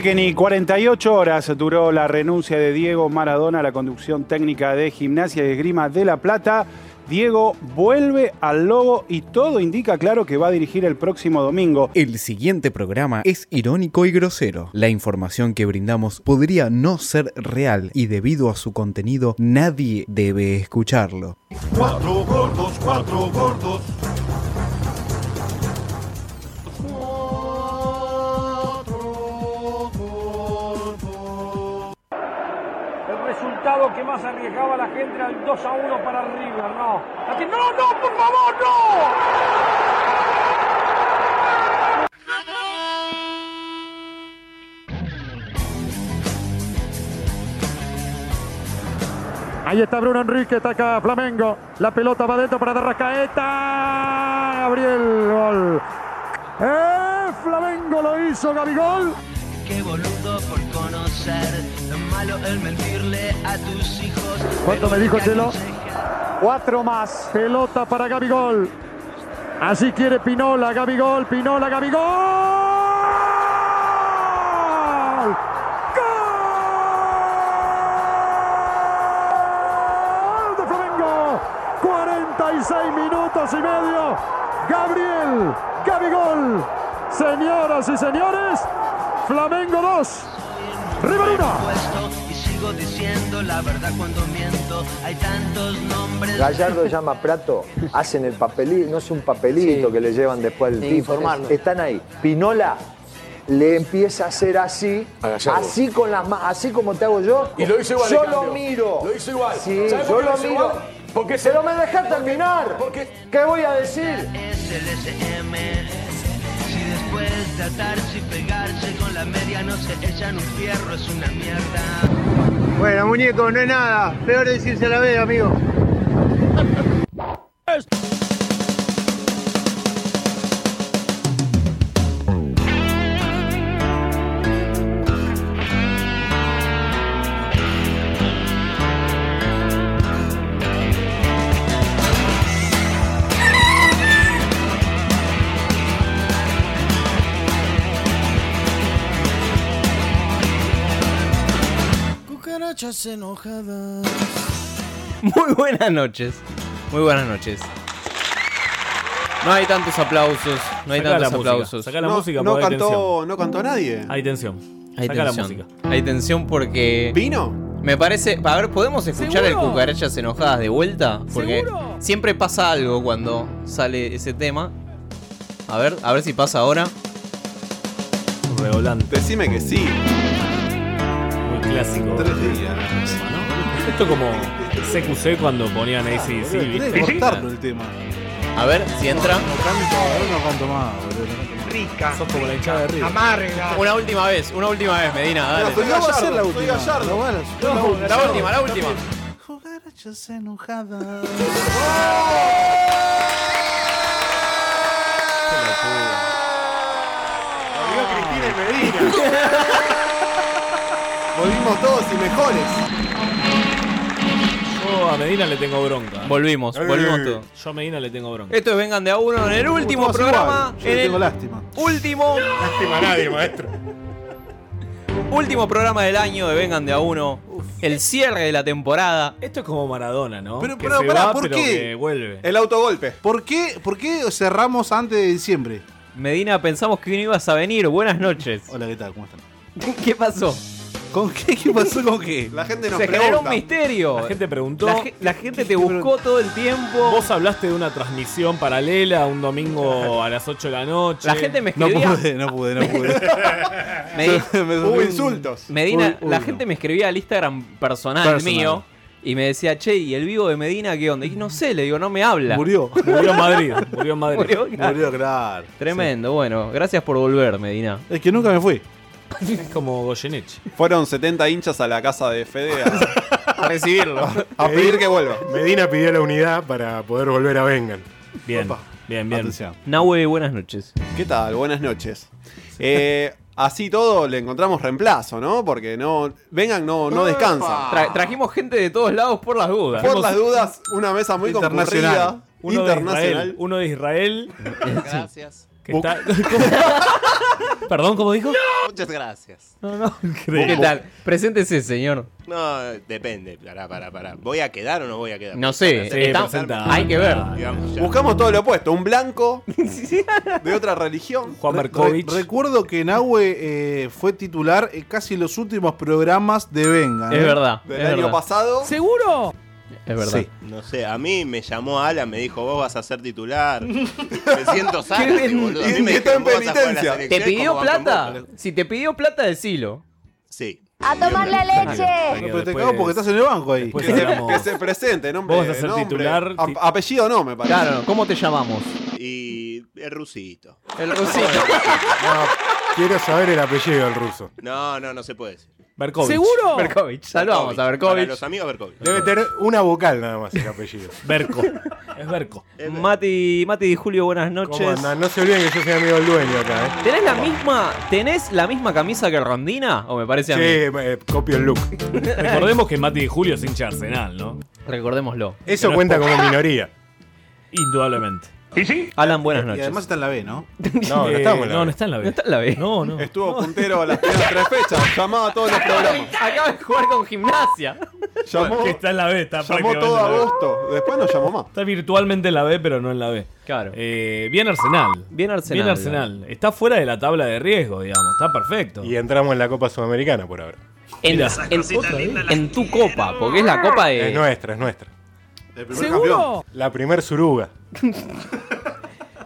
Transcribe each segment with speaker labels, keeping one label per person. Speaker 1: que ni 48 horas duró la renuncia de Diego Maradona a la conducción técnica de Gimnasia y Esgrima de La Plata. Diego vuelve al logo y todo indica claro que va a dirigir el próximo domingo.
Speaker 2: El siguiente programa es irónico y grosero. La información que brindamos podría no ser real y debido a su contenido nadie debe escucharlo.
Speaker 3: Cuatro gordos, cuatro gordos.
Speaker 4: El resultado que más arriesgaba a la gente era el 2 a 1 para River, no. Así, no, no, por favor, no.
Speaker 5: Ahí está Bruno Enrique, ataca Flamengo. La pelota va dentro para Darrascaeta. Abrió el gol. ¡Eh! Flamengo lo hizo Gabigol.
Speaker 6: Qué boludo por conocer, lo malo el mentirle a tus hijos.
Speaker 5: ¿Cuánto me dijo Chelo?
Speaker 6: Chelo?
Speaker 5: Cuatro más. Pelota para Gabigol. Así quiere Pinola, Gabigol, Pinola, Gabigol. ¡Gol de Flamengo! 46 minutos y medio. Gabriel, Gabigol. Señoras y señores, Flamengo 2. River 1.
Speaker 6: Puesto y sigo diciendo la verdad cuando miento. Hay tantos nombres.
Speaker 7: Gallardo llama a Prato, hacen el papelito, no es un papelito que le llevan después del tipo. Están ahí. Pinola le empieza a hacer así, así con las ma- así como te hago yo.
Speaker 3: Y lo hizo igual,
Speaker 7: Yo
Speaker 3: el
Speaker 7: lo
Speaker 3: cambio.
Speaker 7: miro.
Speaker 3: Lo hizo igual.
Speaker 7: Sí,
Speaker 3: ¿Sabes
Speaker 7: yo
Speaker 3: por qué
Speaker 7: lo
Speaker 3: lo hizo
Speaker 7: miro.
Speaker 3: igual? Porque se-
Speaker 7: Pero me dejas terminar.
Speaker 3: porque-
Speaker 7: ¿Qué voy a decir?
Speaker 6: Es el SM. Si después de atarse y pegarse con la media no se echan un fierro, es una mierda.
Speaker 8: Bueno, muñeco, no es nada. Peor decirse a la vez, amigo.
Speaker 9: Cucarachas enojadas.
Speaker 10: Muy buenas noches. Muy buenas noches. No hay tantos aplausos. No hay tantos aplausos.
Speaker 11: Saca la
Speaker 9: No,
Speaker 11: música
Speaker 9: no
Speaker 11: porque hay tensión.
Speaker 9: cantó, no cantó nadie.
Speaker 11: Hay tensión.
Speaker 10: Hay
Speaker 11: Saca la
Speaker 10: tensión.
Speaker 11: música.
Speaker 10: Hay tensión porque.
Speaker 9: ¿Vino?
Speaker 10: Me parece. A ver, ¿podemos escuchar el
Speaker 11: ¿Seguro?
Speaker 10: cucarachas enojadas de vuelta? Porque
Speaker 11: ¿Seguro?
Speaker 10: siempre pasa algo cuando sale ese tema. A ver, a ver si pasa ahora.
Speaker 11: Revolante.
Speaker 9: Decime que sí.
Speaker 11: Muy clásico.
Speaker 9: Tres días.
Speaker 11: Esto como CQC cuando ponían ACDC,
Speaker 9: Tenés
Speaker 11: ¿viste?
Speaker 9: que cortarlo el tema.
Speaker 10: A ver si entra.
Speaker 8: Rica.
Speaker 11: Sos como la hinchada de River.
Speaker 8: Amarga.
Speaker 10: Una última vez, una última vez, Medina, dale.
Speaker 9: Pero no va a ser la última.
Speaker 10: La última, la última.
Speaker 9: Cucarachas enojadas.
Speaker 8: Volvimos todos y mejores.
Speaker 11: Yo a Medina le tengo bronca.
Speaker 10: Volvimos, volvimos todo.
Speaker 11: Yo a Medina le tengo bronca.
Speaker 10: Esto es Vengan de a uno en el último
Speaker 9: Todos
Speaker 10: programa.
Speaker 9: igual. Yo
Speaker 10: En
Speaker 9: le tengo
Speaker 10: el
Speaker 9: lástima.
Speaker 10: último.
Speaker 3: Lástima a nadie, maestro.
Speaker 10: Último programa del año de Vengan de a uno. El cierre de la temporada.
Speaker 11: Esto es como Maradona, ¿no?
Speaker 9: Pero,
Speaker 11: que
Speaker 9: pero,
Speaker 11: se
Speaker 9: pará,
Speaker 11: va,
Speaker 9: ¿por
Speaker 11: pero
Speaker 9: qué?
Speaker 11: que vuelve.
Speaker 8: El autogolpe.
Speaker 9: ¿Por qué, ¿Por qué cerramos antes de diciembre?
Speaker 10: Medina, pensamos que no ibas a venir. Buenas noches.
Speaker 9: Hola, ¿qué tal? ¿Cómo están?
Speaker 10: ¿Qué pasó?
Speaker 9: ¿Con qué? ¿Qué pasó con qué?
Speaker 8: La gente nos
Speaker 10: Se generó un
Speaker 8: pregunta.
Speaker 10: misterio.
Speaker 11: La gente preguntó.
Speaker 10: La ge- la gente te buscó todo el tiempo.
Speaker 11: Vos hablaste de una transmisión paralela un domingo a las 8 de la noche.
Speaker 10: La gente me
Speaker 9: No
Speaker 10: escribía.
Speaker 9: pude, no pude, no pude.
Speaker 10: Me-
Speaker 9: Me dolió
Speaker 8: Hubo
Speaker 9: un-
Speaker 8: insultos.
Speaker 10: Medina,
Speaker 9: Uy, uy,
Speaker 10: la
Speaker 9: no.
Speaker 10: gente me escribía al Instagram personal,
Speaker 9: Personal.
Speaker 10: mío y me decía, che, ¿y el vivo de Medina qué onda? Y no sé, le digo, no me habla.
Speaker 9: Murió.
Speaker 11: Murió en Madrid. Murió en Madrid.
Speaker 10: Murió, claro.
Speaker 9: Murió, claro.
Speaker 10: Tremendo, bueno, gracias por volver, Medina.
Speaker 9: Es que nunca me fui.
Speaker 11: Es como Goyeneche.
Speaker 8: Fueron 70 hinchas a la casa de Fede a,
Speaker 10: A recibirlo.
Speaker 8: a pedir que vuelva.
Speaker 3: Medina pidió la unidad para poder volver a Vengan.
Speaker 11: Bien, bien, bien.
Speaker 9: Atención.
Speaker 10: Nahue, buenas noches.
Speaker 8: ¿Qué tal? Buenas noches. Eh, así todo le encontramos reemplazo, ¿no? Porque no. Vengan, no, no descansa.
Speaker 10: Tra- trajimos gente de todos lados por las dudas.
Speaker 8: Por las dudas, una mesa muy
Speaker 9: Internacional.
Speaker 8: concurrida.
Speaker 11: Uno de Israel,
Speaker 8: internacional.
Speaker 11: uno de Israel
Speaker 10: Gracias.
Speaker 11: Que está- ¿Cómo? Perdón, ¿cómo dijo?
Speaker 2: Muchas gracias.
Speaker 11: No, no,
Speaker 10: ¿Qué tal? Preséntese, señor.
Speaker 2: No, depende. Pará, pará, pará. ¿Voy a quedar o no voy a quedar?
Speaker 10: No sé,
Speaker 2: Para
Speaker 10: está-
Speaker 2: empezar,
Speaker 10: hay que ver.
Speaker 2: Digamos, ya.
Speaker 8: Buscamos todo lo opuesto, un blanco de otra religión.
Speaker 11: Juan
Speaker 1: Re- recuerdo que Nahue eh, fue titular en casi los últimos programas de Vengan.
Speaker 10: Es verdad,
Speaker 2: Del es año verdad. pasado.
Speaker 11: ¿Seguro?
Speaker 10: Es verdad.
Speaker 2: No sé, a mí me llamó Alan, me dijo, vos vas a ser titular. me siento sano, boludo. A mí me dijeron, "Vos vas a jugar a la
Speaker 10: ¿Te
Speaker 2: selección
Speaker 10: pidió
Speaker 2: como Van
Speaker 10: plata?
Speaker 2: Convoca".
Speaker 10: Si te pidió plata, decilo.
Speaker 2: Sí.
Speaker 6: ¡A tomar la leche!
Speaker 1: Pero te cago porque estás en el banco ahí.
Speaker 11: Pues
Speaker 8: Que se, que se presente, nombre.
Speaker 1: Vos vas a ser
Speaker 8: nombre.
Speaker 1: titular,
Speaker 8: Ap- apellido no, me parece.
Speaker 10: Claro, ¿cómo te llamamos?
Speaker 2: Y el rusito.
Speaker 10: El rusito.
Speaker 12: Quiero saber el apellido del ruso.
Speaker 2: No, no, no se puede decir.
Speaker 11: Berkovich.
Speaker 10: ¿Seguro? Berkovich. Saludamos a Berkovich.
Speaker 2: Para los amigos Berkovich.
Speaker 12: Debe tener una vocal nada más el apellido.
Speaker 11: Berco. Es Berco.
Speaker 2: Eh,
Speaker 10: Mati, Mati y Julio, buenas noches.
Speaker 12: ¿Cómo andan? No se olviden que yo soy amigo del dueño acá, ¿eh?
Speaker 10: ¿Tenés la misma, ¿Tenés la misma camisa que Rondina? ¿O me parece a mí?
Speaker 12: Sí, me- copio el look.
Speaker 11: Recordemos que Mati y Julio es hincha de Arsenal, ¿no?
Speaker 10: Recordémoslo.
Speaker 12: Eso cuenta como minoría.
Speaker 11: Indudablemente.
Speaker 10: ¿Y sí? Alan, buenas
Speaker 1: Y
Speaker 10: noches.
Speaker 1: además está en la B, ¿no?
Speaker 12: No, no estamos en la
Speaker 11: no,
Speaker 12: B.
Speaker 11: no está en la B.
Speaker 10: No está en la B.
Speaker 11: No, no.
Speaker 8: Estuvo puntero a las primeras tres fechas, llamaba a todos los programas.
Speaker 10: Acaba de jugar con gimnasia.
Speaker 8: Llamó,
Speaker 11: Que está en la B, está
Speaker 8: llamó
Speaker 11: prácticamente en
Speaker 8: todo
Speaker 11: la B.
Speaker 8: agosto, después no llamó más.
Speaker 11: Está virtualmente en la B, pero no en la B.
Speaker 10: Claro.
Speaker 11: Eh, bien Arsenal.
Speaker 10: Bien Arsenal.
Speaker 11: Bien Arsenal. Está fuera de la tabla de riesgo, digamos. Está perfecto.
Speaker 12: Y entramos en la Copa Sudamericana por ahora.
Speaker 10: En,
Speaker 11: Mira.
Speaker 10: en- en tu copa, porque es la copa de.
Speaker 12: Es nuestra, es nuestra.
Speaker 1: El primer campeón.
Speaker 10: ¿eh? ¿Seguro?
Speaker 12: La primer suruga.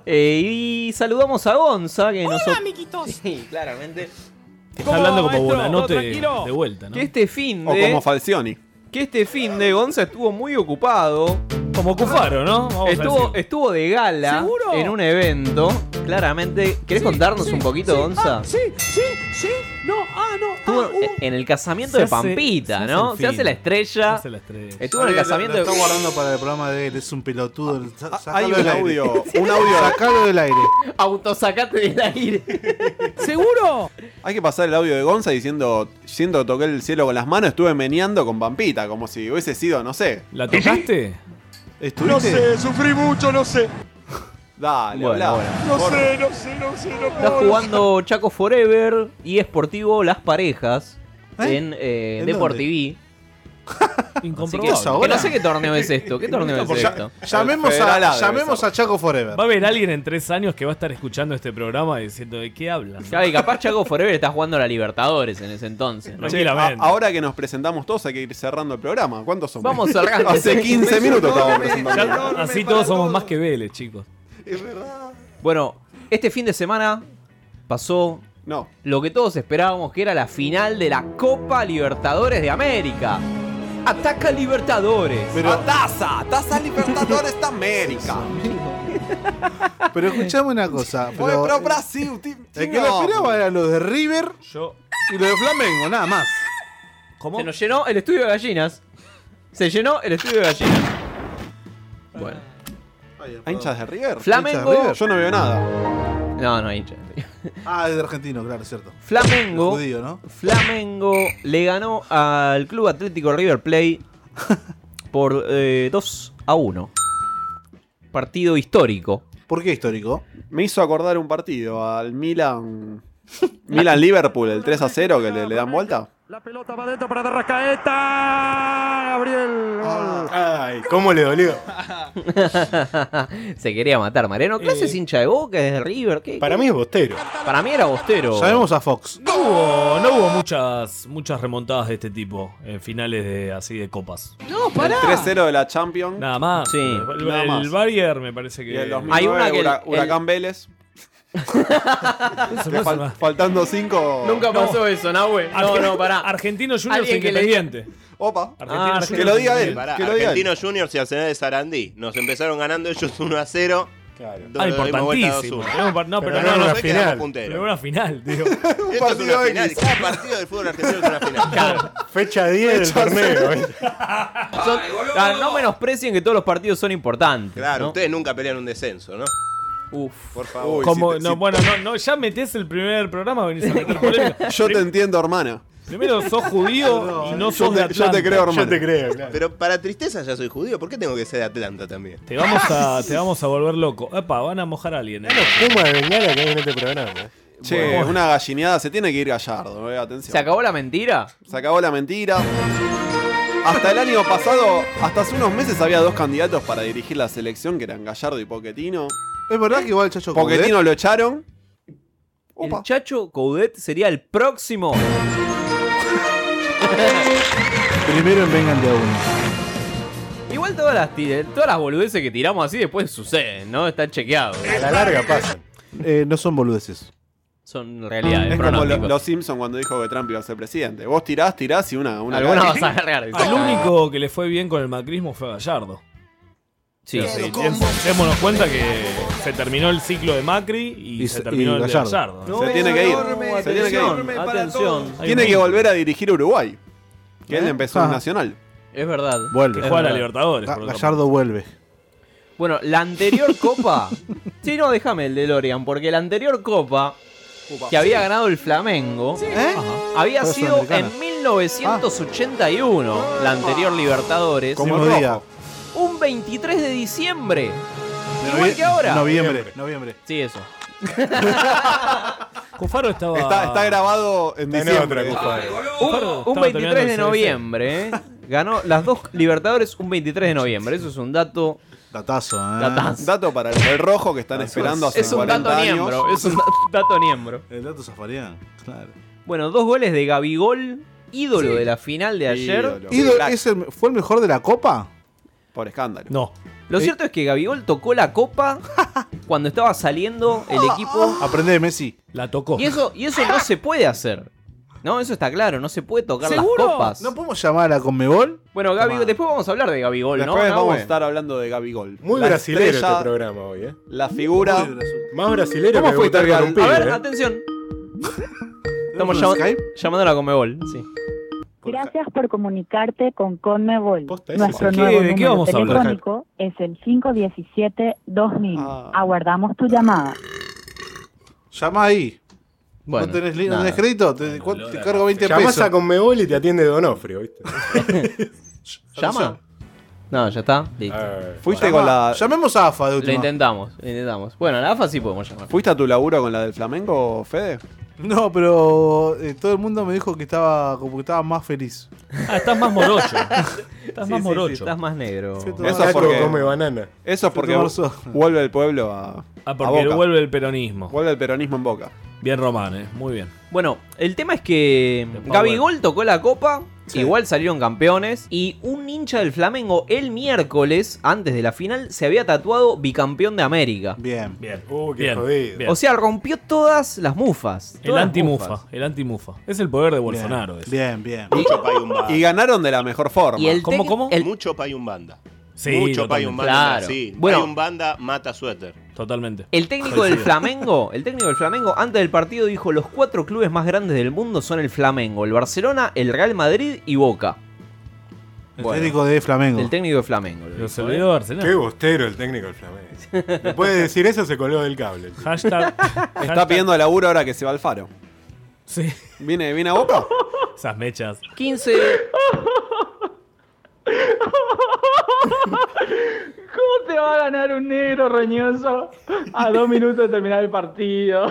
Speaker 10: Eh, y saludamos a Gonza, que nosotros. Sí, claramente.
Speaker 11: Está hablando como Bonanote
Speaker 10: tranquilo?
Speaker 11: de vuelta, ¿no?
Speaker 10: Que este fin
Speaker 8: O como
Speaker 10: de.
Speaker 8: Falcioni.
Speaker 10: Que este fin de Gonza estuvo muy ocupado.
Speaker 11: Como Cufaro, ¿no? Vamos a
Speaker 10: Estuvo,
Speaker 11: decir.
Speaker 10: estuvo de gala
Speaker 6: ¿Seguro?
Speaker 10: en un evento. Claramente. ¿Querés contarnos un poquito,
Speaker 6: sí,
Speaker 10: Gonza?
Speaker 6: ah, sí, sí, sí, no, ah, no,
Speaker 10: Estuvo
Speaker 6: ah, uh.
Speaker 10: en el casamiento
Speaker 11: Se
Speaker 10: de
Speaker 11: hace-
Speaker 10: Pampita,
Speaker 11: se hace
Speaker 10: ¿no?
Speaker 11: el
Speaker 10: Se hace
Speaker 11: fin.
Speaker 10: la estrella.
Speaker 11: Se la estrella.
Speaker 10: Estuvo en el
Speaker 1: Lo- lo-
Speaker 10: casamiento
Speaker 1: Lo
Speaker 10: de. Ah,
Speaker 1: está guardando para el programa de él. Es un pelotudo. Sa-
Speaker 8: Hay
Speaker 1: sacalo
Speaker 8: un
Speaker 1: del aire.
Speaker 8: audio, un audio.
Speaker 1: Sacalo del aire.
Speaker 10: Autosacate del aire. ¿Seguro?
Speaker 8: Hay que pasar el audio de Gonza diciendo, siento que toqué el cielo con las manos, estuve meneando con Pampita, como si hubiese sido, no sé.
Speaker 11: ¿La tocaste?
Speaker 8: No sé, sufrí mucho, no sé. Dale,
Speaker 10: Bueno,
Speaker 8: hablá.
Speaker 10: bueno.
Speaker 8: No sé,
Speaker 13: no sé, no sé, no
Speaker 10: Está jugando Chaco Forever y Esportivo Las Parejas
Speaker 1: ¿Eh?
Speaker 10: en, eh,
Speaker 1: ¿En
Speaker 10: Deportiví. Así que,
Speaker 11: Incomprobable.
Speaker 1: ¿Eso ahora?
Speaker 10: que no sé qué torneo es esto. ¿Qué torneo es esto?
Speaker 1: Llamemos,
Speaker 8: El Federal A
Speaker 1: a,
Speaker 8: debe
Speaker 1: llamemos a Chaco Forever.
Speaker 11: Va a haber alguien en tres años que va a estar escuchando este programa y diciendo de qué hablan. ¿no?
Speaker 10: Claro, y capaz Chaco Forever está jugando a la Libertadores en ese entonces. ¿no?
Speaker 11: Tranquilo.
Speaker 8: Che, a-
Speaker 11: Tranquilamente.
Speaker 8: ahora que nos presentamos todos hay que ir cerrando el programa. ¿Cuántos somos?
Speaker 10: Vamos cerrando.
Speaker 8: Hace 15 minutos estábamos
Speaker 11: Ya,
Speaker 8: presentando.
Speaker 11: así todos somos más que Vélez, chicos.
Speaker 10: Bueno, este fin de semana pasó
Speaker 8: No,
Speaker 10: lo que todos esperábamos, que era la final de la Copa Libertadores de América. Ataca Libertadores.
Speaker 8: Ataza, Ataza Libertadores de América.
Speaker 1: Pero escuchame una cosa.
Speaker 8: Oye,
Speaker 1: Pero,
Speaker 8: pero Brasil, ti-
Speaker 1: el que
Speaker 8: no.
Speaker 1: lo esperaba era lo de River
Speaker 11: Yo.
Speaker 1: y lo de Flamengo, nada más.
Speaker 11: ¿Cómo?
Speaker 10: Se nos llenó el estudio de gallinas. Se llenó el estudio de gallinas. Bueno,
Speaker 8: ¿Hay hinchas de River?
Speaker 10: Flamengo.
Speaker 8: Yo no veo nada.
Speaker 10: No, no, hincha.
Speaker 1: Ah, es de argentino, claro, es cierto.
Speaker 10: Flamengo.
Speaker 1: Judío, ¿no?
Speaker 10: Flamengo le ganó al Club Atlético River Play por eh, 2 a 1. Partido histórico.
Speaker 1: ¿Por qué histórico?
Speaker 8: Me hizo acordar un partido al Milan. Milan Liverpool, el 3 a 0 que le, le dan vuelta.
Speaker 5: La pelota va dentro para Derracaeta. Gabriel. Gol.
Speaker 12: Ay, cómo le dolió.
Speaker 10: Se quería matar, Mariano. Clase es hincha de boca, es de River. ¿Qué?
Speaker 12: Eh. Para mí es bostero.
Speaker 10: Para mí era Bostero.
Speaker 1: Llamemos a Fox.
Speaker 11: No hubo, no hubo muchas, muchas remontadas de este tipo en finales de así de copas.
Speaker 10: No,
Speaker 8: El
Speaker 10: pará.
Speaker 8: 3-0 de la Champions.
Speaker 11: Nada más.
Speaker 10: Sí,
Speaker 11: el,
Speaker 8: nada
Speaker 11: el
Speaker 8: más.
Speaker 11: Bayern me parece
Speaker 8: Y
Speaker 11: que.
Speaker 8: el 2009,
Speaker 10: Hay una que el-
Speaker 8: Hura-
Speaker 10: el-
Speaker 8: Huracán Vélez.
Speaker 11: Eso
Speaker 8: que
Speaker 11: no
Speaker 8: fal-
Speaker 11: es una-
Speaker 8: faltando 5.
Speaker 10: Nunca pasó eso, Nahue. No,
Speaker 11: Argen-
Speaker 10: no, pará.
Speaker 11: Argentino Juniors
Speaker 10: Alguien que le-
Speaker 11: Independiente.
Speaker 8: Opa.
Speaker 11: Argentino
Speaker 10: Ah,
Speaker 11: Juniors
Speaker 8: que lo diga él.
Speaker 11: Independiente.
Speaker 2: Pará,
Speaker 8: Que lo diga él.
Speaker 2: Argentino Juniors y Arsenal de Sarandí. Nos empezaron ganando ellos 1 a 0.
Speaker 12: Claro.
Speaker 11: Ah,
Speaker 2: Nos dimos vuelta
Speaker 11: importantísimo.
Speaker 2: 2-1.
Speaker 11: Tenemos par- No, pero,
Speaker 12: Pero no,
Speaker 11: no, no,
Speaker 12: no,
Speaker 2: Nosotros
Speaker 12: una
Speaker 2: quedamos
Speaker 12: final.
Speaker 2: punteros.
Speaker 11: pero una final, digo.
Speaker 2: Esto es una
Speaker 8: partido
Speaker 2: final.
Speaker 8: X.
Speaker 2: Cada partido del fútbol argentino es una final.
Speaker 12: Fecha 10 del torneo. ¿eh?
Speaker 10: Son- Ah, no menosprecien que todos los partidos son importantes.
Speaker 2: Claro,
Speaker 10: ¿no?
Speaker 2: ustedes nunca pelean un descenso, ¿no?
Speaker 10: Uf.
Speaker 2: Por favor.
Speaker 8: Uy,
Speaker 11: Como,
Speaker 8: si te-
Speaker 11: no,
Speaker 8: si-
Speaker 11: bueno, no, no, ya metés el primer programa, venís a meter polémica.
Speaker 8: Yo te entiendo, hermana.
Speaker 11: Primero, sos judío y no sos de Atlanta.
Speaker 2: Pero para tristeza ya soy judío. ¿Por qué tengo que ser de Atlanta también?
Speaker 11: Te vamos a, te vamos a volver loco. Epa, van a mojar a alguien. eh.
Speaker 12: Puma de bengala que hay en este programa.
Speaker 8: Che,
Speaker 11: Bueno.
Speaker 8: una gallineada. Se tiene que ir Gallardo, eh, atención.
Speaker 10: ¿Se acabó la mentira?
Speaker 8: Se acabó la mentira. Hasta el año pasado, hasta hace unos meses había dos candidatos para dirigir la selección que eran Gallardo y Poquetino.
Speaker 1: Es verdad que igual Chacho
Speaker 8: Poquetino lo echaron.
Speaker 10: El Chacho Coudet sería el próximo.
Speaker 12: Primero en Vengan de a uno.
Speaker 10: Igual todas las, ti- todas las boludeces que tiramos así después suceden, ¿no? Está chequeado.
Speaker 1: A la larga pasa. Eh, no son boludeces.
Speaker 10: Son realidades,
Speaker 8: es como lo-
Speaker 10: pronósticos.
Speaker 8: los Simpsons cuando dijo que Trump iba a ser presidente. Vos tirás, tirás y una. una
Speaker 10: Alguna
Speaker 8: cae.
Speaker 10: vas a agarrar.
Speaker 11: Al único que le fue bien con el macrismo fue a Gallardo.
Speaker 10: Sí.
Speaker 11: Pero sí, piensa- démonos cuenta que se terminó el ciclo de Macri y,
Speaker 8: Y
Speaker 11: se
Speaker 8: se-
Speaker 11: terminó
Speaker 8: y
Speaker 11: el de
Speaker 8: Gallardo.
Speaker 11: Gallardo.
Speaker 8: No, Se tiene que ir. enorme, Se tiene que ir. enorme para
Speaker 10: Atención.
Speaker 8: Tiene que volver a dirigir Uruguay. Que él
Speaker 10: ¿Eh?
Speaker 8: empezó
Speaker 10: Ah.
Speaker 8: en Nacional.
Speaker 10: Es verdad.
Speaker 1: Vuelve.
Speaker 10: Es verdad.
Speaker 1: Ga- Gallardo vuelve.
Speaker 10: Bueno, la anterior copa. sí, no, déjame el de Lorian, porque la anterior copa que había ganado el Flamengo
Speaker 1: ¿Eh?
Speaker 10: había
Speaker 1: Todas
Speaker 10: sido
Speaker 1: sudamericanas.
Speaker 10: en 1981, la anterior Libertadores.
Speaker 1: Ah. Como el día.
Speaker 10: Un 23 de diciembre. Igual que ahora.
Speaker 1: Noviembre. Noviembre.
Speaker 10: Sí, eso.
Speaker 11: Cufaro estaba.
Speaker 8: Está, está grabado en
Speaker 10: Está en
Speaker 8: diciembre. Ah,
Speaker 10: otra,
Speaker 8: Cufaro.
Speaker 11: Cufaro
Speaker 10: Un
Speaker 11: estaba
Speaker 10: 23
Speaker 11: terminando
Speaker 10: de
Speaker 11: el
Speaker 10: noviembre, ¿eh? Ganó las dos Libertadores un 23 de noviembre. Eso es un dato.
Speaker 1: Datazo, ¿eh?
Speaker 10: Datazo.
Speaker 8: Dato para el, el rojo que están esperando hace
Speaker 10: Es un
Speaker 8: 40
Speaker 10: dato
Speaker 8: años.
Speaker 10: miembro. Es un dat- dato miembro.
Speaker 1: El dato zafarián. Claro.
Speaker 10: Bueno, dos goles de Gabigol, ídolo de la final de ayer.
Speaker 1: Ídolo, ¿es el- ¿Fue el mejor de la copa?
Speaker 8: Por escándalo.
Speaker 11: No.
Speaker 10: Lo
Speaker 1: Eh.
Speaker 10: cierto es que Gabigol tocó la copa cuando estaba saliendo el equipo.
Speaker 1: Aprende de Messi.
Speaker 11: La tocó.
Speaker 10: Y eso, y eso no se puede hacer. No, eso está claro, no se puede tocar las copas.
Speaker 1: ¿No podemos llamar a Conmebol?
Speaker 10: Bueno, Gabigol, después vamos a hablar de Gabigol, ¿no?
Speaker 8: Después
Speaker 10: ¿No?
Speaker 8: vamos a
Speaker 10: Bueno.
Speaker 8: estar hablando de Gabigol.
Speaker 12: Muy
Speaker 8: La
Speaker 12: brasilero
Speaker 8: estrella,
Speaker 12: este programa hoy, ¿eh?
Speaker 8: La figura.
Speaker 12: Más brasilero
Speaker 8: ¿Cómo
Speaker 12: que
Speaker 8: fuiste
Speaker 12: votar
Speaker 8: al-
Speaker 12: con un pibe,
Speaker 10: A ver,
Speaker 12: ¿eh?
Speaker 10: atención. Estamos
Speaker 12: un
Speaker 10: llam-
Speaker 12: Skype?
Speaker 10: llamando a la Comebol, sí.
Speaker 14: Gracias por comunicarte con Conmebol.
Speaker 10: eso?
Speaker 14: Nuestro
Speaker 10: ¿De qué-
Speaker 14: nuevo
Speaker 10: de qué
Speaker 14: número
Speaker 10: vamos a hablar?
Speaker 14: telefónico es el 517-2000. Aguardamos tu llamada.
Speaker 1: Llama ahí.
Speaker 10: Bueno,
Speaker 1: ¿No tenés, li- no
Speaker 12: nada.
Speaker 1: tenés crédito? Te, ¿cuánto- te cargo 20
Speaker 12: Llamás
Speaker 1: pesos.
Speaker 12: a Conmebol y te atiende Donofrio, ¿viste?
Speaker 10: ¿Llama? No, ya está. Listo.
Speaker 8: Fuiste
Speaker 10: Llama-
Speaker 8: con la.
Speaker 1: Llamemos a AFA de
Speaker 10: Lo intentamos, lo intentamos. Bueno, a la AFA sí podemos llamar.
Speaker 8: ¿Fuiste a tu laburo con la del Flamengo, Fede?
Speaker 1: No, pero eh, todo el mundo me dijo que estaba como que estaba más feliz.
Speaker 11: Ah, estás más morocho.
Speaker 10: Estás más morocho. estás más negro.
Speaker 8: Eso es porque.
Speaker 12: come banana.
Speaker 8: Eso es
Speaker 11: Fui a
Speaker 8: porque
Speaker 11: tomar
Speaker 8: vu- vuelve el pueblo a.
Speaker 11: Ah,
Speaker 8: a
Speaker 11: porque
Speaker 8: Boca.
Speaker 11: vuelve el peronismo.
Speaker 8: Vuelve el peronismo en boca.
Speaker 11: Bien Román, eh. Muy bien.
Speaker 10: Bueno, el tema es que Gabigol tocó la copa, igual salieron campeones y un hincha del Flamengo el miércoles, antes de la final, se había tatuado bicampeón de América.
Speaker 1: Bien.
Speaker 11: Bien.
Speaker 12: Uh, qué
Speaker 11: Bien,
Speaker 12: jodido.
Speaker 11: bien.
Speaker 10: O sea, rompió todas las mufas.
Speaker 11: El antimufa. El antimufa. Es el poder de Bolsonaro. ese.
Speaker 1: Bien, bien.
Speaker 2: Mucho payumbanda.
Speaker 8: Y ganaron de la mejor forma.
Speaker 10: Y el
Speaker 11: ¿Cómo,
Speaker 10: tec-
Speaker 11: cómo?
Speaker 2: Mucho payumbanda.
Speaker 11: Sí,
Speaker 2: Mucho
Speaker 11: totalmente.
Speaker 2: payumbanda.
Speaker 10: Claro.
Speaker 2: Sí.
Speaker 10: Bueno.
Speaker 2: Payumbanda mata suéter.
Speaker 11: Totalmente.
Speaker 10: El técnico del
Speaker 2: Coincido.
Speaker 10: Flamengo, el técnico del Flamengo, antes del partido dijo los cuatro clubes más grandes del mundo son el Flamengo, el Barcelona, el Real Madrid y Boca.
Speaker 1: El
Speaker 10: Bueno.
Speaker 1: técnico de Flamengo.
Speaker 10: El técnico de Flamengo. ¿eh?
Speaker 11: Lo se olvidó Arsenal.
Speaker 12: Qué bostero el técnico del Flamengo. Después de decir eso se colgó del cable.
Speaker 11: Hashtag.
Speaker 8: Está pidiendo laburo ahora que se va al faro.
Speaker 11: Sí.
Speaker 8: ¿Viene, viene a boca?
Speaker 11: Esas mechas.
Speaker 10: 15.
Speaker 15: ¿Cómo te va a ganar un negro roñoso a dos minutos de terminar el partido?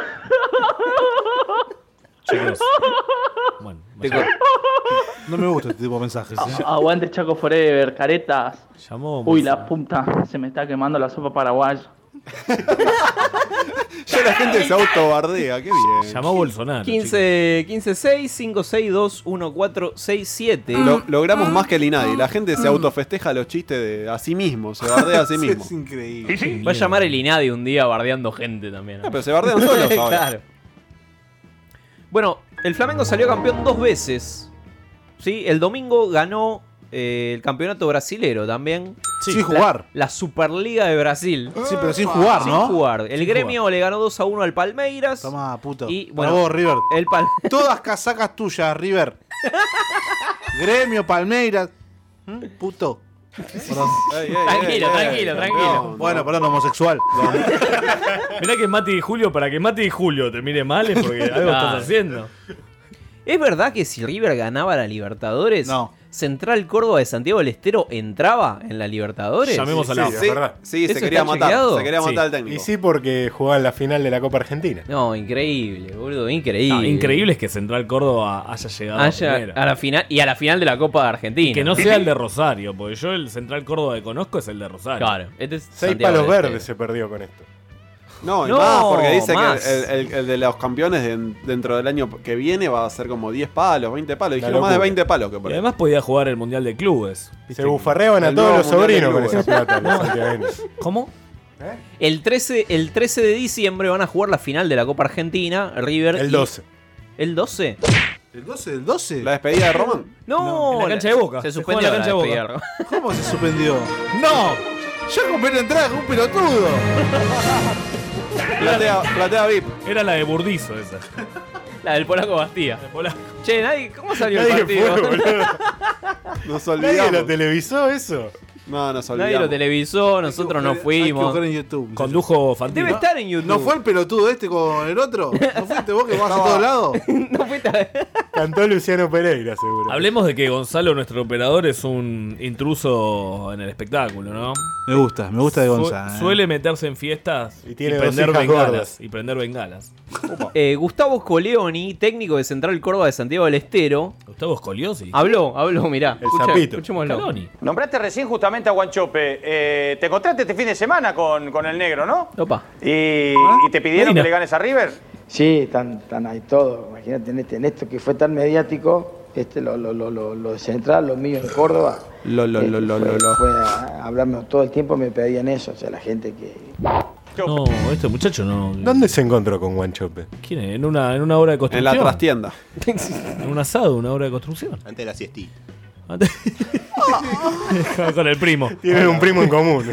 Speaker 10: Pues,
Speaker 11: Chicos.
Speaker 1: No me gusta este tipo de mensajes.
Speaker 10: Ah,
Speaker 1: ¿eh?
Speaker 15: Aguante Chaco Forever, caretas.
Speaker 11: Llamó.
Speaker 15: Uy, la puta, se me está quemando la sopa paraguaya.
Speaker 8: Ya la gente se autobardea, qué bien.
Speaker 11: Llamó Bolsonaro.
Speaker 10: 15, 15, 6, 5, 6, 2, 1, 4, 6, 7.
Speaker 8: Lo- logramos más que el INADI. La gente se autofesteja los chistes de a sí mismo, se bardea a sí mismo.
Speaker 1: increíble.
Speaker 10: Va a llamar el INADI un día bardeando gente también.
Speaker 8: Ah, pero se bardean solos ahora.
Speaker 10: Claro. Bueno, el Flamengo salió campeón dos veces. Sí, el domingo ganó eh, el campeonato brasilero también.
Speaker 1: Sí. Sin jugar.
Speaker 10: La, la Superliga de Brasil.
Speaker 1: Sí, pero sin jugar,
Speaker 10: Ah, Sin
Speaker 1: ¿no?
Speaker 10: jugar. El
Speaker 1: Sin
Speaker 10: gremio le ganó 2 a 1 al Palmeiras.
Speaker 1: Tomá, puto.
Speaker 10: Y,
Speaker 1: Para
Speaker 10: bueno,
Speaker 1: vos, River.
Speaker 10: El pal
Speaker 1: Todas casacas tuyas, River. Gremio, Palmeiras. ¿Mm? Puto. Perdón.
Speaker 10: Tranquilo, tranquilo, tranquilo.
Speaker 1: bueno, perdón, homosexual.
Speaker 11: Mirá que es Mati y Julio, para que Mati y Julio termine mal es porque algo
Speaker 10: Claro.
Speaker 11: estás haciendo.
Speaker 10: ¿Es verdad que si River ganaba la Libertadores, Central Córdoba de Santiago del Estero entraba en la Libertadores?
Speaker 11: Llamemos a la-
Speaker 10: Sí,
Speaker 11: Sí,
Speaker 8: sí, se
Speaker 10: ¿Eso
Speaker 8: quería
Speaker 10: está
Speaker 8: matar,
Speaker 10: chequeado?
Speaker 8: se quería matar al
Speaker 12: Y sí, porque jugaba la final de la Copa Argentina.
Speaker 10: No, increíble, boludo, increíble.
Speaker 11: No, increíble es que Central Córdoba haya llegado
Speaker 10: Haya-
Speaker 11: primero.
Speaker 10: a la final y a la final de la Copa de Argentina.
Speaker 11: Y que no sea el de Rosario, porque yo el Central Córdoba que conozco es el de Rosario.
Speaker 10: Claro, este es
Speaker 12: Seis palos verdes se perdió con esto.
Speaker 8: No, y
Speaker 11: No,
Speaker 8: más, porque dice
Speaker 11: más.
Speaker 8: que el, el- el de los campeones de- dentro del año que viene va a ser como 10 palos, 20 palos. Dijeron más de
Speaker 11: locura.
Speaker 8: 20 palos que por
Speaker 11: Y
Speaker 8: ahí.
Speaker 11: además podía jugar el Mundial de Clubes.
Speaker 12: Se bufarreaban a todos los sobrinos con esa plata. los santiagueños.
Speaker 11: ¿Cómo?
Speaker 10: El 13, el 13 de diciembre van a jugar la final de la Copa Argentina, River.
Speaker 12: El
Speaker 10: y-
Speaker 12: 12.
Speaker 10: ¿El 12?
Speaker 1: ¿El 12 del 12?
Speaker 8: ¿La despedida de Román?
Speaker 10: No,
Speaker 11: en la cancha de Boca.
Speaker 10: Se
Speaker 11: Se
Speaker 10: suspendió
Speaker 11: juega en la
Speaker 10: la
Speaker 11: cancha de
Speaker 10: despedida.
Speaker 1: ¿Cómo se suspendió? ¡No! Yo compré la entrada con un pelotudo.
Speaker 8: Platea, platea VIP.
Speaker 11: Era la de Burdizo esa.
Speaker 10: La del Polaco Bastía. Che, nadie, ¿cómo salió el
Speaker 11: Nadie
Speaker 10: partido?
Speaker 11: fue, boludo.
Speaker 8: Nos
Speaker 12: Nadie
Speaker 8: olvidamos.
Speaker 12: lo televisó eso.
Speaker 8: No, nos olvidamos.
Speaker 10: Nadie lo televisó, nosotros no fuimos.
Speaker 11: Condujo Fantino.
Speaker 10: Debe estar en YouTube.
Speaker 1: ¿No fue el pelotudo este con el otro? ¿No fuiste vos que vas a todos lados?
Speaker 12: Cantó Luciano Pereira, seguro.
Speaker 11: Hablemos de que Gonzalo, nuestro operador, es un intruso en el espectáculo, ¿no?
Speaker 1: Me gusta, me gusta de
Speaker 11: Su-
Speaker 1: Gonzalo.
Speaker 11: Suele meterse en fiestas y,
Speaker 12: tiene dos
Speaker 11: prender
Speaker 12: hijas
Speaker 11: bengalas.
Speaker 12: gordas.
Speaker 11: Y prender bengalas.
Speaker 10: Eh, Gustavo Scoleoni, técnico de Central Córdoba de Santiago del Estero.
Speaker 11: Gustavo Scoliosi.
Speaker 10: Habló, habló, mirá. Escucha-
Speaker 11: sapito.
Speaker 10: Escuchémoslo.
Speaker 11: Scaloni.
Speaker 16: Nombraste recién justamente a Guanchope. Eh, te encontraste este fin de semana con, con el negro, ¿no?
Speaker 10: Opa.
Speaker 16: ¿Y,
Speaker 17: ¿Ah?
Speaker 16: y te pidieron
Speaker 18: Mira.
Speaker 16: que le ganes a River?
Speaker 18: Sí, están, están ahí todos. Imagínate en, este- en esto que fue tan mediático, este, lo, lo, lo, lo, lo central, lo mío en Córdoba. este,
Speaker 8: Lo, lo, lo, lo,
Speaker 18: fue,
Speaker 8: lo, lo.
Speaker 18: fue a- a hablarme todo el tiempo, me pedían eso. O sea, la gente que.
Speaker 11: No, este muchacho no.
Speaker 12: ¿Dónde se encontró con Guanchope?
Speaker 11: ¿Quién es? En una, en una obra de construcción.
Speaker 12: En la trastienda.
Speaker 11: en un asado, una obra de construcción.
Speaker 2: Antes de la siestita.
Speaker 11: Con el primo.
Speaker 12: Tienen un primo en común.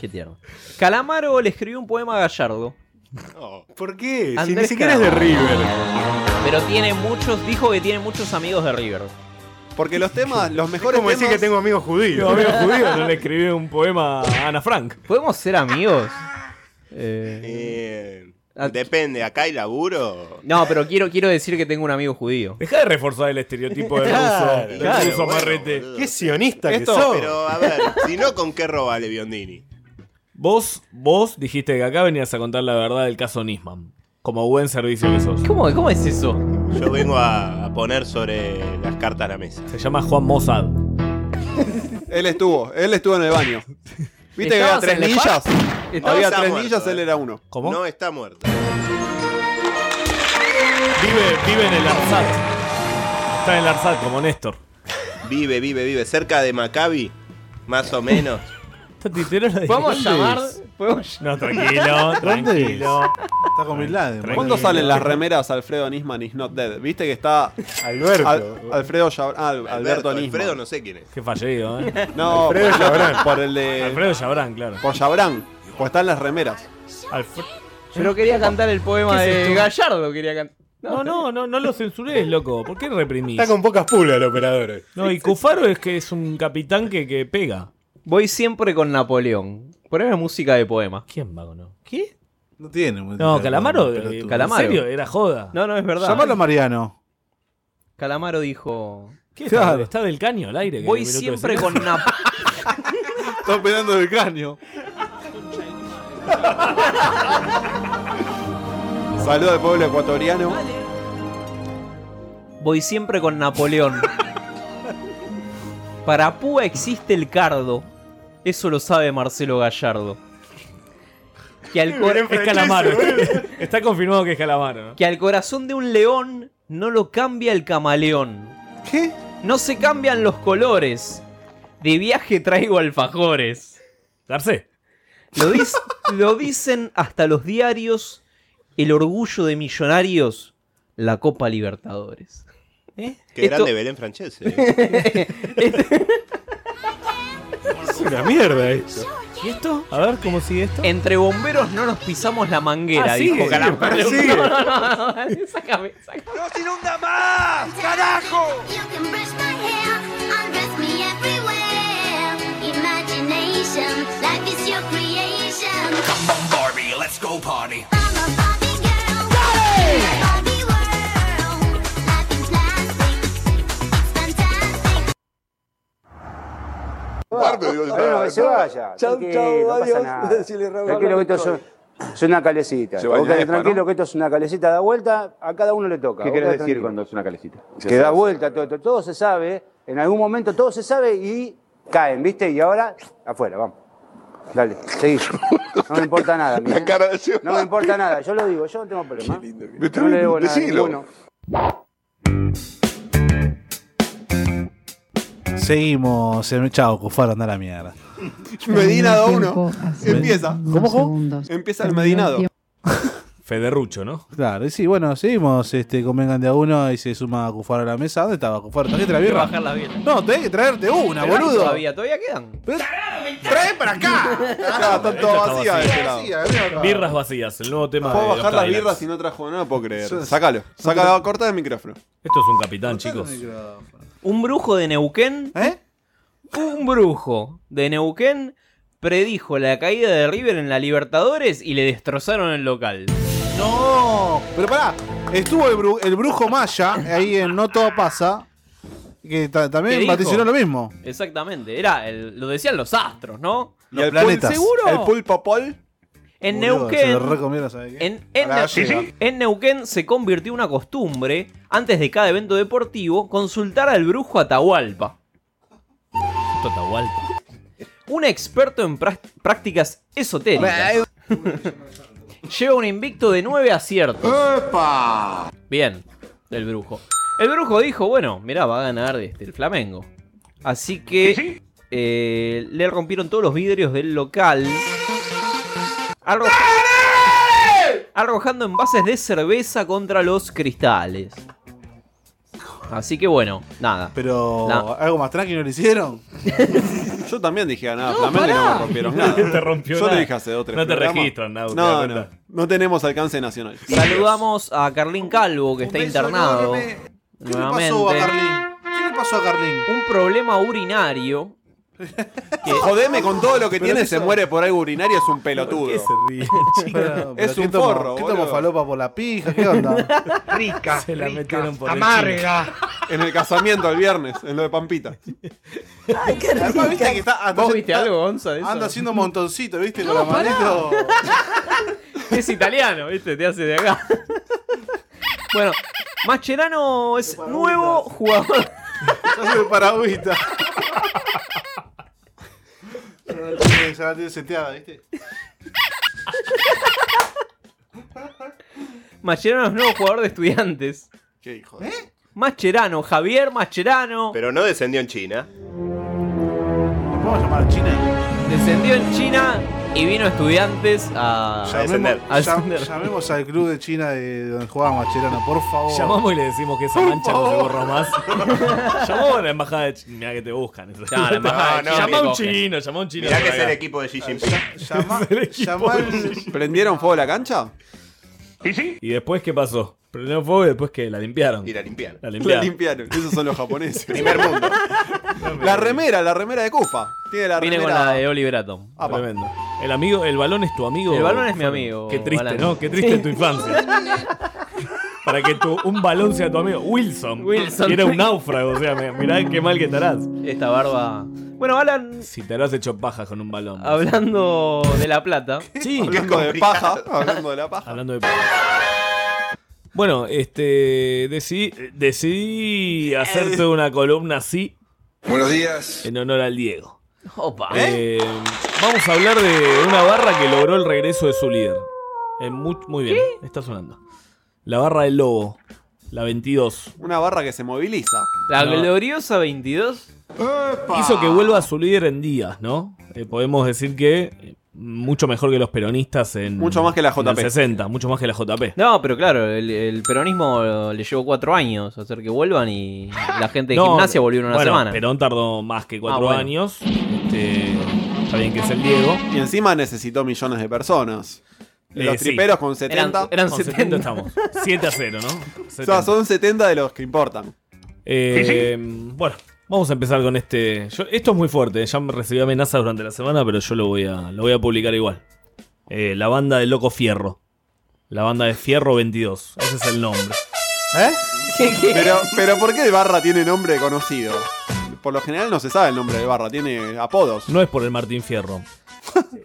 Speaker 10: Qué tierno. Calamaro le escribió un poema a Gallardo.
Speaker 12: ¿Por qué? Si
Speaker 10: Andrés
Speaker 12: ni siquiera es de
Speaker 10: Calamaro.
Speaker 12: River.
Speaker 10: Pero tiene muchos, dijo que tiene muchos amigos de River.
Speaker 8: Porque los temas, los mejores
Speaker 12: Como decir
Speaker 8: temas...
Speaker 12: que tengo amigos judíos.
Speaker 11: Los amigos judíos no le escribí un poema a Ana Frank.
Speaker 10: ¿Podemos ser amigos?
Speaker 2: Eh, depende, acá hay laburo.
Speaker 10: No, pero quiero, quiero decir que tengo un amigo judío.
Speaker 11: Deja de reforzar el estereotipo de ruso.
Speaker 10: Claro,
Speaker 11: del
Speaker 10: claro,
Speaker 11: ruso
Speaker 10: bueno,
Speaker 11: amarrete.
Speaker 12: Qué sionista
Speaker 11: que sos.
Speaker 2: Pero a ver, si no, ¿con qué roba Biondini?
Speaker 11: Vos, vos dijiste que acá venías a contar la verdad del caso Nisman. Como buen servicio que sos.
Speaker 10: ¿Cómo, cómo es eso?
Speaker 2: Yo vengo a, a poner sobre Eh, las cartas a la mesa.
Speaker 11: Se llama Juan Mossad.
Speaker 8: Él estuvo, él estuvo en el baño. ¿Viste que había
Speaker 2: ¿Estabas
Speaker 8: tres
Speaker 2: en el
Speaker 8: nillas?
Speaker 2: parque? Estabas-
Speaker 8: Había
Speaker 2: Está
Speaker 8: tres
Speaker 2: muerto,
Speaker 8: nillas,
Speaker 2: eh.
Speaker 8: él era uno.
Speaker 11: ¿Cómo?
Speaker 2: No está muerto.
Speaker 11: Vive, vive en el Arsat. Está en el Arsat como Néstor.
Speaker 2: Vive, vive, vive. Cerca de Maccabi, más o menos.
Speaker 11: Está titerero de-
Speaker 10: ¿Podemos
Speaker 11: ¿Dónde
Speaker 10: llamar?
Speaker 11: es?
Speaker 10: ¿Podemos-
Speaker 11: No, tranquilo, tranquilo.
Speaker 1: Está con Bin Laden.
Speaker 8: ¿Cuándo salen las remeras Alfredo Nisman is not dead? ¿Viste que está
Speaker 12: Alberto.
Speaker 8: Al- Alfredo Yab- ah, Alberto,
Speaker 2: Alberto,
Speaker 8: Nisman.
Speaker 2: Alfredo no sé quién es.
Speaker 11: Qué fallido, ¿eh?
Speaker 8: No,
Speaker 12: Alfredo
Speaker 8: por-
Speaker 12: Yabrán.
Speaker 8: por el de
Speaker 11: Alfredo Yabrán, claro.
Speaker 8: por Yabrán, pues están las remeras.
Speaker 10: Pero quería cantar el poema
Speaker 11: ¿Qué es
Speaker 10: de
Speaker 11: esto?
Speaker 10: Gallardo, quería cantar.
Speaker 11: No, no, no, no lo censurés, loco. ¿Por qué reprimís?
Speaker 12: Está con pocas pulas el operador. hoy.
Speaker 11: No, y Cufaro es que es un capitán que, que pega.
Speaker 10: Voy siempre con Napoleón. Poneme música de poema.
Speaker 11: ¿Quién va o no?
Speaker 1: No tiene. muy-
Speaker 10: No, Calamaro,
Speaker 1: pelotudo.
Speaker 10: eh, Calamaro.
Speaker 11: ¿En serio? Era joda.
Speaker 10: No, no, es verdad.
Speaker 1: Llamalo a Mariano.
Speaker 10: Calamaro dijo.
Speaker 11: ¿Qué está, está del caño al aire. que
Speaker 10: Voy
Speaker 11: el minuto
Speaker 10: siempre
Speaker 11: de
Speaker 10: con
Speaker 11: silencio.
Speaker 10: Napoleón.
Speaker 1: Está pegando del caño.
Speaker 8: Saludos al pueblo ecuatoriano.
Speaker 10: Voy siempre con Napoleón. Para Púa existe el cardo. Eso lo sabe Marcelo Gallardo. Que al, cor-
Speaker 11: Es Calamaro. Está confirmado que es Calamaro, ¿no?
Speaker 10: que al corazón de un león no lo cambia el camaleón.
Speaker 1: ¿Qué?
Speaker 10: No se cambian los colores. De viaje traigo alfajores.
Speaker 11: Darse.
Speaker 10: Lo, dis- lo dicen hasta los diarios. El orgullo de millonarios. La Copa Libertadores.
Speaker 12: ¿Eh?
Speaker 2: Qué
Speaker 10: Esto- Este-
Speaker 2: grande Belén Francese. eh.
Speaker 12: Es una mierda esto.
Speaker 11: ¿Y esto? A ver, ¿cómo sigue esto?
Speaker 10: Entre bomberos no nos pisamos la manguera,
Speaker 11: Ah,
Speaker 10: dijo
Speaker 11: sigue,
Speaker 10: Calamaro.
Speaker 11: sigue.
Speaker 10: No, no, no, no, sácame, sácame.
Speaker 6: ¡Carajo!
Speaker 17: Imagination, life is your creation.
Speaker 6: Barbie, let's go party.
Speaker 17: I'm a Barbie girl. digo,
Speaker 19: Bueno, que Ah, se vaya.
Speaker 20: Chau,
Speaker 19: tranquilo,
Speaker 20: chau,
Speaker 19: no pasa
Speaker 20: adiós.
Speaker 19: nada.
Speaker 20: Decirle, Raúl,
Speaker 19: Tranquilo que esto
Speaker 20: Raúl.
Speaker 19: es es una calecita.
Speaker 17: Se va
Speaker 19: Vos
Speaker 17: el
Speaker 19: quedate
Speaker 17: Nespa,
Speaker 19: tranquilo que esto es una calecita da vuelta, a cada uno le toca.
Speaker 17: ¿Qué
Speaker 19: Vos
Speaker 17: querés
Speaker 19: quedate
Speaker 17: decir
Speaker 19: tranquilo.
Speaker 17: cuando es una calecita?
Speaker 19: Que da vuelta, todo, todo, todo se sabe, en algún momento todo se sabe y caen, ¿viste? Y ahora, afuera, vamos. Dale, seguí. No me importa nada. mira. No me importa nada, yo lo digo, yo no tengo problema. No le debo nada a
Speaker 17: Decilo.
Speaker 19: ninguno.
Speaker 1: Seguimos. eh, Chao, Cufaro, anda a la mierda.
Speaker 8: Medina da uno.
Speaker 1: Ve-
Speaker 8: Empieza.
Speaker 1: ¿Cómo,
Speaker 8: cómo? Empieza el medinado.
Speaker 11: Federrucho, ¿no?
Speaker 1: Claro, y sí, bueno, seguimos. Este, convengan de a uno y se suma Cufaro a la mesa. ¿Dónde estaba Cufaro? ¿Trajiste la birra?
Speaker 10: Bajar la birra.
Speaker 1: No, tenés que traerte una,
Speaker 10: Pero hay
Speaker 1: boludo.
Speaker 10: Todavía, todavía quedan.
Speaker 1: ¡Trae para acá!
Speaker 11: Ah,
Speaker 8: Está
Speaker 11: Esta está
Speaker 8: todo vacía de este lado.
Speaker 11: vacía. Birras vacías, el nuevo tema
Speaker 8: Puedo
Speaker 11: de
Speaker 8: bajar
Speaker 11: los
Speaker 8: las
Speaker 11: Cadillacs.
Speaker 8: birras si no trajo nada, puedo creer.
Speaker 11: Eso es-
Speaker 8: Sácalo.
Speaker 11: No
Speaker 8: Sácalo,
Speaker 11: te-
Speaker 8: corta el micrófono.
Speaker 11: Esto es un capitán, chicos.
Speaker 10: Un brujo de Neuquén.
Speaker 1: ¿Eh?
Speaker 10: Un brujo de Neuquén predijo la caída de River en la Libertadores y le destrozaron el local.
Speaker 1: No, pero pará, estuvo el, bru- el brujo maya ahí en No Todo Pasa, que ta-
Speaker 10: ¿Qué
Speaker 1: también
Speaker 10: dijo?
Speaker 1: vaticinó lo mismo.
Speaker 10: Exactamente, era el- lo decían los astros, ¿no?
Speaker 1: Los el planetas.
Speaker 10: Pul- ¿Seguro?
Speaker 1: El
Speaker 8: pulpo pol.
Speaker 10: En
Speaker 1: Boludo, se lo
Speaker 10: Neuquén.
Speaker 1: recomiendo, ¿sabés qué?
Speaker 10: En, en-
Speaker 1: A la gallega.
Speaker 10: Sí, sí. en Neuquén se convirtió una costumbre, antes de cada evento deportivo, consultar al brujo Atahualpa.
Speaker 11: Atahualpa.
Speaker 10: Un experto en prac- prácticas esotéricas. Lleva un invicto de nueve aciertos. Bien, del brujo. El brujo dijo, bueno, mirá, va a ganar este, el Flamengo. Así que eh, le rompieron todos los vidrios del local. Arro- arrojando envases de cerveza contra los cristales. Así que bueno, nada.
Speaker 1: Pero
Speaker 10: No.
Speaker 1: Oh, algo más tranquilo le hicieron.
Speaker 8: Yo también dije a nada,
Speaker 1: No,
Speaker 8: Flamengo y no
Speaker 1: pará.
Speaker 8: me rompieron nada.
Speaker 1: No te rompió
Speaker 8: Yo
Speaker 1: nada.
Speaker 8: te dije hace dos, tres
Speaker 11: No te
Speaker 8: programas.
Speaker 11: registran, Nau, te
Speaker 8: No,
Speaker 11: das
Speaker 8: no.
Speaker 11: cuenta.
Speaker 8: No tenemos alcance nacional.
Speaker 10: Saludamos a Carlín Calvo, que está
Speaker 1: beso
Speaker 10: internado.
Speaker 1: enorme. ¿Qué le
Speaker 10: Nuevamente.
Speaker 1: pasó a Carlín? ¿Qué le pasó a Carlín?
Speaker 10: Un problema urinario.
Speaker 8: Jodeme con todo lo que
Speaker 10: Pero
Speaker 8: tiene,
Speaker 10: eso-
Speaker 8: se muere por algo urinario, es un pelotudo.
Speaker 1: Pero- pero
Speaker 8: es
Speaker 1: ¿qué
Speaker 8: un
Speaker 1: tomó?
Speaker 8: forro,
Speaker 1: ¿Qué
Speaker 8: boludo.
Speaker 1: tomó falopa por la pija? ¿Qué onda?
Speaker 10: Rica.
Speaker 11: Se la metieron por
Speaker 8: Amarga. En el casamiento el viernes, en lo de Pampita.
Speaker 1: Ay, qué rica. ¿Viste que
Speaker 11: Ah,
Speaker 1: está,
Speaker 10: ¿Vos viste algo, Gonza? de eso?
Speaker 1: anda haciendo montoncito, viste?
Speaker 10: No,
Speaker 1: con la manito.
Speaker 10: Es italiano, ¿viste? Te hace de acá. Bueno, Mascherano es nuevo jugador.
Speaker 1: Ya se paragüita. Ya la tiene- ya la tiene seteada, viste.
Speaker 10: Mascherano es nuevo jugador de estudiantes.
Speaker 8: ¿Qué hijo?
Speaker 10: Mascherano, Javier Mascherano.
Speaker 2: Pero no descendió en China.
Speaker 1: Vamos a llamar a China.
Speaker 10: Descendió en China y vino a estudiantes a, a
Speaker 1: Llamemos,
Speaker 10: A
Speaker 1: llam-
Speaker 10: descender.
Speaker 1: llamemos al club de China de donde jugaba Mascherano, por favor.
Speaker 11: Llamamos y le decimos que esa
Speaker 1: Por
Speaker 11: mancha no se
Speaker 1: favor.
Speaker 11: borró más. Llamamos a la embajada de China. Mirá que te buscan.
Speaker 1: la embajada de China
Speaker 11: Llama a
Speaker 1: te
Speaker 11: un
Speaker 1: cogen.
Speaker 11: chino, llama a un chino.
Speaker 2: Mirá que
Speaker 11: Acá.
Speaker 2: es el equipo de Xi Jinping.
Speaker 8: ¿Prendieron fuego la cancha?
Speaker 11: ¿Y después qué pasó? Prendieron fuego y después que la limpiaron.
Speaker 2: Y la limpiaron.
Speaker 11: La
Speaker 8: La
Speaker 11: limpiaron.
Speaker 8: limpiaron. Esos son los japoneses.
Speaker 2: Primer mundo.
Speaker 8: La remera, la remera de Cufa. Tiene la
Speaker 10: Viene con
Speaker 8: remera.
Speaker 10: la de Oliver Atom.
Speaker 11: Tremendo. El amigo, el balón es tu amigo.
Speaker 10: El balón es mi
Speaker 11: Fabio.
Speaker 10: amigo,
Speaker 11: Qué triste,
Speaker 10: Balán.
Speaker 11: ¿no? Qué triste tu infancia. Para que tu, un balón sea tu amigo. Wilson.
Speaker 10: Wilson.
Speaker 11: Y Era un náufrago, o sea, mirá qué mal que estarás.
Speaker 10: Esta barba. Bueno, Alan.
Speaker 11: Si te habrás hecho paja con un balón. pues.
Speaker 10: Hablando de la plata.
Speaker 11: Sí.
Speaker 8: Hablando de paja. Hablando de la paja.
Speaker 11: Hablando de Bueno, este. Decidí, decidí hacerte una columna así. Buenos días. En honor al Diego.
Speaker 10: Opa.
Speaker 11: Eh, vamos a hablar de una barra que logró el regreso de su líder. Eh, muy, muy bien, está sonando. La barra del Lobo, la 22.
Speaker 8: Una barra que se moviliza.
Speaker 10: La
Speaker 11: No.
Speaker 10: gloriosa 22.
Speaker 11: Hizo que vuelva a su líder en días, ¿no? Eh, podemos decir que eh, mucho mejor que los peronistas en.
Speaker 8: Mucho más que la
Speaker 11: en el
Speaker 8: JP.
Speaker 11: 60, mucho más que la JP.
Speaker 10: No, pero claro, el, el peronismo le llevó cuatro años hacer que vuelvan y la gente de
Speaker 11: No,
Speaker 10: gimnasia volvió en una
Speaker 11: bueno,
Speaker 10: semana.
Speaker 11: Perón tardó más que cuatro
Speaker 10: Ah, bueno.
Speaker 11: años. Este, está bien que es el Diego.
Speaker 8: Y encima necesitó millones de personas. Los
Speaker 11: Eh, sí.
Speaker 8: triperos con 70.
Speaker 11: Con 70 estamos. 7 a 0, ¿no?
Speaker 8: O sea,
Speaker 11: 70.
Speaker 8: son 70 de los que importan.
Speaker 11: Eh, Bueno, vamos a empezar con este. yo- esto es muy fuerte. Ya me recibí amenazas durante la semana, pero yo lo voy a, lo voy a publicar igual. Eh, la banda de Loco Fierro. La banda de Fierro 22. Ese es el nombre.
Speaker 1: ¿Eh?
Speaker 8: Pero, pero ¿por qué Barra tiene nombre conocido? por lo general no se sabe el nombre de barra, tiene apodos.
Speaker 11: No es por el Martín Fierro.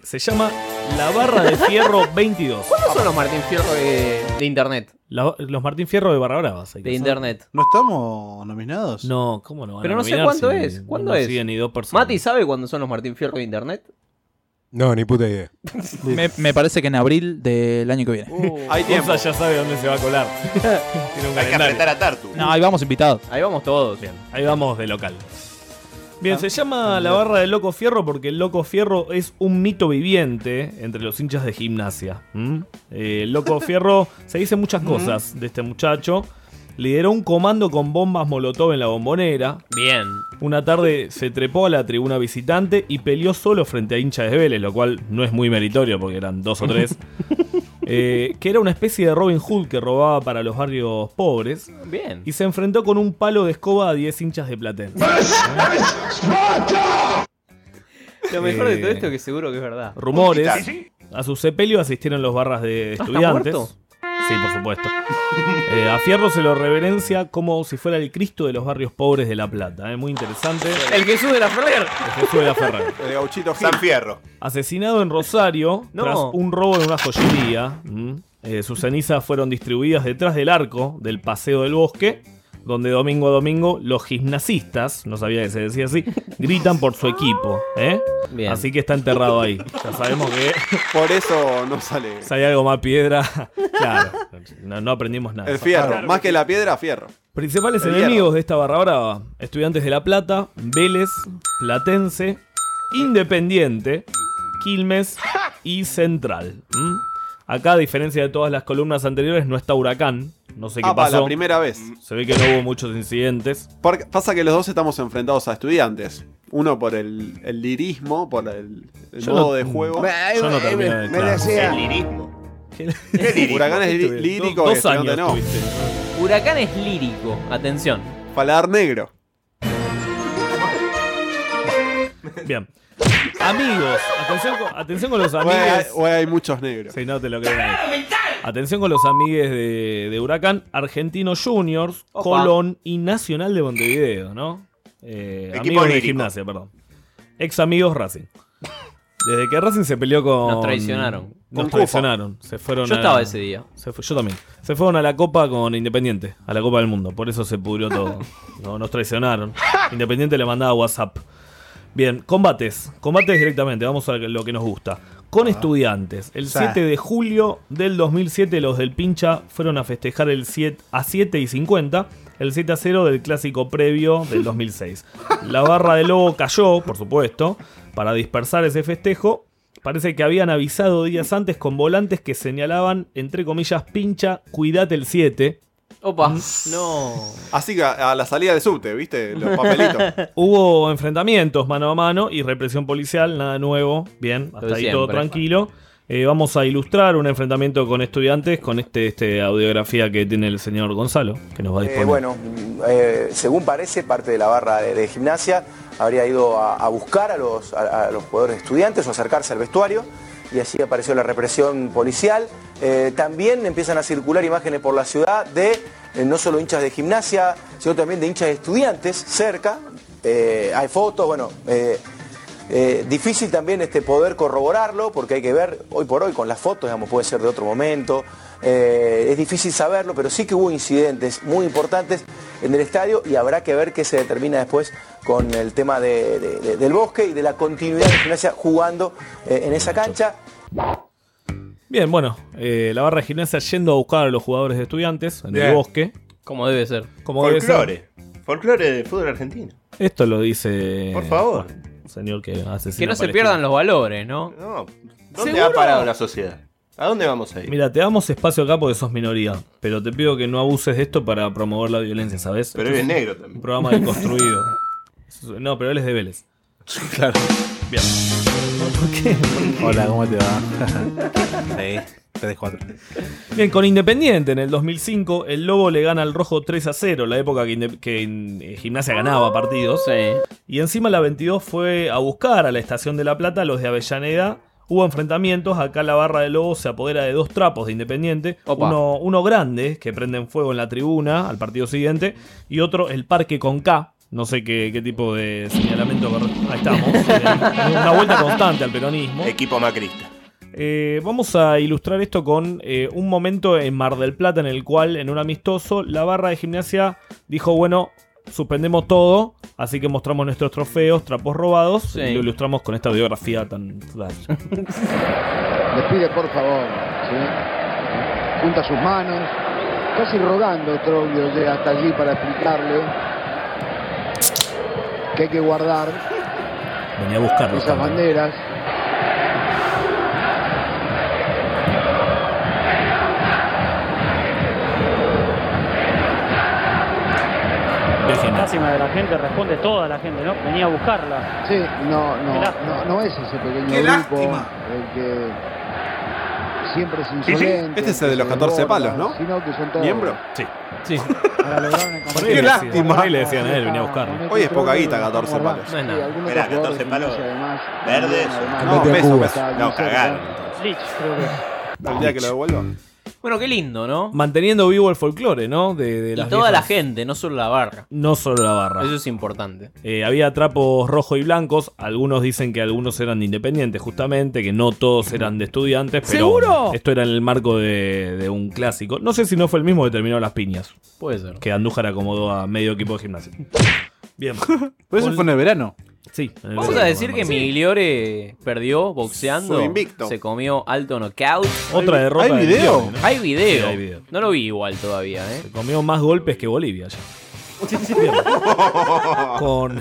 Speaker 11: Se llama la barra de Fierro 22.
Speaker 17: ¿Cuáles son los Martín Fierro de, de internet?
Speaker 11: La- los Martín Fierro de Barra Bravas. hay que
Speaker 17: De
Speaker 11: saber.
Speaker 17: internet.
Speaker 1: ¿No estamos nominados?
Speaker 11: No, ¿cómo no? van a
Speaker 17: Pero no sé
Speaker 11: nominar
Speaker 17: cuándo
Speaker 11: si
Speaker 17: es.
Speaker 11: no
Speaker 17: ¿Cuándo
Speaker 11: nos
Speaker 17: es?
Speaker 11: siguen ni dos personas?
Speaker 17: Mati, ¿sabe cuándo son los Martín Fierro de internet?
Speaker 3: No, ni puta idea.
Speaker 21: Me, me parece que en abril del año que viene.
Speaker 11: Hay tiempo. ya sabe dónde se va a colar. Tiene un
Speaker 2: Hay que
Speaker 11: calendario.
Speaker 2: apretar a Tartu.
Speaker 21: No, ahí vamos invitados.
Speaker 17: Ahí vamos todos.
Speaker 11: Bien, ahí vamos de local. Bien, se llama la barra del Loco Fierro porque el Loco Fierro es un mito viviente entre los hinchas de gimnasia. ¿m? Eh, el Loco Fierro se dice muchas cosas de este muchacho. Lideró un comando con bombas molotov en la bombonera.
Speaker 10: Bien.
Speaker 11: Una tarde se trepó a la tribuna visitante y peleó solo frente a hinchas de Vélez, lo cual no es muy meritorio porque eran dos o tres. Eh, que era una especie de Robin Hood que robaba para los barrios pobres.
Speaker 17: Bien.
Speaker 11: Y se enfrentó con un palo de escoba a 10 hinchas de Platense.
Speaker 17: Lo mejor de
Speaker 11: Eh,
Speaker 17: todo esto es que seguro que es verdad.
Speaker 11: Rumores. A su sepelio asistieron los barras de
Speaker 17: ¿está
Speaker 11: estudiantes.
Speaker 17: muerto?
Speaker 11: Sí, por supuesto. Eh, a Fierro se lo reverencia como si fuera el Cristo de los barrios pobres de La Plata. eh, Muy interesante.
Speaker 17: El Jesús de la Ferrer.
Speaker 11: El Jesús de la Ferrer.
Speaker 8: El gauchito
Speaker 2: San Fierro.
Speaker 11: Asesinado en Rosario
Speaker 2: No.
Speaker 11: tras un robo en una joyería. ¿m? Eh, sus cenizas fueron distribuidas detrás del arco del Paseo del Bosque, donde domingo a domingo los gimnasistas, no sabía que se decía así, gritan por su equipo. ¿eh?
Speaker 8: Bien.
Speaker 11: Así que está enterrado ahí. Ya sabemos que
Speaker 8: Por eso no sale.
Speaker 11: si hay algo más piedra, claro, no, no aprendimos nada.
Speaker 8: El fierro.
Speaker 11: Claro.
Speaker 8: Más que la piedra, fierro.
Speaker 11: Principales
Speaker 8: El
Speaker 11: enemigos de esta barra brava: Estudiantes de La Plata, Vélez, Platense, Independiente, Quilmes y Central. ¿Mm? Acá, a diferencia de todas las columnas anteriores, no está Huracán. No sé qué
Speaker 8: Ah, pa,
Speaker 11: pasó.
Speaker 8: la primera vez.
Speaker 11: Se ve que no hubo muchos incidentes.
Speaker 8: Porque- pasa que los dos estamos enfrentados a estudiantes. Uno por el, el lirismo, por el, el
Speaker 11: Yo
Speaker 8: modo
Speaker 11: no-
Speaker 8: de juego.
Speaker 11: yo no termino de- claro.
Speaker 2: Eh, El lirismo.
Speaker 8: Huracán es lí-
Speaker 2: Estuve-
Speaker 8: lírico,
Speaker 2: dos- dos
Speaker 8: estudiante
Speaker 2: años
Speaker 8: no.
Speaker 17: Huracán es lírico. Atención.
Speaker 8: Paladar negro.
Speaker 11: Bien. Amigos, atención con, atención con los amigos.
Speaker 8: Hoy hay muchos negros.
Speaker 11: Sí, no te lo creo. nadie. Atención con los amigues de, de Huracán, Argentinos Juniors,
Speaker 10: Opa.
Speaker 11: Colón y Nacional de Montevideo, ¿no? Eh,
Speaker 10: Equipo
Speaker 11: amigos de
Speaker 10: lírico.
Speaker 11: gimnasia, perdón. Ex amigos Racing. Desde que Racing se peleó con.
Speaker 10: Nos traicionaron.
Speaker 11: Nos
Speaker 10: Con Cufa.
Speaker 11: traicionaron. Se fueron
Speaker 10: Yo
Speaker 11: a-
Speaker 10: estaba ese día.
Speaker 11: se fue- yo también. Se fueron a la Copa con Independiente, a la Copa del Mundo. Por eso se pudrió todo. No, nos traicionaron. Independiente le mandaba WhatsApp. Bien, combates. Combates directamente. Vamos a lo que nos gusta. Con estudiantes. El
Speaker 10: Sí.
Speaker 11: 7 de julio del 2007 los del Pincha fueron a festejar el 7 a 7 y 50. El 7 a 0 del clásico previo del 2006. La barra de lobo cayó, por supuesto, para dispersar ese festejo. Parece que habían avisado días antes con volantes que señalaban, entre comillas, pincha, cuidate el 7.
Speaker 17: Opa, no.
Speaker 8: Mm. Así que a, a la salida de subte, ¿viste? Los papelitos.
Speaker 11: Hubo enfrentamientos mano a mano y represión policial, nada nuevo. Bien, hasta
Speaker 8: de
Speaker 11: ahí todo
Speaker 8: siempre.
Speaker 11: tranquilo. Eh, vamos a ilustrar un enfrentamiento con estudiantes con este, este audiografía que tiene el señor Gonzalo, que nos va a
Speaker 22: Eh,
Speaker 11: disponer.
Speaker 22: bueno, eh, según parece, parte de la barra de, de gimnasia habría ido a, a buscar a los, a- a los jugadores estudiantes o acercarse al vestuario y así apareció la represión policial. Eh, también empiezan a circular imágenes por la ciudad de eh, no solo hinchas de gimnasia, sino también de hinchas de estudiantes cerca. Eh, hay fotos, bueno, eh, eh, difícil también este, poder corroborarlo, porque hay que ver hoy por hoy con las fotos, digamos, puede ser de otro momento. Eh, es difícil saberlo, pero sí que hubo incidentes muy importantes en el estadio y habrá que ver qué se determina después con el tema de- de- de- del bosque y de la continuidad de gimnasia jugando eh, en esa cancha.
Speaker 11: Bien, bueno, eh, la barra de gimnasia yendo a buscar a los jugadores de estudiantes en el
Speaker 2: Bien.
Speaker 11: bosque.
Speaker 17: Como debe ser.
Speaker 11: Como debe ser.
Speaker 2: Folclore. Folclore del fútbol argentino.
Speaker 11: Esto lo dice.
Speaker 2: Por favor.
Speaker 11: bueno, señor que hace
Speaker 2: Que no se pierdan
Speaker 17: los valores, ¿no?
Speaker 2: No. ¿Dónde
Speaker 11: ¿Seguro?
Speaker 2: ha parado la sociedad? ¿A dónde vamos a ir?
Speaker 11: Mira, te damos espacio acá porque sos minoría, pero te pido que no abuses de esto para promover la violencia, ¿sabes?
Speaker 2: Pero
Speaker 11: Esto
Speaker 2: él
Speaker 11: un-
Speaker 2: es negro también.
Speaker 11: Un programa de construido. No, pero él es de Vélez. Claro. Bien. ¿Por qué?
Speaker 21: Hola, ¿cómo te va? sí, 3 4.
Speaker 11: Bien, con Independiente en el 2005, el Lobo le gana al Rojo 3 a 0, la época que, Inde- que, eh, Gimnasia ganaba partidos. Y encima la 22 fue a buscar a la Estación de La Plata, los de Avellaneda. Hubo enfrentamientos, acá la barra del Lobo se apodera de dos trapos de Independiente.
Speaker 10: Opa.
Speaker 11: Uno, uno grande, que prenden fuego en la tribuna al partido siguiente, y otro, el Parque con K, No sé qué, qué tipo de señalamiento corre- Ahí estamos. Eh, Una vuelta constante al peronismo.
Speaker 2: Equipo macrista.
Speaker 11: Eh, vamos a ilustrar esto con eh, un momento en Mar del Plata en el cual, en un amistoso, la barra de gimnasia dijo, bueno, suspendemos todo, así que mostramos nuestros trofeos, trapos robados, y lo ilustramos con esta biografía tan...
Speaker 7: Les pide por favor, ¿sí? junta sus manos, casi rogando Troglio llega hasta allí para explicarle que hay que guardar
Speaker 11: Venía a buscarlo.
Speaker 7: esas banderas.
Speaker 9: Máxima de la gente, responde toda la gente, ¿no? Venía a buscarla.
Speaker 7: Sí, no, no,
Speaker 9: Qué
Speaker 7: no, no es ese pequeño
Speaker 9: Qué
Speaker 7: grupo
Speaker 9: lástima.
Speaker 7: el que siempre es
Speaker 8: Sí, sí,
Speaker 7: insolente.
Speaker 8: este es el de los
Speaker 7: que se
Speaker 8: 14
Speaker 7: desborda,
Speaker 8: palos, ¿no?
Speaker 7: Sino que son todos
Speaker 8: ¿Miembro?
Speaker 11: Sí. Sí.
Speaker 7: Para lograr una
Speaker 8: Por
Speaker 7: campaña.
Speaker 8: ahí le decían, por ahí le
Speaker 2: decían a él, venía a buscarlo.
Speaker 7: este
Speaker 8: Hoy es poca guita, 14 palos.
Speaker 7: Sí, algunos
Speaker 2: Esperá,
Speaker 7: otros
Speaker 2: 14 palos.
Speaker 7: jugadores, además,
Speaker 2: Verdes.
Speaker 7: además,
Speaker 2: No,
Speaker 7: Cuba
Speaker 2: peso,
Speaker 7: está
Speaker 2: peso.
Speaker 7: muy
Speaker 2: No,
Speaker 7: cerca.
Speaker 2: cagaron.
Speaker 9: Lich, creo que.
Speaker 8: El día que lo devuelva.
Speaker 10: Bueno, qué lindo, ¿no?
Speaker 11: Manteniendo vivo el folclore, ¿no? De, de
Speaker 10: Y
Speaker 11: las
Speaker 10: toda
Speaker 11: viejas-
Speaker 10: la gente, no solo la barra.
Speaker 11: No solo la barra.
Speaker 10: Eso es importante.
Speaker 11: Eh, había trapos rojos y blancos. Algunos dicen que algunos eran de independientes, justamente, que no todos eran de estudiantes. Pero
Speaker 10: ¿Seguro?
Speaker 11: Esto era en el marco de, de un clásico. No sé si no fue el mismo que terminó las piñas.
Speaker 10: Puede ser.
Speaker 11: Que Andújar acomodó a medio equipo de gimnasia. Bien.
Speaker 1: Pero eso fue en el verano.
Speaker 11: Sí. en el
Speaker 10: Vamos
Speaker 11: verano,
Speaker 10: a decir que
Speaker 11: además.
Speaker 10: Migliore perdió boxeando.
Speaker 11: Su invicto.
Speaker 10: Se comió alto knockout.
Speaker 11: Otra
Speaker 10: Hay-
Speaker 11: derrota
Speaker 10: ¿Hay
Speaker 11: de
Speaker 10: video?
Speaker 11: Migliore, ¿no?
Speaker 10: Hay video.
Speaker 11: Sí, hay video.
Speaker 10: No lo vi igual todavía, ¿eh?
Speaker 11: Comió más golpes que Bolivia ya. Bien. Con.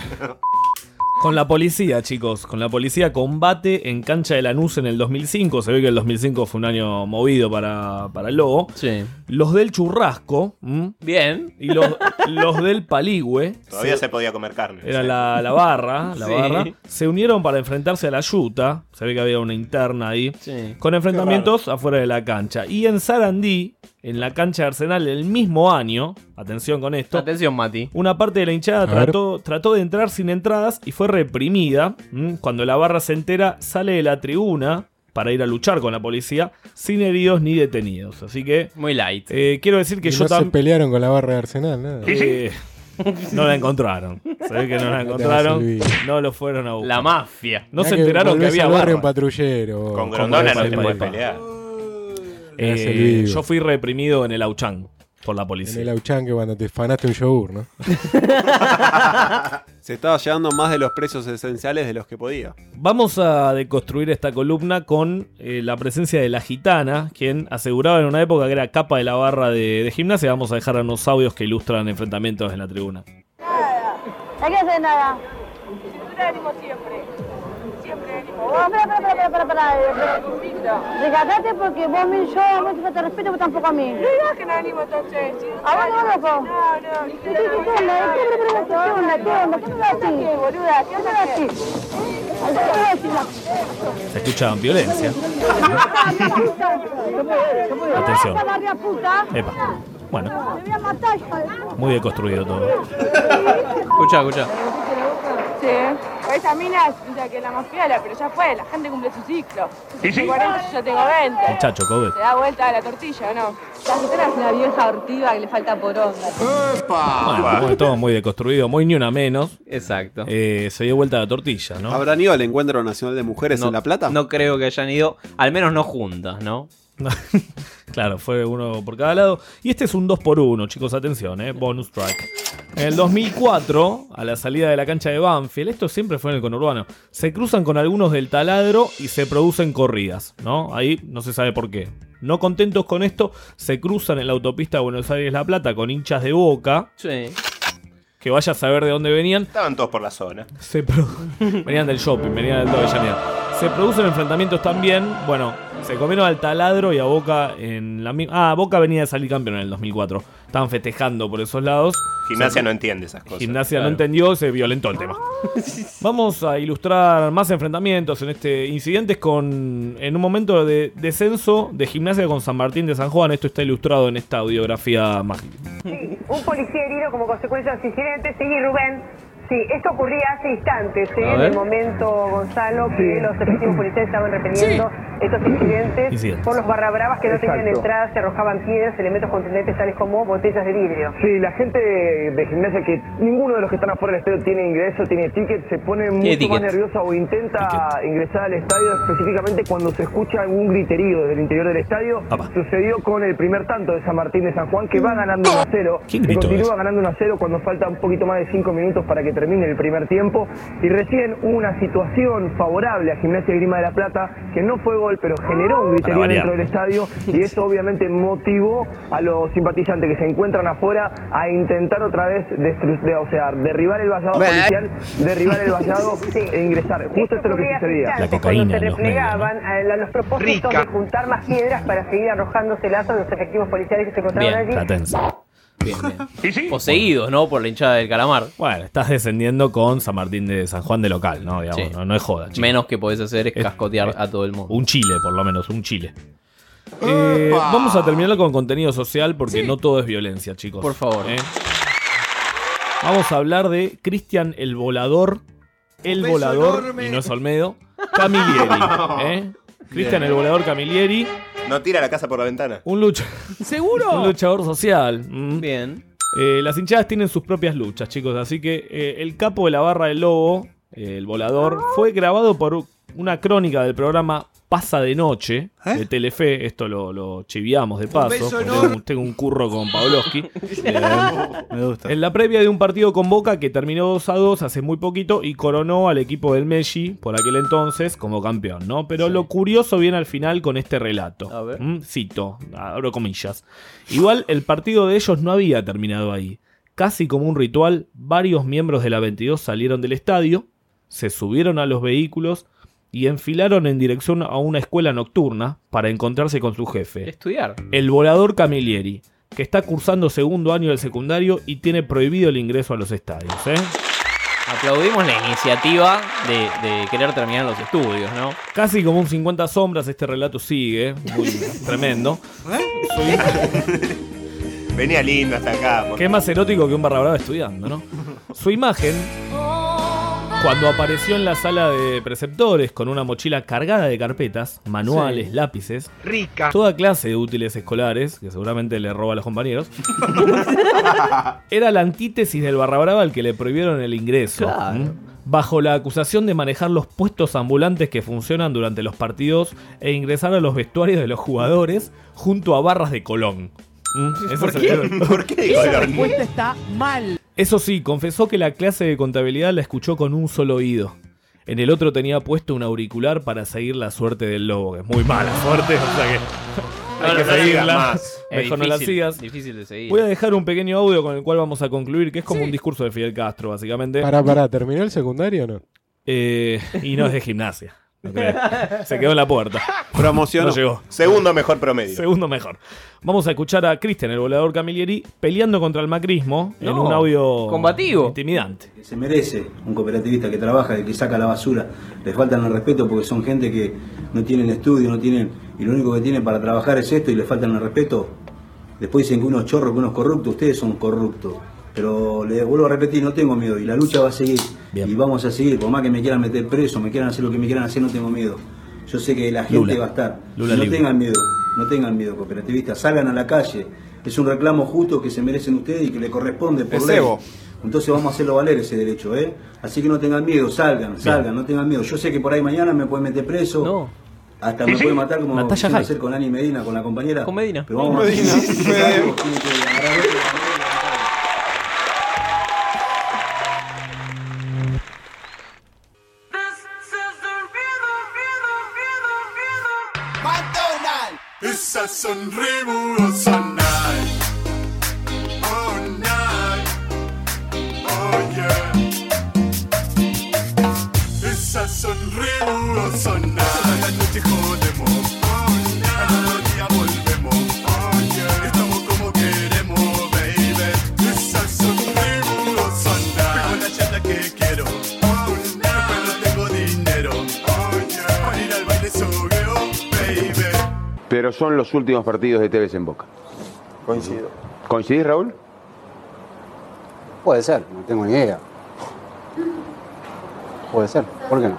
Speaker 11: Con la policía, chicos, con la policía combate en cancha de Lanús en el 2005. Se ve que el 2005 fue un año movido para, para el Lobo. Los del Churrasco. ¿m?
Speaker 10: Bien.
Speaker 11: Y los, los del Paligüe.
Speaker 2: Todavía
Speaker 11: se-
Speaker 2: se podía comer carne.
Speaker 11: Era la, la barra, la
Speaker 2: Sí.
Speaker 11: barra. Se unieron para enfrentarse a la Yuta. Se ve que había una interna ahí. Con enfrentamientos afuera de la cancha. Y en Sarandí, en la cancha de Arsenal, el mismo año. Atención con esto.
Speaker 10: Atención, Mati.
Speaker 11: Una parte de la hinchada
Speaker 10: ver.
Speaker 11: trató, trató de entrar sin entradas y fue reprimida. ¿m? Cuando la barra se entera, sale de la tribuna para ir a luchar con la policía sin heridos ni detenidos. Así que. eh,
Speaker 10: Muy light.
Speaker 11: quiero decir que
Speaker 3: Y
Speaker 11: yo
Speaker 3: no se
Speaker 11: también.
Speaker 3: pelearon con la barra de Arsenal, nada.
Speaker 11: Eh, no la encontraron. Se ve que no la
Speaker 3: No te
Speaker 11: encontraron.
Speaker 3: hagas el vivo.
Speaker 11: No lo fueron a buscar.
Speaker 10: La mafia.
Speaker 11: No
Speaker 3: Mirá
Speaker 11: se enteraron que
Speaker 3: volvés
Speaker 11: había
Speaker 3: al barrio en
Speaker 11: barra.
Speaker 3: patrullero.
Speaker 2: Con
Speaker 11: Grondona no
Speaker 2: Grondona no
Speaker 11: te
Speaker 2: te
Speaker 11: puedes
Speaker 2: puedes pelear.
Speaker 11: Eh,
Speaker 3: Gracias, Luis.
Speaker 11: yo fui reprimido en el Auchang por la
Speaker 3: En
Speaker 11: policía.
Speaker 3: el Auchan que cuando te fanaste un yogur, ¿no?
Speaker 8: Se estaba llegando más de los precios esenciales de los que podía.
Speaker 11: Vamos a deconstruir esta columna con eh, la presencia de la gitana, quien aseguraba en una época que era capa de la barra de, de gimnasia. Vamos a dejar a unos audios que ilustran enfrentamientos en la tribuna.
Speaker 23: Hay que hacer nada.
Speaker 24: siempre. Siempre
Speaker 23: Oh, espera, espera, espera, espera, eh, espera, espera. Recatate porque vos me yo, a vos te falta respeto, vos tampoco a mí.
Speaker 24: No que no animo entonces.
Speaker 23: A vos no,
Speaker 24: No,
Speaker 23: loco.
Speaker 24: no.
Speaker 23: ¿Qué, qué, qué onda? ¿Qué, qué, qué, qué onda? ¿Qué onda? ¿Qué onda? ¿Qué onda? ¿Qué boluda? ¿Qué onda? ¿Qué onda?
Speaker 11: Se escucha violencia. Atención.
Speaker 23: Atención. puta.
Speaker 11: Epa. Bueno,
Speaker 23: Te voy a matar, hijo de-
Speaker 11: muy deconstruido todo.
Speaker 10: Escucha, escucha.
Speaker 24: Sí. Pues Esa mina es o sea, que es la más piola, pero ya fue, la gente cumple su ciclo. Yo
Speaker 11: Sí, sí.
Speaker 24: tengo 40, yo ya tengo 20.
Speaker 11: Muchacho, Kobe.
Speaker 24: Se da vuelta la tortilla, ¿o no? La gitana es una vieja hortiva que le falta poronga.
Speaker 11: Bueno, muy- todo muy deconstruido, muy ni una menos. Eh,
Speaker 10: Exacto.
Speaker 11: se dio vuelta la tortilla, ¿no?
Speaker 8: ¿Habrán ido al Encuentro Nacional de Mujeres
Speaker 10: No-
Speaker 8: en La Plata?
Speaker 10: No creo que hayan ido, al menos no juntas, ¿no?
Speaker 11: Claro, fue uno por cada lado. Y este es un 2x1, chicos, atención, eh, bonus track. En el 2004, a la salida de la cancha de Banfield, esto siempre fue en el conurbano, se cruzan con algunos del taladro y se producen corridas, ¿no? Ahí no se sabe por qué. No contentos con esto, se cruzan en la autopista de Buenos Aires-La Plata con hinchas de Boca.
Speaker 10: Sí.
Speaker 11: Que vaya a saber de dónde venían.
Speaker 2: Estaban todos por la zona.
Speaker 11: Se pro- venían del shopping, venían del todo Avellaneda. Se producen enfrentamientos también. Bueno, se comieron al taladro y a Boca en la misma. Ah, Boca venía de salir campeón en el 2004. Estaban festejando por esos lados.
Speaker 2: Gimnasia
Speaker 11: Se-
Speaker 2: no entiende esas cosas.
Speaker 11: Gimnasia
Speaker 2: Claro.
Speaker 11: no entendió, se violentó el tema. Vamos a ilustrar más enfrentamientos en este incidentes con en un momento de descenso de gimnasia con San Martín de San Juan. Esto está ilustrado en esta audiografía mágica.
Speaker 24: Un policía herido como consecuencia de los incidentes. Sí, Rubén.
Speaker 13: Sí, esto ocurría hace instantes, ¿eh?
Speaker 11: A
Speaker 13: en
Speaker 11: ver.
Speaker 13: el momento, Gonzalo, que
Speaker 11: Sí.
Speaker 13: los efectivos policiales estaban repeliendo estos incidentes
Speaker 11: Incidentes.
Speaker 13: por los barrabravas que no tenían
Speaker 5: Exacto.
Speaker 13: entrada, se arrojaban piedras, elementos contundentes tales como botellas de vidrio.
Speaker 5: Sí, la gente de gimnasia que ninguno de los que están afuera del estadio tiene ingreso, tiene ticket, se pone mucho
Speaker 13: ticket.
Speaker 5: más nerviosa o intenta ingresar al estadio específicamente cuando se escucha algún griterío desde el interior del estadio. Sucedió con el primer tanto de San Martín de San Juan que va ganando 1 a 0.
Speaker 11: ¿Quién gritó
Speaker 5: Continúa
Speaker 11: eso?
Speaker 5: ganando 1 a 0 cuando falta un poquito más de 5 minutos para que termine el primer tiempo. Y recién hubo una situación favorable a Gimnasia Grima de la Plata que no fue gol, pero generó un griterío
Speaker 11: variar.
Speaker 5: dentro del estadio y eso obviamente motivó a los simpatizantes que se encuentran afuera a intentar otra vez destru- de- o sea, derribar el vallado
Speaker 13: Bah.
Speaker 5: policial, derribar el vallado e ingresar. Justo esto es lo que
Speaker 13: Ocurría hace
Speaker 5: sucedía.
Speaker 13: instantes, cuando se replegaban a- a los propósitos
Speaker 5: Rica.
Speaker 13: de juntar más piedras para seguir arrojándose lazos a los efectivos policiales que se encontraban
Speaker 10: Bien,
Speaker 13: allí.
Speaker 10: Bien, bien. Poseídos, ¿no? Por la hinchada del calamar.
Speaker 11: Bueno, estás descendiendo con San Martín de San Juan de local, ¿no? Digamos, no, no es joda. chicos.
Speaker 10: Menos que podés hacer es cascotear a todo el mundo.
Speaker 11: Un Chile, por lo menos, un Chile. Eh,
Speaker 10: Ah.
Speaker 11: vamos a terminarlo con contenido social porque no todo es violencia, chicos.
Speaker 10: Por favor.
Speaker 11: ¿Eh? Vamos a hablar de Cristian el Volador, el
Speaker 10: beso
Speaker 11: Volador,
Speaker 2: enorme.
Speaker 11: y no es Olmedo, Camilleri. ¿eh? Cristian el Volador Camilleri,
Speaker 2: No tira la casa por la ventana.
Speaker 11: un lucha.
Speaker 10: ¿Seguro?
Speaker 11: Un luchador social. mm.
Speaker 10: Bien.
Speaker 11: Eh, las hinchadas tienen sus propias luchas, chicos. Así que eh, el capo de la barra del lobo, eh, el volador, fue grabado por una crónica del programa Pasa de Noche de Telefe. Esto lo, lo chiviamos de paso.
Speaker 1: beso
Speaker 11: porque
Speaker 1: enorme.
Speaker 11: tengo un- Tengo un curro con Pavlovsky. Me gusta. En la previa de un partido con Boca que terminó 2 a 2 hace muy poquito y coronó al equipo del Messi por aquel entonces como campeón, ¿no? Pero lo curioso viene al final con este relato.
Speaker 10: A ver.
Speaker 11: Mm, Cito, abro comillas. Igual el partido de ellos no había terminado ahí. Casi como un ritual, varios miembros de la 22 salieron del estadio, se subieron a los vehículos y enfilaron en dirección a una escuela nocturna para encontrarse con su jefe.
Speaker 10: Estudiar.
Speaker 11: El volador Camilleri, que está cursando segundo año del secundario y tiene prohibido el ingreso a los estadios. ¿eh?
Speaker 10: Aplaudimos la iniciativa de, de querer terminar los estudios, ¿no?
Speaker 11: Casi como un 50 sombras este relato sigue, muy tremendo.
Speaker 2: Venía lindo hasta acá. por
Speaker 11: Qué más erótico que un barra brava estudiando, ¿no? Su imagen, cuando apareció en la sala de preceptores con una mochila cargada de carpetas, manuales,
Speaker 10: Sí.
Speaker 11: lápices,
Speaker 10: Rica.
Speaker 11: toda clase de útiles escolares, que seguramente le roba a los compañeros, era la antítesis del barra brava al que le prohibieron el ingreso. ¿m? Bajo la acusación de manejar los puestos ambulantes que funcionan durante los partidos e ingresar a los vestuarios de los jugadores junto a barras de Colón. ¿M? Eso
Speaker 6: ¿Por
Speaker 11: se-
Speaker 6: qué?
Speaker 2: ¿Por qué?
Speaker 6: Esa respuesta está mal.
Speaker 11: Eso sí, confesó que la clase de contabilidad la escuchó con un solo oído. En el otro tenía puesto un auricular para seguir la suerte del lobo, que es muy mala suerte, o sea que
Speaker 10: No,
Speaker 11: hay que
Speaker 10: no, no la digas
Speaker 11: seguirla.
Speaker 10: más. Es
Speaker 11: Mejor no la
Speaker 10: difícil,
Speaker 11: sigas.
Speaker 10: difícil de seguir.
Speaker 11: Voy a dejar un pequeño audio con el cual vamos a concluir, que es como un discurso de Fidel Castro, básicamente.
Speaker 3: Pará, pará, ¿terminó el secundario o no?
Speaker 11: Eh, y no es de gimnasia. no creo. Se quedó en la puerta.
Speaker 8: Promocionó.
Speaker 11: No llegó.
Speaker 2: Segundo mejor promedio.
Speaker 11: Segundo mejor. Vamos a escuchar a Cristian, el volador Camilleri, peleando contra el macrismo en
Speaker 25: No,
Speaker 11: un audio
Speaker 25: combativo.
Speaker 11: intimidante.
Speaker 25: que se merece un cooperativista que trabaja, el que saca la basura. Les faltan el respeto porque son gente que no tienen estudio, no tienen y lo único que tienen para trabajar es esto y les faltan el respeto. Después dicen que unos chorros, que unos corruptos, ustedes son corruptos. Pero les vuelvo a repetir, no tengo miedo y la lucha va a seguir. Y vamos a seguir, por más que me quieran meter preso, me quieran hacer lo que me quieran hacer, no tengo miedo. Yo sé que la gente
Speaker 11: Lula.
Speaker 25: va a estar.
Speaker 11: Lula
Speaker 25: no
Speaker 11: libre.
Speaker 25: tengan miedo, no tengan miedo, cooperativistas, salgan a la calle. Es un reclamo justo que se merecen ustedes y que le corresponde por
Speaker 8: Es
Speaker 25: ley.
Speaker 8: Evo.
Speaker 25: Entonces vamos a hacerlo valer ese derecho, ¿eh? Así que no tengan miedo, salgan, salgan, no tengan miedo. Yo sé que por ahí mañana me pueden meter preso. Hasta me
Speaker 10: Sí, sí.
Speaker 25: pueden matar como
Speaker 10: Natalia
Speaker 25: quisieron
Speaker 10: Hyde.
Speaker 25: hacer con Ani Medina, con la compañera.
Speaker 10: Con Medina.
Speaker 25: Pero vamos a-
Speaker 6: It's a sunriburous night. Oh, night. Oh, yeah. It's a sunriburous night. Toda la noche jodemos. Oh, night. Al otro día volvemos. Oh, yeah. Estamos como queremos, baby. It's a sunriburous night. Tengo la chata que quiero. Oh, night. Pero no tengo dinero. Oh, yeah. Para ir al baile sogueo, baby.
Speaker 14: Pero son los últimos partidos de Tevez en Boca. Coincido. ¿Coincidís, Raúl?
Speaker 22: Puede ser, no tengo ni idea.
Speaker 6: Puede ser, ¿por qué no?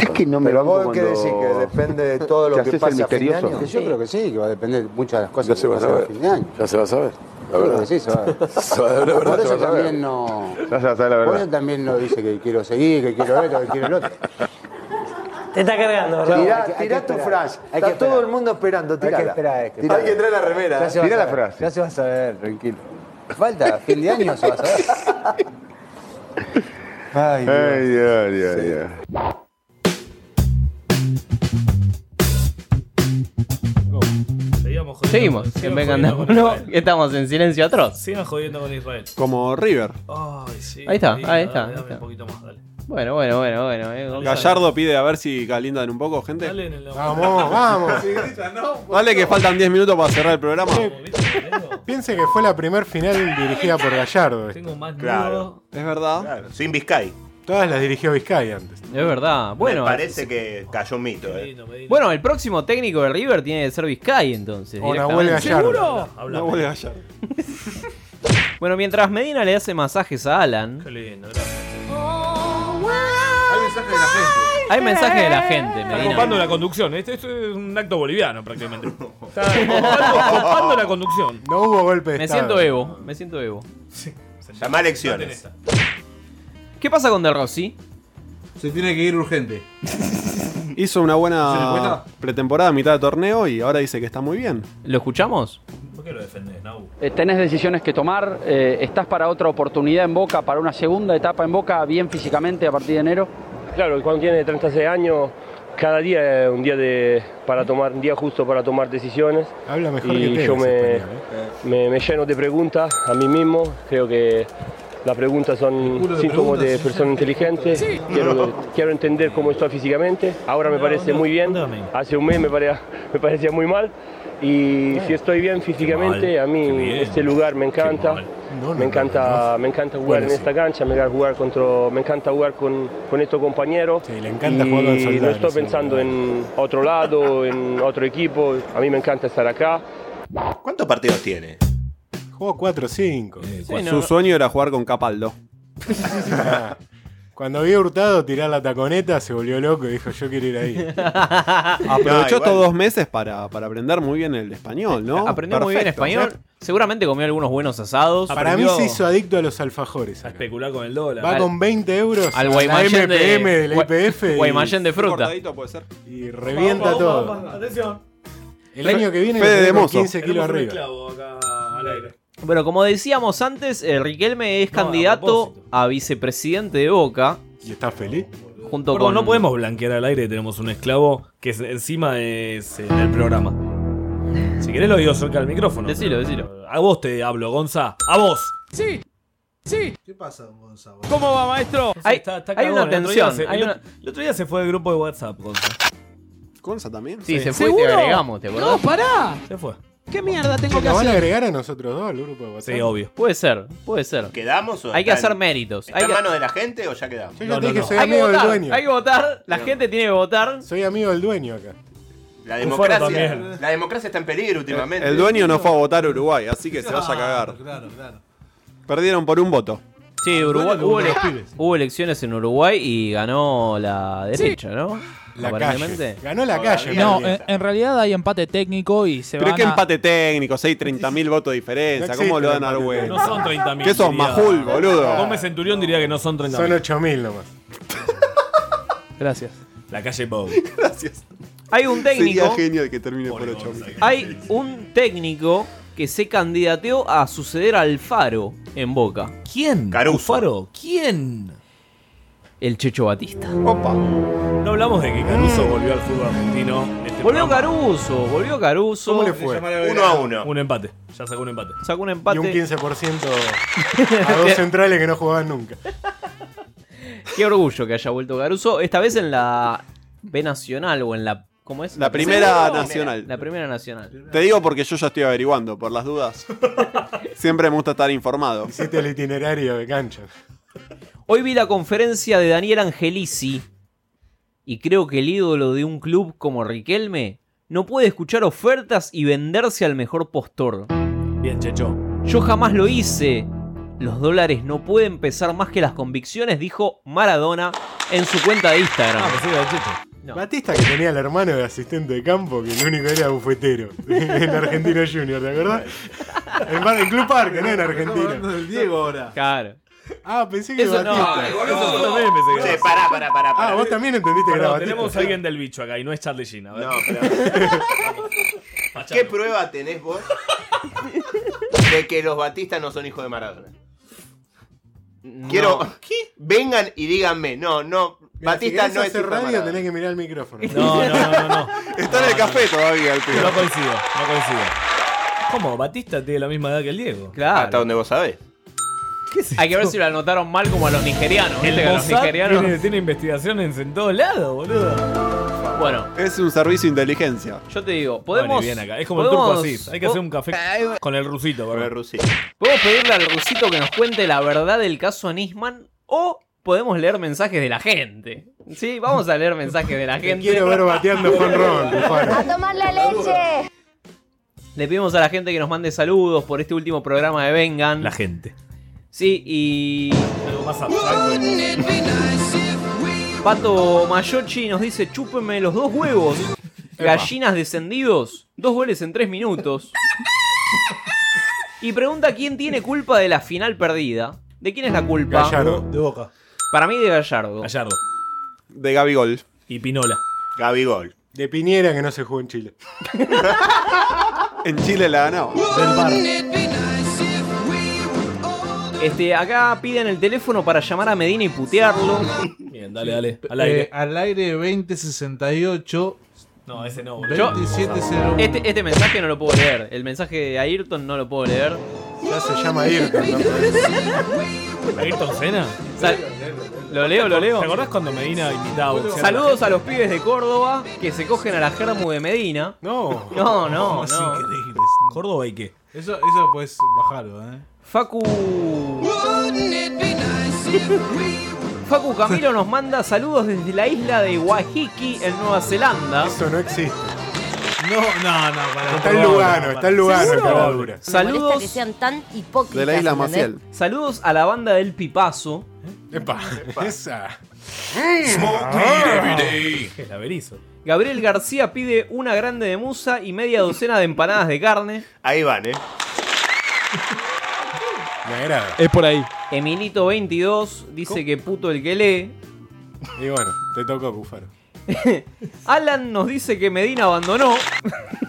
Speaker 5: Es que no me
Speaker 19: Pero vos
Speaker 5: banco
Speaker 19: qué
Speaker 5: cuando-
Speaker 19: decís, que depende de todo lo
Speaker 6: ¿Te
Speaker 19: que
Speaker 6: haces
Speaker 19: pasa
Speaker 6: el
Speaker 19: a fin de
Speaker 6: misterioso?
Speaker 19: año?
Speaker 6: Que
Speaker 19: yo creo que sí, que va a depender mucho de las
Speaker 6: cosas Ya se que va a pasan a saber. fin de año.
Speaker 19: Ya se va a saber.
Speaker 6: la verdad. Se va a saber, la verdad,
Speaker 19: Por
Speaker 6: se va
Speaker 19: eso
Speaker 6: a saber.
Speaker 19: también no.
Speaker 6: Ya se va a saber la
Speaker 19: Por eso
Speaker 6: verdad.
Speaker 19: también no dice que quiero seguir, que quiero esto, que quiero el otro.
Speaker 26: Te está cargando, Raúl.
Speaker 19: Tirá, tirá tu frase. Está todo el mundo esperando, tirala. Tirala. Ya se va a
Speaker 5: Tirá la
Speaker 19: saber.
Speaker 5: frase.
Speaker 19: Ya se va a saber, tranquilo. Falta, fin de año se va a saber.
Speaker 6: Ay, Dios, Dios, Dios.
Speaker 11: Seguimos
Speaker 10: Seguimos. En Venga Andamos, ¿no? Que estamos en silencio atroz.
Speaker 11: Sigan jodiendo con Israel.
Speaker 8: Como River.
Speaker 11: Ay, sí.
Speaker 10: Ahí está,
Speaker 11: querido,
Speaker 10: ahí está,
Speaker 11: dame, dame
Speaker 10: ahí está.
Speaker 11: un poquito más, dale.
Speaker 10: Bueno, bueno, bueno, bueno. eh, Gonzalo.
Speaker 8: Gallardo pide a ver si calientan un poco, gente.
Speaker 11: Dale en el-
Speaker 3: Vamos, vamos.
Speaker 8: Dale que faltan 10 minutos para cerrar el programa.
Speaker 3: Piense que fue la primer final dirigida por Gallardo. esta.
Speaker 2: Claro.
Speaker 8: Es verdad.
Speaker 2: Sin Vizcay.
Speaker 3: Todas las dirigió Vizcay antes.
Speaker 10: Es verdad. Ah, Bueno,
Speaker 2: Me parece que cayó un mito, eh.
Speaker 10: Bueno, el próximo técnico de River tiene que ser Vizcay entonces.
Speaker 3: O
Speaker 10: directamente.
Speaker 3: Nahuel Gallardo.
Speaker 10: ¿Seguro?
Speaker 3: Habla, Nahuel
Speaker 8: Gallardo.
Speaker 10: Bueno, mientras Medina le hace masajes a Alan,
Speaker 27: Hay mensaje de la gente.
Speaker 10: hay mensajes de la gente,
Speaker 11: Está
Speaker 10: Medina.
Speaker 11: copando la conducción. ¿eh? Esto, esto es un acto boliviano prácticamente. Está copando, copando la conducción.
Speaker 3: No hubo golpe de
Speaker 10: Me
Speaker 3: estado.
Speaker 10: siento Evo, me siento Evo.
Speaker 2: Llamá a elecciones.
Speaker 10: ¿Qué pasa con De Rossi?
Speaker 1: Se tiene que ir urgente.
Speaker 8: Hizo una
Speaker 1: ¿Se le cuenta?
Speaker 8: buena pretemporada, mitad de torneo y ahora dice que está muy bien.
Speaker 10: ¿Lo escuchamos?
Speaker 11: ¿Por qué lo defendés, Nau?
Speaker 28: Eh, tenés decisiones que tomar, eh, estás para otra oportunidad en Boca, para una segunda etapa en Boca, bien físicamente a partir de enero.
Speaker 18: Claro, cuando tiene 36 años, cada día es un día de, para tomar, un día justo para tomar decisiones.
Speaker 3: Habla mejor que
Speaker 18: y
Speaker 3: Tevez, ¿eh?
Speaker 18: yo me,
Speaker 3: español,
Speaker 18: me- me lleno de preguntas a mí mismo. Creo que las preguntas son culo de síntomas de preguntas. persona inteligente. Quiero, quiero entender cómo estoy físicamente. Ahora me No, parece no, muy bien. Hace un mes me parecía, me parecía muy mal. Y si estoy bien físicamente, mal, a mí qué bien. este lugar me encanta. me encanta, me encanta jugar en Buenísimo. esta cancha, me encanta jugar contra, me encanta jugar con, con estos compañeros.
Speaker 3: le encanta
Speaker 18: y
Speaker 3: jugar con el soldado,
Speaker 18: No estoy
Speaker 3: sí.
Speaker 18: pensando en otro lado, en otro equipo. A mí me encanta estar acá.
Speaker 2: ¿Cuántos partidos tiene?
Speaker 3: Jugó 4 o 5.
Speaker 8: Su sueño era jugar con Capaldo.
Speaker 3: Cuando vio a Hurtado tirar la taconeta, se volvió loco y dijo, yo quiero ir ahí.
Speaker 8: Aprovechó estos dos meses para, para aprender muy bien el español, ¿no?
Speaker 10: Aprendió muy bien
Speaker 8: Perfecto.
Speaker 10: español. Eh, Seguramente comió algunos buenos asados.
Speaker 3: Para mí se hizo adicto a los alfajores. acá.
Speaker 11: Especular con el dólar.
Speaker 3: Va
Speaker 10: Al-
Speaker 3: con 20 euros
Speaker 10: al
Speaker 3: a la
Speaker 10: Guaymallén de-
Speaker 3: MPM de, la
Speaker 10: Gua-
Speaker 3: IPF y
Speaker 10: Guaymallén de fruta.
Speaker 3: Y
Speaker 11: Opa,
Speaker 3: revienta
Speaker 11: opa,
Speaker 3: todo.
Speaker 11: opa, Atención.
Speaker 3: El año que viene
Speaker 10: Fede
Speaker 3: lo
Speaker 10: de
Speaker 3: tengo
Speaker 10: mozo.
Speaker 3: 15 kilos
Speaker 11: Tenemos un
Speaker 3: arriba.
Speaker 11: esclavo acá al aire.
Speaker 10: Bueno, como decíamos antes, eh, Riquelme es candidato a, vicepresidente de Boca.
Speaker 3: ¿Y está feliz?
Speaker 10: Junto
Speaker 11: Perdón,
Speaker 10: con.
Speaker 11: no podemos blanquear al aire, tenemos un esclavo que es- encima es eh, del programa. Si querés lo digo cerca del micrófono.
Speaker 10: Decilo, decilo.
Speaker 11: A vos te hablo, Gonza. A vos.
Speaker 1: Sí, sí. ¿Qué pasa, Gonzalo? ¿Cómo
Speaker 11: va, maestro?
Speaker 1: Hay-
Speaker 10: hay una tensión, hay
Speaker 11: el,
Speaker 10: una-
Speaker 11: otro- el otro día se fue del grupo de WhatsApp, Gonza.
Speaker 8: ¿Conza también?
Speaker 10: Sí, se fue y te agregamos, ¿te acordás?
Speaker 1: pará!
Speaker 11: Se fue.
Speaker 1: ¿Qué mierda tengo
Speaker 3: ¿Nos
Speaker 1: que
Speaker 3: van a
Speaker 1: hacer?
Speaker 3: agregar a nosotros dos al grupo de WhatsApp?
Speaker 11: Sí, obvio.
Speaker 10: Puede ser, puede ser.
Speaker 2: ¿Quedamos o
Speaker 10: Hay que
Speaker 2: está en-
Speaker 10: hacer méritos.
Speaker 2: ¿Está
Speaker 10: Hay
Speaker 2: en
Speaker 10: que...
Speaker 2: manos de la gente o ya quedamos?
Speaker 3: Yo ya te dije, soy
Speaker 10: Hay que
Speaker 3: amigo del
Speaker 10: votar,
Speaker 3: dueño.
Speaker 10: hay que votar. La gente tiene que votar.
Speaker 3: Soy amigo del dueño acá.
Speaker 2: La
Speaker 3: Bufaro
Speaker 2: democracia,
Speaker 3: también.
Speaker 2: la democracia está en peligro últimamente.
Speaker 8: El dueño no fue a votar a Uruguay, así que se vaya a
Speaker 2: Ah,
Speaker 8: cagar.
Speaker 1: Claro, claro.
Speaker 8: Perdieron por un voto.
Speaker 10: Sí, Uruguay,
Speaker 8: Bueno,
Speaker 10: hubo,
Speaker 8: como
Speaker 10: ele-
Speaker 8: los pibes.
Speaker 10: hubo elecciones en Uruguay y ganó la derecha, ¿no?
Speaker 3: La
Speaker 10: Aparentemente.
Speaker 3: calle. Ganó la calle.
Speaker 29: No,
Speaker 3: Margarita.
Speaker 29: en, en realidad hay empate técnico y se
Speaker 8: Pero
Speaker 29: van
Speaker 8: qué
Speaker 29: a...
Speaker 8: empate técnico, si hay 30.000 votos de diferencia,
Speaker 3: No
Speaker 8: ¿cómo
Speaker 3: existe
Speaker 8: lo dan a dar
Speaker 3: empate
Speaker 8: vuelta?
Speaker 11: No son 30.000.
Speaker 8: ¿Qué sos,
Speaker 11: diría-
Speaker 8: Majul, boludo?
Speaker 11: Gómez Centurión diría que no son 30.000.
Speaker 3: Son 8000 nomás.
Speaker 29: Gracias.
Speaker 11: La calle Pau.
Speaker 10: Hay un técnico.
Speaker 8: Sería genial que termine por 8
Speaker 10: Hay un técnico que se candidateó a suceder al Faro en Boca.
Speaker 11: ¿Quién?
Speaker 10: Caruso.
Speaker 11: ¿Faro? ¿Quién?
Speaker 10: El Checho Batista.
Speaker 8: Opa.
Speaker 11: No hablamos de que Caruso volvió al fútbol argentino. en este
Speaker 10: Volvió
Speaker 11: programa.
Speaker 10: Caruso, volvió Caruso.
Speaker 11: ¿Cómo le fue?
Speaker 2: Uno a uno.
Speaker 11: Un empate. Ya sacó un empate.
Speaker 10: Sacó un empate.
Speaker 3: Y un 15% a dos centrales que no jugaban nunca.
Speaker 10: Qué orgullo que haya vuelto Caruso. Esta vez en la B Nacional o en la. ¿Cómo es?
Speaker 8: La primera nacional.
Speaker 10: La primera nacional.
Speaker 8: Te digo porque yo ya estoy averiguando, por las dudas. Siempre me gusta estar informado.
Speaker 3: Hiciste el itinerario de cancha.
Speaker 10: Hoy vi la conferencia de Daniel Angelici. Y creo que el ídolo de un club como Riquelme no puede escuchar ofertas y venderse al mejor postor.
Speaker 11: Bien, Checho.
Speaker 10: Yo jamás lo hice. Los dólares no pueden pesar más que las convicciones, dijo Maradona en su cuenta de Instagram.
Speaker 11: Ah,
Speaker 3: Batista que tenía el hermano de asistente de campo, que el único era bufetero en Argentino Junior, ¿te acordás? En, Mar- en Club Parque, no en Argentina.
Speaker 15: del Diego ahora.
Speaker 10: Claro.
Speaker 3: Ah, pensé que
Speaker 15: Eso no,
Speaker 3: Batista.
Speaker 15: eh,
Speaker 11: boludo, eso también pensé que era.
Speaker 3: Sí,
Speaker 11: pará, pará, pará,
Speaker 3: Ah,
Speaker 11: pará.
Speaker 3: vos también entendiste que era
Speaker 11: Perdón,
Speaker 3: Batista.
Speaker 11: tenemos a alguien del bicho acá y no es Charlie Sheen. a ver. Este
Speaker 2: ¿Qué prueba tenés vos de que los Batistas no son hijos de Maradona? Quiero. Vengan y díganme. No, no. Batista
Speaker 3: si querés
Speaker 2: no es hijo
Speaker 3: hacer
Speaker 2: de
Speaker 3: radio,
Speaker 2: Maradona.
Speaker 3: tenés que mirar el micrófono.
Speaker 11: No, no, no, no.
Speaker 8: Está en el café todavía el
Speaker 11: No coincido, no coincido. ¿Cómo? Batista tiene la misma edad que el Diego.
Speaker 10: Claro.
Speaker 2: Hasta donde vos sabés.
Speaker 10: Hay que ver si lo anotaron mal como a los nigerianos. ¿viste? Que a los
Speaker 11: Mossad
Speaker 10: nigerianos.
Speaker 11: tiene, tiene investigaciones en todos lados, boludo.
Speaker 10: Bueno,
Speaker 8: Es un servicio de inteligencia.
Speaker 10: yo te digo, podemos.
Speaker 11: Vale, bien acá. Es como el
Speaker 10: podemos-
Speaker 11: turco así. Hay que
Speaker 10: po-
Speaker 11: hacer un café con el rusito, Con el
Speaker 2: rusito.
Speaker 10: ¿Podemos pedirle al rusito que nos cuente la verdad del caso Nisman? O podemos leer mensajes de la gente. Sí, vamos a leer mensajes de la gente.
Speaker 3: Quiero ver bateando Juan Ron, Luján.
Speaker 6: tomar la leche!
Speaker 10: Le pedimos a la gente que nos mande saludos por este último programa de Vengan. La
Speaker 11: gente.
Speaker 10: Sí, y. Pato Mayochi nos dice: chúpeme los dos huevos. Gallinas descendidos. Dos goles en tres minutos. Y pregunta: ¿quién tiene culpa de la final perdida? ¿De quién es la culpa?
Speaker 15: De boca.
Speaker 10: Para mí, de Gallardo.
Speaker 11: Gallardo.
Speaker 8: De Gabigol.
Speaker 11: Y Pinola.
Speaker 8: Gabigol.
Speaker 3: De Piñera que no se jugó en Chile.
Speaker 8: En Chile la ganó.
Speaker 10: Este, acá piden el teléfono para llamar a Medina y putearlo.
Speaker 11: Bien, dale, dale.
Speaker 10: Al aire.
Speaker 15: Eh, al aire Este 2068.
Speaker 11: No, ese no,
Speaker 10: Yo-
Speaker 15: 2701.
Speaker 10: este, este mensaje no lo puedo leer. El mensaje de Ayrton no lo puedo leer.
Speaker 3: Ya se llama Ayrton,
Speaker 11: ¿Ayrton Senna?
Speaker 10: Sal- lo leo, lo leo.
Speaker 11: ¿Te acordás cuando Medina invitaba a boxear?
Speaker 10: Saludos a los pibes de Córdoba que se cogen a la Germu de Medina.
Speaker 3: No.
Speaker 10: No, no,
Speaker 15: Más
Speaker 10: no.
Speaker 15: increíbles.
Speaker 11: ¿Córdoba y qué?
Speaker 15: Eso, eso
Speaker 3: pues,
Speaker 15: puedes bajarlo, eh.
Speaker 10: Facu. Facu Camilo nos manda saludos desde la isla de Waiheke en Nueva Zelanda.
Speaker 3: Eso no existe.
Speaker 11: No, no, no, para.
Speaker 3: Está en Lugano, está en Lugano,
Speaker 10: ¿Seguro?
Speaker 3: está en Lugano.
Speaker 7: Me
Speaker 10: Saludos.
Speaker 7: molesta que sean tan hipócritas. ¿entendés?
Speaker 10: Saludos a la banda del Pipazo.
Speaker 3: Epa, esa.
Speaker 10: eh.
Speaker 11: Ah.
Speaker 3: Ah.
Speaker 11: El averizo.
Speaker 10: Gabriel García pide una grande de musa y media docena de empanadas de carne.
Speaker 2: Ahí van, eh.
Speaker 3: Me agrada.
Speaker 10: Es por ahí. Emilito 22 dice que puto el que lee.
Speaker 3: Y bueno, te tocó, Cufaro.
Speaker 10: Alan nos dice que Medina abandonó.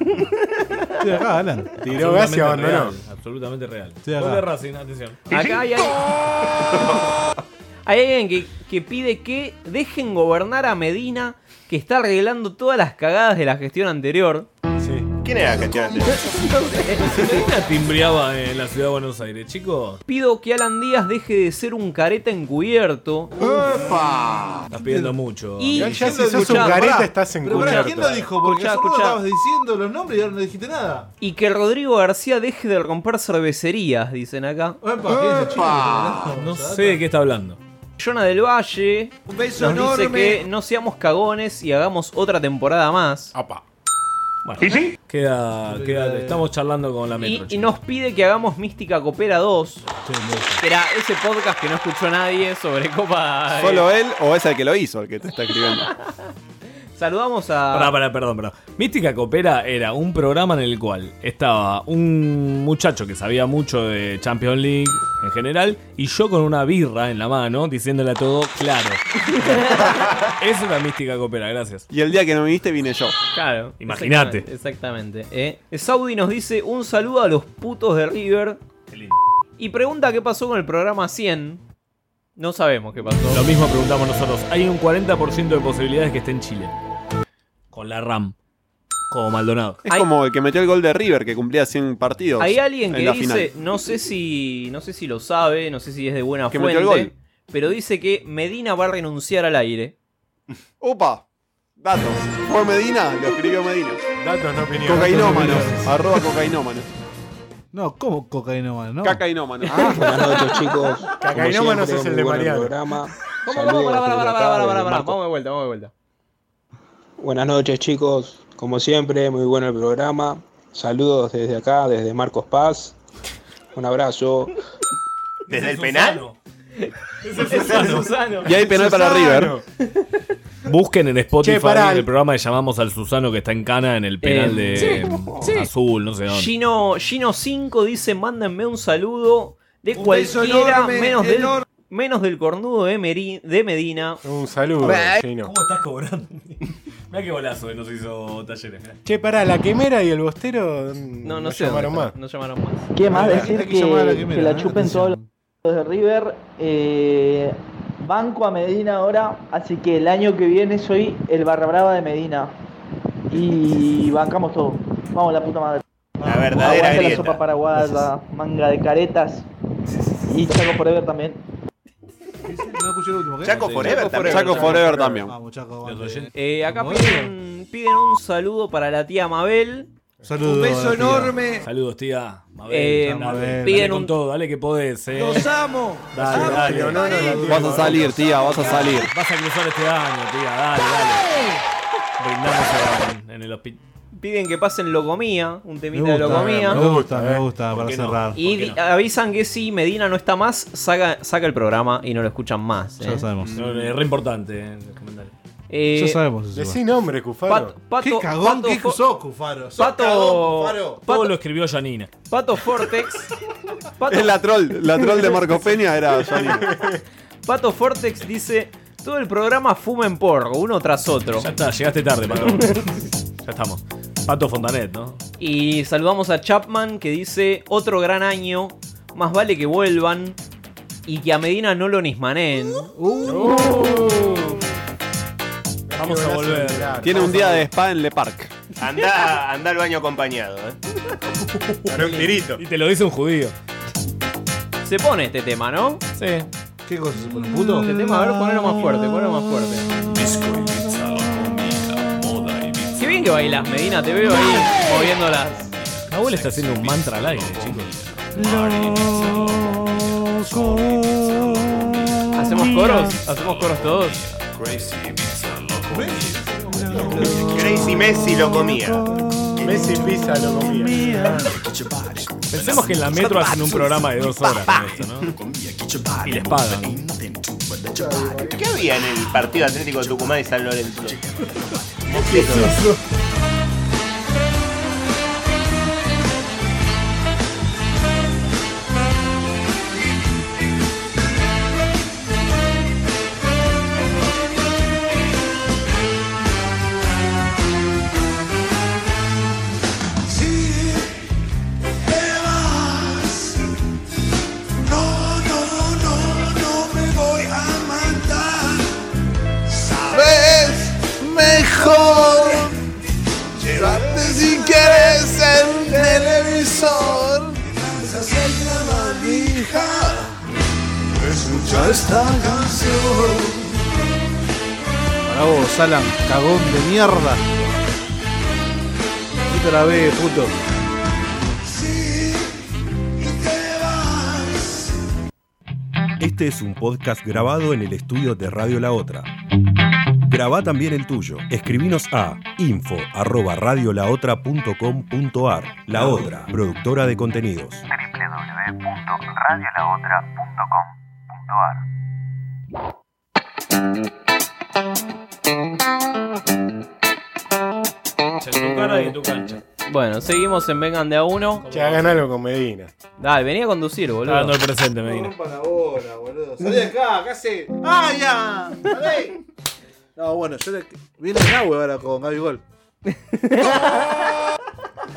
Speaker 3: Estoy acá, Alan. Tiró gas y abandonó.
Speaker 11: real, absolutamente real.
Speaker 3: Sí, acá.
Speaker 11: Gol de Racing, atención.
Speaker 10: Acá hay, hay- hay alguien que, que pide que dejen gobernar a Medina, que está arreglando todas las cagadas de la gestión anterior.
Speaker 2: ¿Quién era la gestión anterior?
Speaker 11: Si Medina timbreaba en la ciudad de Buenos Aires, chicos.
Speaker 10: Pido que Alan Díaz deje de ser un careta encubierto.
Speaker 11: Estás pidiendo mucho.
Speaker 10: Y-
Speaker 3: Ya, ya si
Speaker 10: Escuchá,
Speaker 3: sos un careta
Speaker 10: pará.
Speaker 3: estás en
Speaker 10: Pero pará,
Speaker 3: cuarto.
Speaker 10: ¿quién
Speaker 15: ¿Quién lo dijo? Porque
Speaker 10: Escuchá,
Speaker 15: solo
Speaker 10: escuchá.
Speaker 15: estabas diciendo los nombres y ahora no dijiste nada.
Speaker 10: Y que Rodrigo García deje de romper cervecerías, dicen acá.
Speaker 15: Epa, ¿qué dice,
Speaker 10: Epa.
Speaker 15: chico?
Speaker 11: No sé de qué está hablando.
Speaker 10: Jonah del Valle
Speaker 15: Un beso
Speaker 10: nos dice
Speaker 15: enorme.
Speaker 10: que no seamos cagones y hagamos otra temporada más. Bueno.
Speaker 11: Queda, queda, estamos charlando con eh, la
Speaker 10: Y,
Speaker 11: metro.
Speaker 10: y nos pide que hagamos Mística Copera 2, que era ese podcast que no escuchó nadie sobre Copa.
Speaker 8: ¿Solo él o es el que lo hizo el que te está escribiendo?
Speaker 10: Saludamos a.
Speaker 11: Pará, pará, perdón, perdón. Mística Copera era un programa en el cual estaba un muchacho que sabía mucho de Champions League en general y yo con una birra en la mano diciéndole a todo claro. es una Mística Copera, gracias.
Speaker 8: Y el día que no viniste vine yo.
Speaker 10: Claro.
Speaker 11: Imaginate.
Speaker 10: Exactamente. exactamente, ¿eh? Saudi nos dice un saludo a los putos de River. Y pregunta qué pasó con el programa 100. No sabemos qué pasó.
Speaker 11: Lo mismo preguntamos nosotros. Hay un 40% de posibilidades que esté en Chile. Con la RAM. Como Maldonado.
Speaker 8: Es como el que metió el gol de River que cumplía 100 partidos.
Speaker 10: Hay alguien
Speaker 8: en
Speaker 10: que
Speaker 8: la
Speaker 10: dice,
Speaker 8: final.
Speaker 10: no sé si no sé si lo sabe, no sé si es de buena
Speaker 8: Que metió el
Speaker 10: fuente,
Speaker 8: gol.
Speaker 10: pero dice que Medina va a renunciar al aire.
Speaker 8: ¡Opa! Datos. Fue Medina, lo escribió Medina.
Speaker 3: Datos, no opinión.
Speaker 8: Cocainómanos. arroba cocainómanos.
Speaker 15: No, ¿cómo cocainómano? No.
Speaker 8: Cacainómanos.
Speaker 14: Ah, Buenas noches, chicos.
Speaker 15: Cacainómanos
Speaker 14: Como siempre,
Speaker 15: es el
Speaker 14: muy
Speaker 15: de
Speaker 14: bueno
Speaker 15: Mariano.
Speaker 14: programa.
Speaker 10: Vamos,
Speaker 14: Saludos
Speaker 10: vamos,
Speaker 14: desde
Speaker 10: pará, pará, pará,
Speaker 14: acá,
Speaker 10: pará,
Speaker 14: desde
Speaker 10: pará, pará.
Speaker 14: Marco.
Speaker 10: Vamos de vuelta, vamos de vuelta.
Speaker 14: Buenas noches, chicos. Como siempre, muy bueno el programa. Saludos desde acá, desde Marcos Paz. Un abrazo.
Speaker 2: ¿Desde el penal?
Speaker 10: Susano.
Speaker 8: Y hay penal para River.
Speaker 11: Busquen en Spotify
Speaker 10: Che, pará.
Speaker 11: el programa que llamamos al Susano que está en cana en el penal
Speaker 10: Eh,
Speaker 11: de
Speaker 10: sí, sí.
Speaker 11: Azul, no sé dónde.
Speaker 10: Gino, Gino 5 dice: mándenme un saludo de
Speaker 6: Un beso
Speaker 10: cualquiera
Speaker 6: enorme,
Speaker 10: menos, del,
Speaker 6: enorme.
Speaker 10: menos del cornudo de, Meri- de Medina.
Speaker 3: Un saludo, Gino.
Speaker 11: ¿Cómo estás cobrando? Mira qué golazo que nos hizo Talleres. mirá.
Speaker 3: Che, pará, la quemera y el bostero.
Speaker 10: No,
Speaker 3: No,
Speaker 10: no sé.
Speaker 3: llamaron
Speaker 10: dónde
Speaker 3: más.
Speaker 10: está, No llamaron más.
Speaker 9: ¿Qué más
Speaker 3: La
Speaker 9: decir
Speaker 3: gente
Speaker 9: que,
Speaker 3: que llamaba a la quimera,
Speaker 9: que la
Speaker 3: ¿no?
Speaker 9: chupen todos los de River? Eh, banco a Medina ahora, así que el año que viene soy el barra brava de Medina. Y bancamos todo. Vamos, la puta madre.
Speaker 2: La verdadera
Speaker 9: Aguante la
Speaker 2: grieta.
Speaker 9: sopa paraguaya, manga de caretas. Y Chaco Forever también.
Speaker 15: No escuché lo último. ¿qué?
Speaker 2: Chaco Forever también.
Speaker 8: Chaco Forever también.
Speaker 15: Vamos, Chaco. vamos.
Speaker 10: Eh, acá piden, piden un saludo para la tía Mabel.
Speaker 15: Saludos, Un beso
Speaker 11: Tía. Saludos, tía. Mabel,
Speaker 10: Eh,
Speaker 11: chao, Mabel.
Speaker 10: piden
Speaker 11: Dale
Speaker 10: un-
Speaker 11: con todo, dale que podés. Eh.
Speaker 10: amo!
Speaker 11: Dale, dale.
Speaker 8: Vas a salir, tía, vas a salir.
Speaker 11: Vas a cruzar este año, tía. Dale, dale. Brindamos en, en el hospital.
Speaker 10: Piden que pasen Locomía, un
Speaker 15: Me
Speaker 10: temita
Speaker 15: gusta,
Speaker 10: de Locomía.
Speaker 15: me gusta, me gusta para
Speaker 11: ¿Eh? qué no?
Speaker 15: cerrar.
Speaker 10: Y di- avisan que si Medina no está más, saca, saca el programa y no lo escuchan más.
Speaker 15: Ya
Speaker 10: ¿eh?
Speaker 15: lo sabemos.
Speaker 11: No, es re importante eh, el comentario.
Speaker 10: Eh,
Speaker 15: Ya sabemos eso.
Speaker 3: Decí nombre,
Speaker 10: Pat-
Speaker 3: Cufaro.
Speaker 10: Pato-
Speaker 15: Qué cagón
Speaker 10: Pato
Speaker 15: que
Speaker 10: Fo-
Speaker 15: sos, Cufaro. Sos
Speaker 10: Pato-
Speaker 15: cagón, Cufaro.
Speaker 11: Todo lo escribió Janina.
Speaker 10: Pato Fortex. Pato,
Speaker 8: Es la troll, la troll de Marco Peña era Johnny.
Speaker 10: Pato Fortex dice: Todo el programa fuma en porro, uno tras otro.
Speaker 11: Ya está, llegaste tarde, Pato. ya estamos. Pato Fontanet, ¿no?
Speaker 10: Y saludamos a Chapman que dice: Otro gran año, más vale que vuelvan y que a Medina no lo nismanen.
Speaker 8: Uh.
Speaker 3: Uh.
Speaker 11: Vamos a volver.
Speaker 8: Tiene un día de spa en Le Parc.
Speaker 2: Andá, andá al baño acompañado, eh. Para un tirito.
Speaker 11: Y te lo dice un judío.
Speaker 10: Se pone este tema, ¿no?
Speaker 11: Sí.
Speaker 15: ¿Qué cosa se pone
Speaker 10: Puto,
Speaker 15: puto?
Speaker 10: este tema, a ver, ponelo más fuerte, ponelo más fuerte. Qué bien que bailas, Medina, te veo ahí moviéndolas.
Speaker 11: Nahuel está haciendo un mantra al aire, chicos.
Speaker 10: ¿Hacemos coros? ¿Hacemos coros todos?
Speaker 2: Crazy Messi lo comía.
Speaker 3: Messi Pizza lo comía.
Speaker 11: Pensemos que en la metro hacen un programa de dos horas con esto, ¿no? Y les pagan.
Speaker 2: ¿Qué había en el partido Atlético de Tucumán y San Lorenzo?
Speaker 6: Si te vas, no, no, no, no me voy a matar. Sabes mejor, llévate si quieres el televisor. Deshacer la manija, escucha esta canción.
Speaker 1: Para vos, Salam, cagón de mierda. Puta la ve, puto.
Speaker 5: Este es un podcast grabado en el estudio de Radio La Otra. Grabá también el tuyo. Escribinos a info@radiolaotra.com.ar. La Otra, productora de contenidos.
Speaker 6: www.radiolaotra.com.ar
Speaker 10: Bueno, seguimos en Vengan de a uno.
Speaker 3: Che, hagan algo con Medina.
Speaker 10: Dale, venía a conducir, boludo.
Speaker 11: Ah,
Speaker 3: Está dando el presente, Medina.
Speaker 15: Rompa la bola, boludo. Salí de acá, ¿qué hace? ¡Ah, ya! ¡Salí! No, bueno, yo le... Viene el Nahue ahora con Gaby Gol.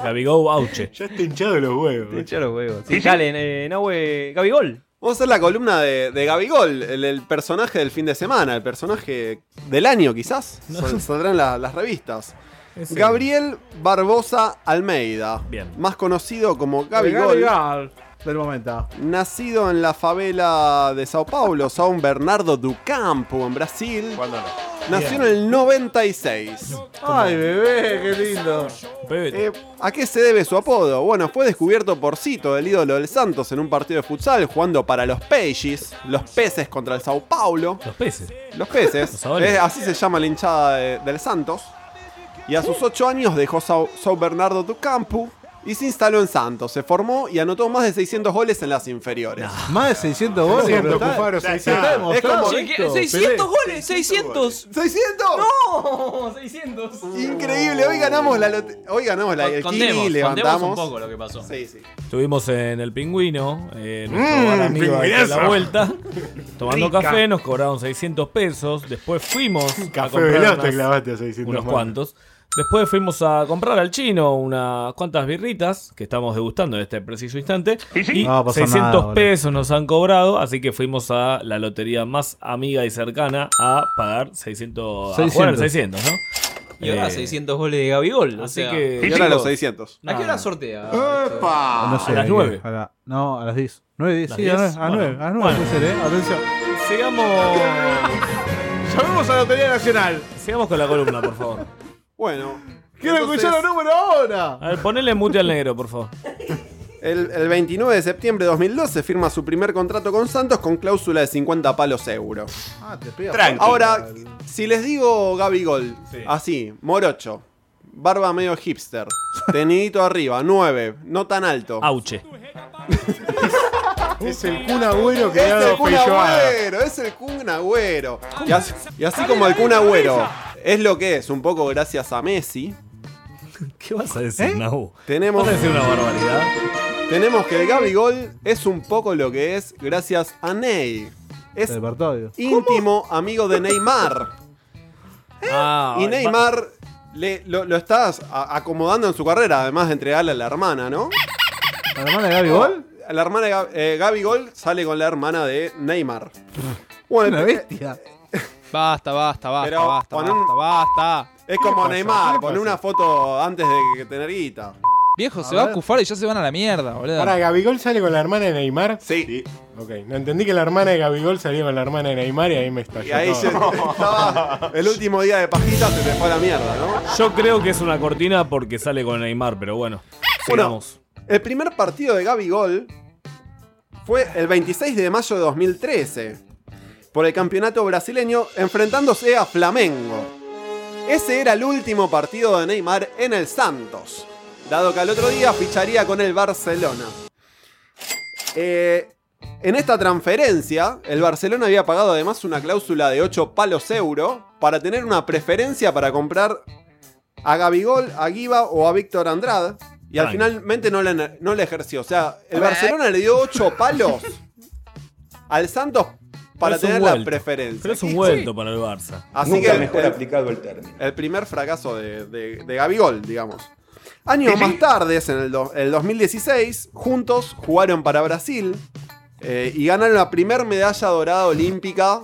Speaker 11: Gabigol Auche.
Speaker 3: Ya está hinchado los huevos.
Speaker 10: hinchado los huevos. Sí, dale, eh, Nahue. Gabigol.
Speaker 8: Vamos a hacer la columna de, de Gabigol, el, el personaje del fin de semana, el personaje del año quizás. Sal- Saldrán la- las revistas.
Speaker 11: Es el-
Speaker 8: Gabriel Barbosa Almeida,
Speaker 11: Bien.
Speaker 8: más conocido como
Speaker 15: Gaby
Speaker 8: Gabigol,
Speaker 15: Gol. Del momento.
Speaker 8: nacido en la favela de Sao Paulo, São Bernardo do Campo, en Brasil. Nació en el 96.
Speaker 15: Ay, bebé, qué lindo.
Speaker 8: Eh, ¿A qué se debe su apodo? Bueno, fue descubierto por Cito, el ídolo del Santos, en un partido de futsal jugando para los Pages, los peces contra el Sao Paulo.
Speaker 11: Los peces.
Speaker 8: Los peces.
Speaker 11: Los sabores.
Speaker 8: Eh, así se llama la hinchada de- del Santos. Y a sus 8 años dejó Sao, Sao Bernardo do Campo Y se instaló en Santos, se formó y anotó más de 600 goles en las inferiores.
Speaker 1: Más de 600 goles.
Speaker 8: Siento,
Speaker 1: bro.
Speaker 8: Cufaro,
Speaker 1: Está-
Speaker 8: 600.
Speaker 1: está demostrado.
Speaker 8: Es como-
Speaker 1: Cheque-
Speaker 10: 600 goles, 600.
Speaker 8: 600.
Speaker 11: ¡Oh!
Speaker 10: No, 600.
Speaker 8: Increíble, hoy ganamos la lote- hoy ganamos la el
Speaker 10: Contemos,
Speaker 8: Kini,
Speaker 10: contemos
Speaker 8: levantamos.
Speaker 10: un poco lo que pasó.
Speaker 8: Sí, sí.
Speaker 11: Estuvimos en el pingüino, eh,
Speaker 8: Mm,
Speaker 11: nuestro bar amigo de
Speaker 8: pingüinazo.
Speaker 11: la vuelta, tomando
Speaker 3: Rica.
Speaker 11: café, nos cobraron 600 pesos, después fuimos a
Speaker 3: Café
Speaker 11: comprar
Speaker 3: veloz te
Speaker 11: unas-
Speaker 3: clavaste a 600
Speaker 11: unos
Speaker 3: mangos.
Speaker 11: cuantos. Después fuimos a comprar al chino unas cuantas birritas que estamos degustando en este preciso instante. Y,
Speaker 1: No pasó
Speaker 11: 600
Speaker 1: nada, boludo.
Speaker 11: pesos nos han cobrado, así que fuimos a la lotería más amiga y cercana a pagar 600, a jugar al 600,
Speaker 10: 600.
Speaker 11: ¿no?
Speaker 10: Y ahora
Speaker 11: Eh,
Speaker 10: 600 goles de Gabigol.
Speaker 11: así
Speaker 10: o sea,
Speaker 11: que- Ah. Y ahora los 600.
Speaker 10: ¿A qué hora sortea?
Speaker 1: No sé,
Speaker 11: Ah, a las
Speaker 1: eh,
Speaker 11: 9.
Speaker 1: a la- no, a las 10. 9, 10.
Speaker 11: ¿Las
Speaker 1: Sí, a
Speaker 11: 10?
Speaker 1: las 9.
Speaker 11: Bueno.
Speaker 1: a las 9
Speaker 11: Bueno.
Speaker 1: puede ser, ¿eh? Atención.
Speaker 11: Sigamos. eh.
Speaker 1: Llamemos a la Lotería Nacional.
Speaker 11: Sigamos con la columna, por favor.
Speaker 8: Bueno.
Speaker 1: Quiero escuchar los números ahora.
Speaker 11: A ver, ponele mute al negro, por favor.
Speaker 8: El, el 29 de septiembre de 2012 firma su primer contrato con Santos con cláusula de 50 palos euro.
Speaker 1: Ah, te pega.
Speaker 8: Ahora, si les digo Gabigol, así, morocho, barba medio hipster, tenidito arriba, 9, no tan alto.
Speaker 11: Auche.
Speaker 3: Es el Kun Agüero que
Speaker 8: es
Speaker 3: le ha
Speaker 8: el
Speaker 3: dado
Speaker 8: Kun
Speaker 3: Feijoada.
Speaker 8: Agüero, es el Kun Agüero. Y así, y así como el Kun Agüero es lo que es, un poco gracias a Messi.
Speaker 11: ¿Qué vas a
Speaker 8: ¿Eh?
Speaker 11: decir, Nahu?
Speaker 8: Tenemos,
Speaker 11: Vas a decir una barbaridad.
Speaker 8: Tenemos que el Gabigol es un poco lo que es gracias a Ney. Es íntimo amigo de Neymar.
Speaker 11: Ah,
Speaker 8: y
Speaker 11: va-
Speaker 8: Neymar le- lo, lo estás a- acomodando en su carrera, además de entregarle a la hermana, ¿no?
Speaker 1: ¿La hermana de Gabigol?
Speaker 8: La hermana de Gab- eh, Gabigol sale con la hermana de Neymar. Bueno,
Speaker 1: Una bestia.
Speaker 30: Basta, basta, basta,
Speaker 8: Pero
Speaker 30: basta,
Speaker 8: con
Speaker 30: basta,
Speaker 8: un-
Speaker 30: basta.
Speaker 8: Es como
Speaker 30: pasa? ¿Qué
Speaker 8: Neymar,
Speaker 30: le
Speaker 8: pon
Speaker 30: pasa?
Speaker 8: una foto antes de que tener guita.
Speaker 30: Viejo, se
Speaker 8: A
Speaker 30: va
Speaker 8: ver.
Speaker 30: a cufar y ya se van a la mierda, boludo.
Speaker 3: Ahora, ¿Gabigol sale con la hermana de Neymar?
Speaker 8: Sí.
Speaker 3: Ok, no entendí que la hermana de Gabigol salía con la hermana de Neymar y ahí me estalló.
Speaker 8: Y ahí
Speaker 3: todo.
Speaker 8: se- estaba el último día de pajita, se te fue a la mierda, ¿no?
Speaker 11: Yo creo que es una cortina porque sale con Neymar, pero bueno.
Speaker 8: Bueno,
Speaker 11: Sigamos.
Speaker 8: El primer partido de Gabigol fue el 26 de mayo de 2013 por el campeonato brasileño enfrentándose a Flamengo. Ese era el último partido de Neymar en el Santos, dado que al otro día ficharía con el Barcelona. Eh, en esta transferencia, el Barcelona había pagado además una cláusula de 8 palos euro para tener una preferencia para comprar a Gabigol, a Guiba o a Víctor Andrade. Y al
Speaker 11: Tranqui.
Speaker 8: finalmente no la, no la ejerció. O sea, el Barcelona le dio 8 palos al Santos
Speaker 11: Pero
Speaker 8: para
Speaker 11: es un
Speaker 8: tener la
Speaker 11: vuelto.
Speaker 8: preferencia.
Speaker 11: Pero es un vuelto para el Barça.
Speaker 8: Así que el, término. El primer fracaso de, de- de Gabigol, digamos. Años más tarde, en el, do- el 2016, juntos jugaron para Brasil eh, y ganaron la primer medalla dorada olímpica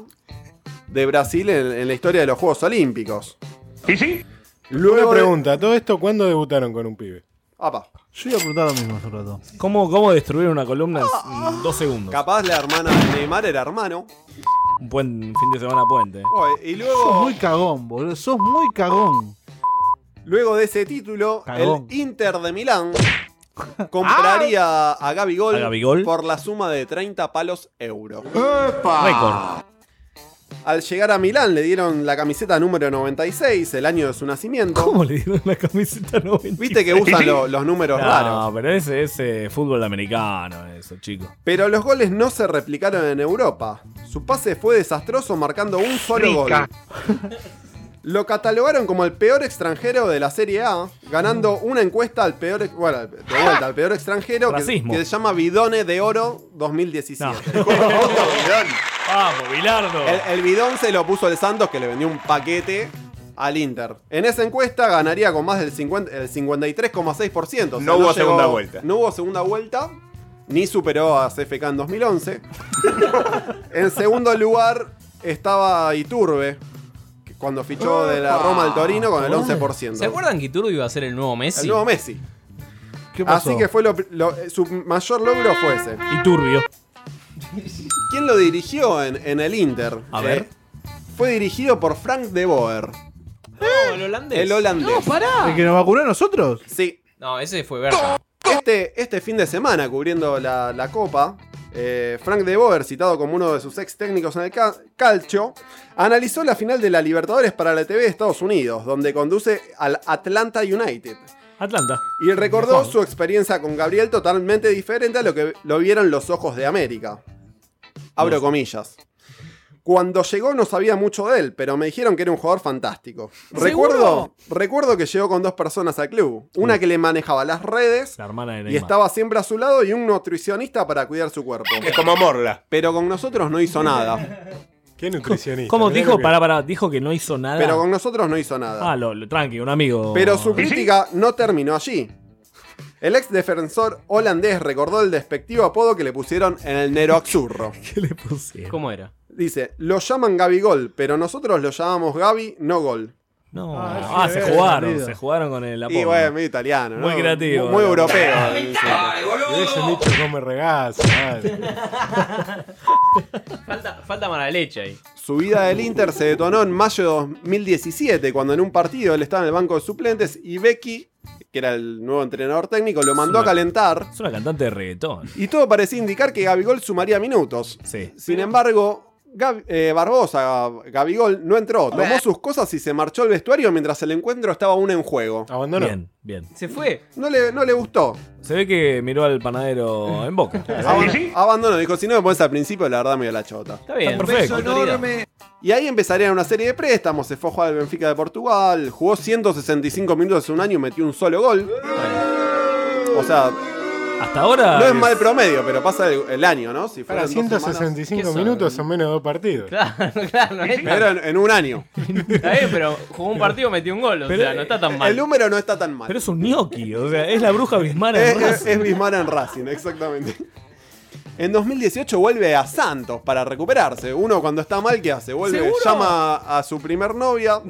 Speaker 8: de Brasil en, en la historia de los Juegos Olímpicos. ¿Y sí? Luego
Speaker 3: Una
Speaker 8: de-
Speaker 3: pregunta, ¿todo esto cuándo debutaron con un pibe?
Speaker 8: Apa.
Speaker 1: Yo iba a preguntar lo mismo hace un rato.
Speaker 11: ¿Cómo, cómo destruir una columna
Speaker 8: Oh.
Speaker 11: en dos segundos?
Speaker 8: Ah, Capaz la hermana de Neymar era hermano.
Speaker 11: Un buen fin de semana puente.
Speaker 8: Oh, y
Speaker 1: Sos
Speaker 8: luego,
Speaker 1: muy cagón, boludo. Sos muy cagón.
Speaker 8: luego de ese título,
Speaker 1: Cagón.
Speaker 8: el Inter de Milán compraría a Gabigol,
Speaker 11: ¿A Gabigol?
Speaker 8: por la suma de 30 palos euro.
Speaker 11: Récord.
Speaker 8: Al llegar a Milán le dieron la camiseta número 96, el año de su nacimiento.
Speaker 11: ¿Cómo le dieron la camiseta 90?
Speaker 8: Viste que usan lo- los números
Speaker 11: no,
Speaker 8: raros.
Speaker 11: pero ese es eh, fútbol americano, eso, chico.
Speaker 8: Pero los goles no se replicaron en Europa. Su pase fue desastroso marcando un solo
Speaker 11: Rica.
Speaker 8: gol. Lo catalogaron como el peor extranjero de la Serie A, ganando una encuesta al peor, ex- bueno, de vuelta, al peor extranjero que,
Speaker 11: Racismo.
Speaker 8: que se llama Bidone de Oro 2017.
Speaker 11: Vamos, Bilardo.
Speaker 8: El, el bidón se lo puso el Santos que le vendió un paquete al Inter. En esa encuesta ganaría con más del 50 el 53,6%. o sea,
Speaker 2: No hubo segunda vuelta.
Speaker 8: No hubo segunda vuelta. Ni superó a CFK en 2011. en segundo lugar estaba Iturbe, que cuando fichó de la Roma al Torino con el 11%.
Speaker 10: ¿Se acuerdan que Turu iba a ser el nuevo Messi?
Speaker 8: El nuevo Messi.
Speaker 10: pasó?
Speaker 8: Así que fue lo, lo- eh, su mayor logro fue ese.
Speaker 11: Y turbio.
Speaker 8: ¿Quién lo dirigió en, en el Inter? Eh,
Speaker 11: A ver.
Speaker 8: fue dirigido por Frank de Boer.
Speaker 10: el holandés.
Speaker 8: El holandés.
Speaker 10: No, pará.
Speaker 1: ¿El que nos vacunó a nosotros?
Speaker 8: Sí.
Speaker 10: No, ese fue Berta.
Speaker 8: Este, este fin de semana, cubriendo la, la copa, eh, Frank de Boer, citado como uno de sus ex técnicos en el ca- calcio, analizó la final de la Libertadores para la TV de Estados Unidos, donde conduce al Atlanta United.
Speaker 11: Atlanta.
Speaker 8: Y recordó su experiencia con Gabriel totalmente diferente a lo que lo vieron los ojos de América. Abro
Speaker 11: Uf.
Speaker 8: comillas. Cuando llegó no sabía mucho de él, pero me dijeron que era un jugador fantástico. Recuerdo, recuerdo que llegó con dos personas al club. Una que le manejaba las redes
Speaker 11: La hermana de
Speaker 8: y
Speaker 11: Neymar.
Speaker 8: estaba siempre a su lado y un nutricionista para cuidar su cuerpo.
Speaker 11: Es como
Speaker 8: Morla. Pero con nosotros no hizo nada.
Speaker 3: ¿Qué nutricionista?
Speaker 11: ¿Cómo dijo? Pará, pará, dijo que no hizo nada.
Speaker 8: Pero con nosotros no hizo nada.
Speaker 11: Ah, lo, lo- tranqui, un amigo.
Speaker 8: Pero su crítica no terminó allí. El ex defensor holandés recordó el despectivo apodo que le pusieron en el Neroxurro.
Speaker 10: ¿Cómo era?
Speaker 8: Dice, lo llaman Gaby Gol, pero nosotros lo llamamos Gaby no Gol.
Speaker 11: No. Ah, ah, se jugaron, se jugaron con el apodo.
Speaker 8: Y bueno, medio italiano, ¿no?
Speaker 11: Muy creativo.
Speaker 8: Muy, muy europeo. dice.
Speaker 3: Ese nicho come regazo.
Speaker 10: Falta, falta mala leche ahí.
Speaker 8: Su vida del Inter se detonó en mayo de 2017, cuando en un partido él estaba en el banco de suplentes y Becky, que era el nuevo entrenador técnico, lo mandó a
Speaker 11: una-
Speaker 8: calentar.
Speaker 11: Es una cantante de reggaetón.
Speaker 8: Y todo parecía indicar que Gabigol sumaría minutos. Sin embargo, Gab- eh, Barbosa, Gabigol, no entró. Tomó sus cosas y se marchó al vestuario mientras el encuentro estaba aún en juego.
Speaker 3: Abandonó.
Speaker 11: Bien, bien.
Speaker 10: Se fue.
Speaker 8: No le, no le gustó.
Speaker 11: Se ve que miró al panadero en boca.
Speaker 8: Aban- Abandonó. Dijo, si no me pones al principio, la verdad me dio la chota. Está
Speaker 11: bien, perfecto. Un beso enorme.
Speaker 8: Y ahí empezarían una serie de préstamos. Se fue a jugar al Benfica de Portugal. Jugó 165 minutos en un año y metió un solo gol. O sea,
Speaker 11: hasta ahora...
Speaker 8: no es
Speaker 11: es-
Speaker 8: mal promedio, pero pasa el, el año, ¿no? Si fueran
Speaker 3: Para
Speaker 8: dos
Speaker 3: 165
Speaker 8: semanas.
Speaker 3: minutos son menos de dos partidos.
Speaker 10: Claro, no es tan-
Speaker 8: Pero en, en un año.
Speaker 10: Está bien, pero jugó un partido, metió un gol. O
Speaker 11: Pero-
Speaker 10: sea, no está tan mal.
Speaker 8: El número no está tan mal.
Speaker 11: Pero es un gnocchi, o sea, es la bruja Bismara
Speaker 8: Es,
Speaker 11: en
Speaker 8: es,
Speaker 11: Racing.
Speaker 8: es Bismar en Racing, exactamente. En 2018 vuelve a Santos para recuperarse. Uno cuando está mal, ¿qué hace? Vuelve,
Speaker 11: ¿Seguro?
Speaker 8: llama a su primer novia.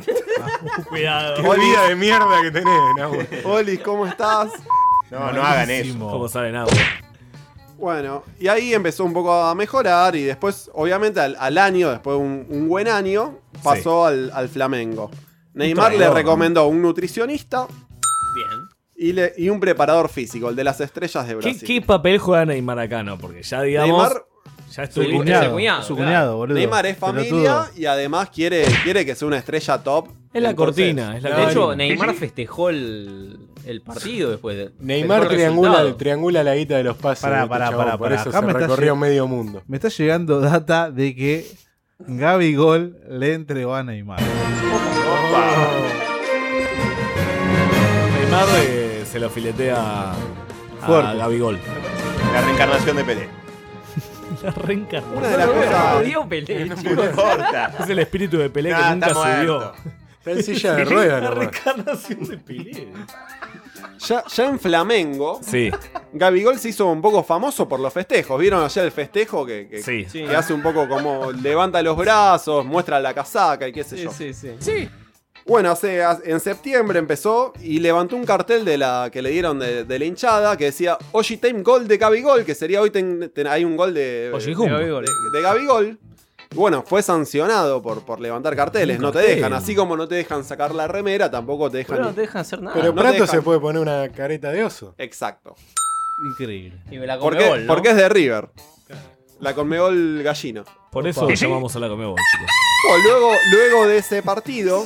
Speaker 11: Cuidado.
Speaker 3: Qué vida de mierda que tenés, Nahuel.
Speaker 8: Olis, ¿cómo estás?
Speaker 3: No, no hagan eso.
Speaker 11: ¿Cómo saben algo?
Speaker 8: Bueno, y ahí empezó un poco a mejorar y después, obviamente, al, al año, después de un, un buen año, pasó al, al Flamengo. Neymar le
Speaker 11: traidor, ¿no?
Speaker 8: recomendó un nutricionista
Speaker 10: Bien.
Speaker 8: y, le- y un preparador físico, el de las estrellas de
Speaker 11: ¿Qué,
Speaker 8: Brasil.
Speaker 11: qué papel juega Neymar acá? No, porque ya digamos...
Speaker 8: Neymar-
Speaker 11: ya
Speaker 1: Su
Speaker 11: estuvo
Speaker 1: cuñado,
Speaker 8: claro.
Speaker 1: su cuñado, boludo.
Speaker 8: Neymar es familia
Speaker 1: Pelotudo.
Speaker 8: y además quiere, quiere que sea una estrella top.
Speaker 11: Es la
Speaker 8: Entonces,
Speaker 11: cortina, es la
Speaker 10: De
Speaker 11: cortina.
Speaker 10: hecho, Neymar festejó el, el partido después de.
Speaker 3: Neymar
Speaker 10: festejó el
Speaker 3: triangula,
Speaker 10: resultado.
Speaker 3: triangula la guita de los pases.
Speaker 1: Pará,
Speaker 3: ¿viste,
Speaker 1: pará,
Speaker 3: chabón?
Speaker 1: pará,
Speaker 3: Por
Speaker 1: pará.
Speaker 3: eso
Speaker 1: Acá
Speaker 3: se
Speaker 1: me está
Speaker 3: recorrió
Speaker 1: lleg-
Speaker 3: medio mundo.
Speaker 1: Me está llegando data de que Gaby Gol le entregó a Neymar.
Speaker 11: Neymar eh, se lo filetea a
Speaker 1: Fuerte.
Speaker 11: Gabigol.
Speaker 2: La reencarnación de Pelé.
Speaker 11: La reencarnación.
Speaker 8: Una de las
Speaker 10: Lo
Speaker 8: cosas.
Speaker 10: dio Pelé,
Speaker 2: No
Speaker 10: chicos.
Speaker 2: importa.
Speaker 11: Es el espíritu de Pelé
Speaker 2: Nah,
Speaker 11: que nunca
Speaker 2: está
Speaker 11: se dio.
Speaker 2: muerto.
Speaker 3: Está en silla de ruedas,
Speaker 11: La
Speaker 3: nomás.
Speaker 11: reencarnación de Pelé.
Speaker 8: Ya, ya en Flamengo,
Speaker 11: Sí,
Speaker 8: Gabigol se hizo un poco famoso por los festejos. ¿Vieron ayer el festejo que, que-
Speaker 11: sí.
Speaker 8: que hace un poco como levanta los brazos, muestra la casaca y qué sé yo?
Speaker 10: Sí, sí, sí.
Speaker 7: Sí.
Speaker 8: Bueno, hace- hace- en septiembre empezó y levantó un cartel de la que le dieron de, de la hinchada que decía Oji Time Gol de Gabigol, que sería hoy ten- ten- hay un gol de,
Speaker 11: Oji
Speaker 8: de,
Speaker 11: Jumbo.
Speaker 8: de Gabigol. Y Bueno, fue sancionado por, por levantar carteles,
Speaker 11: Un
Speaker 8: no te
Speaker 11: cartel.
Speaker 8: dejan, así como no te dejan sacar la remera, tampoco te dejan...
Speaker 10: Pero no te dejan hacer nada.
Speaker 3: Pero
Speaker 8: no te
Speaker 3: Prato
Speaker 8: dejan.
Speaker 3: se puede poner una careta de oso.
Speaker 8: Exacto.
Speaker 11: Increíble.
Speaker 10: Y me la
Speaker 8: ¿Por
Speaker 10: come
Speaker 8: qué?
Speaker 10: gol, ¿no?
Speaker 8: Porque es de River. La Conmebol gallina.
Speaker 11: Por eso llamamos a la Comebol, chicos.
Speaker 8: Bueno, luego, luego de ese partido,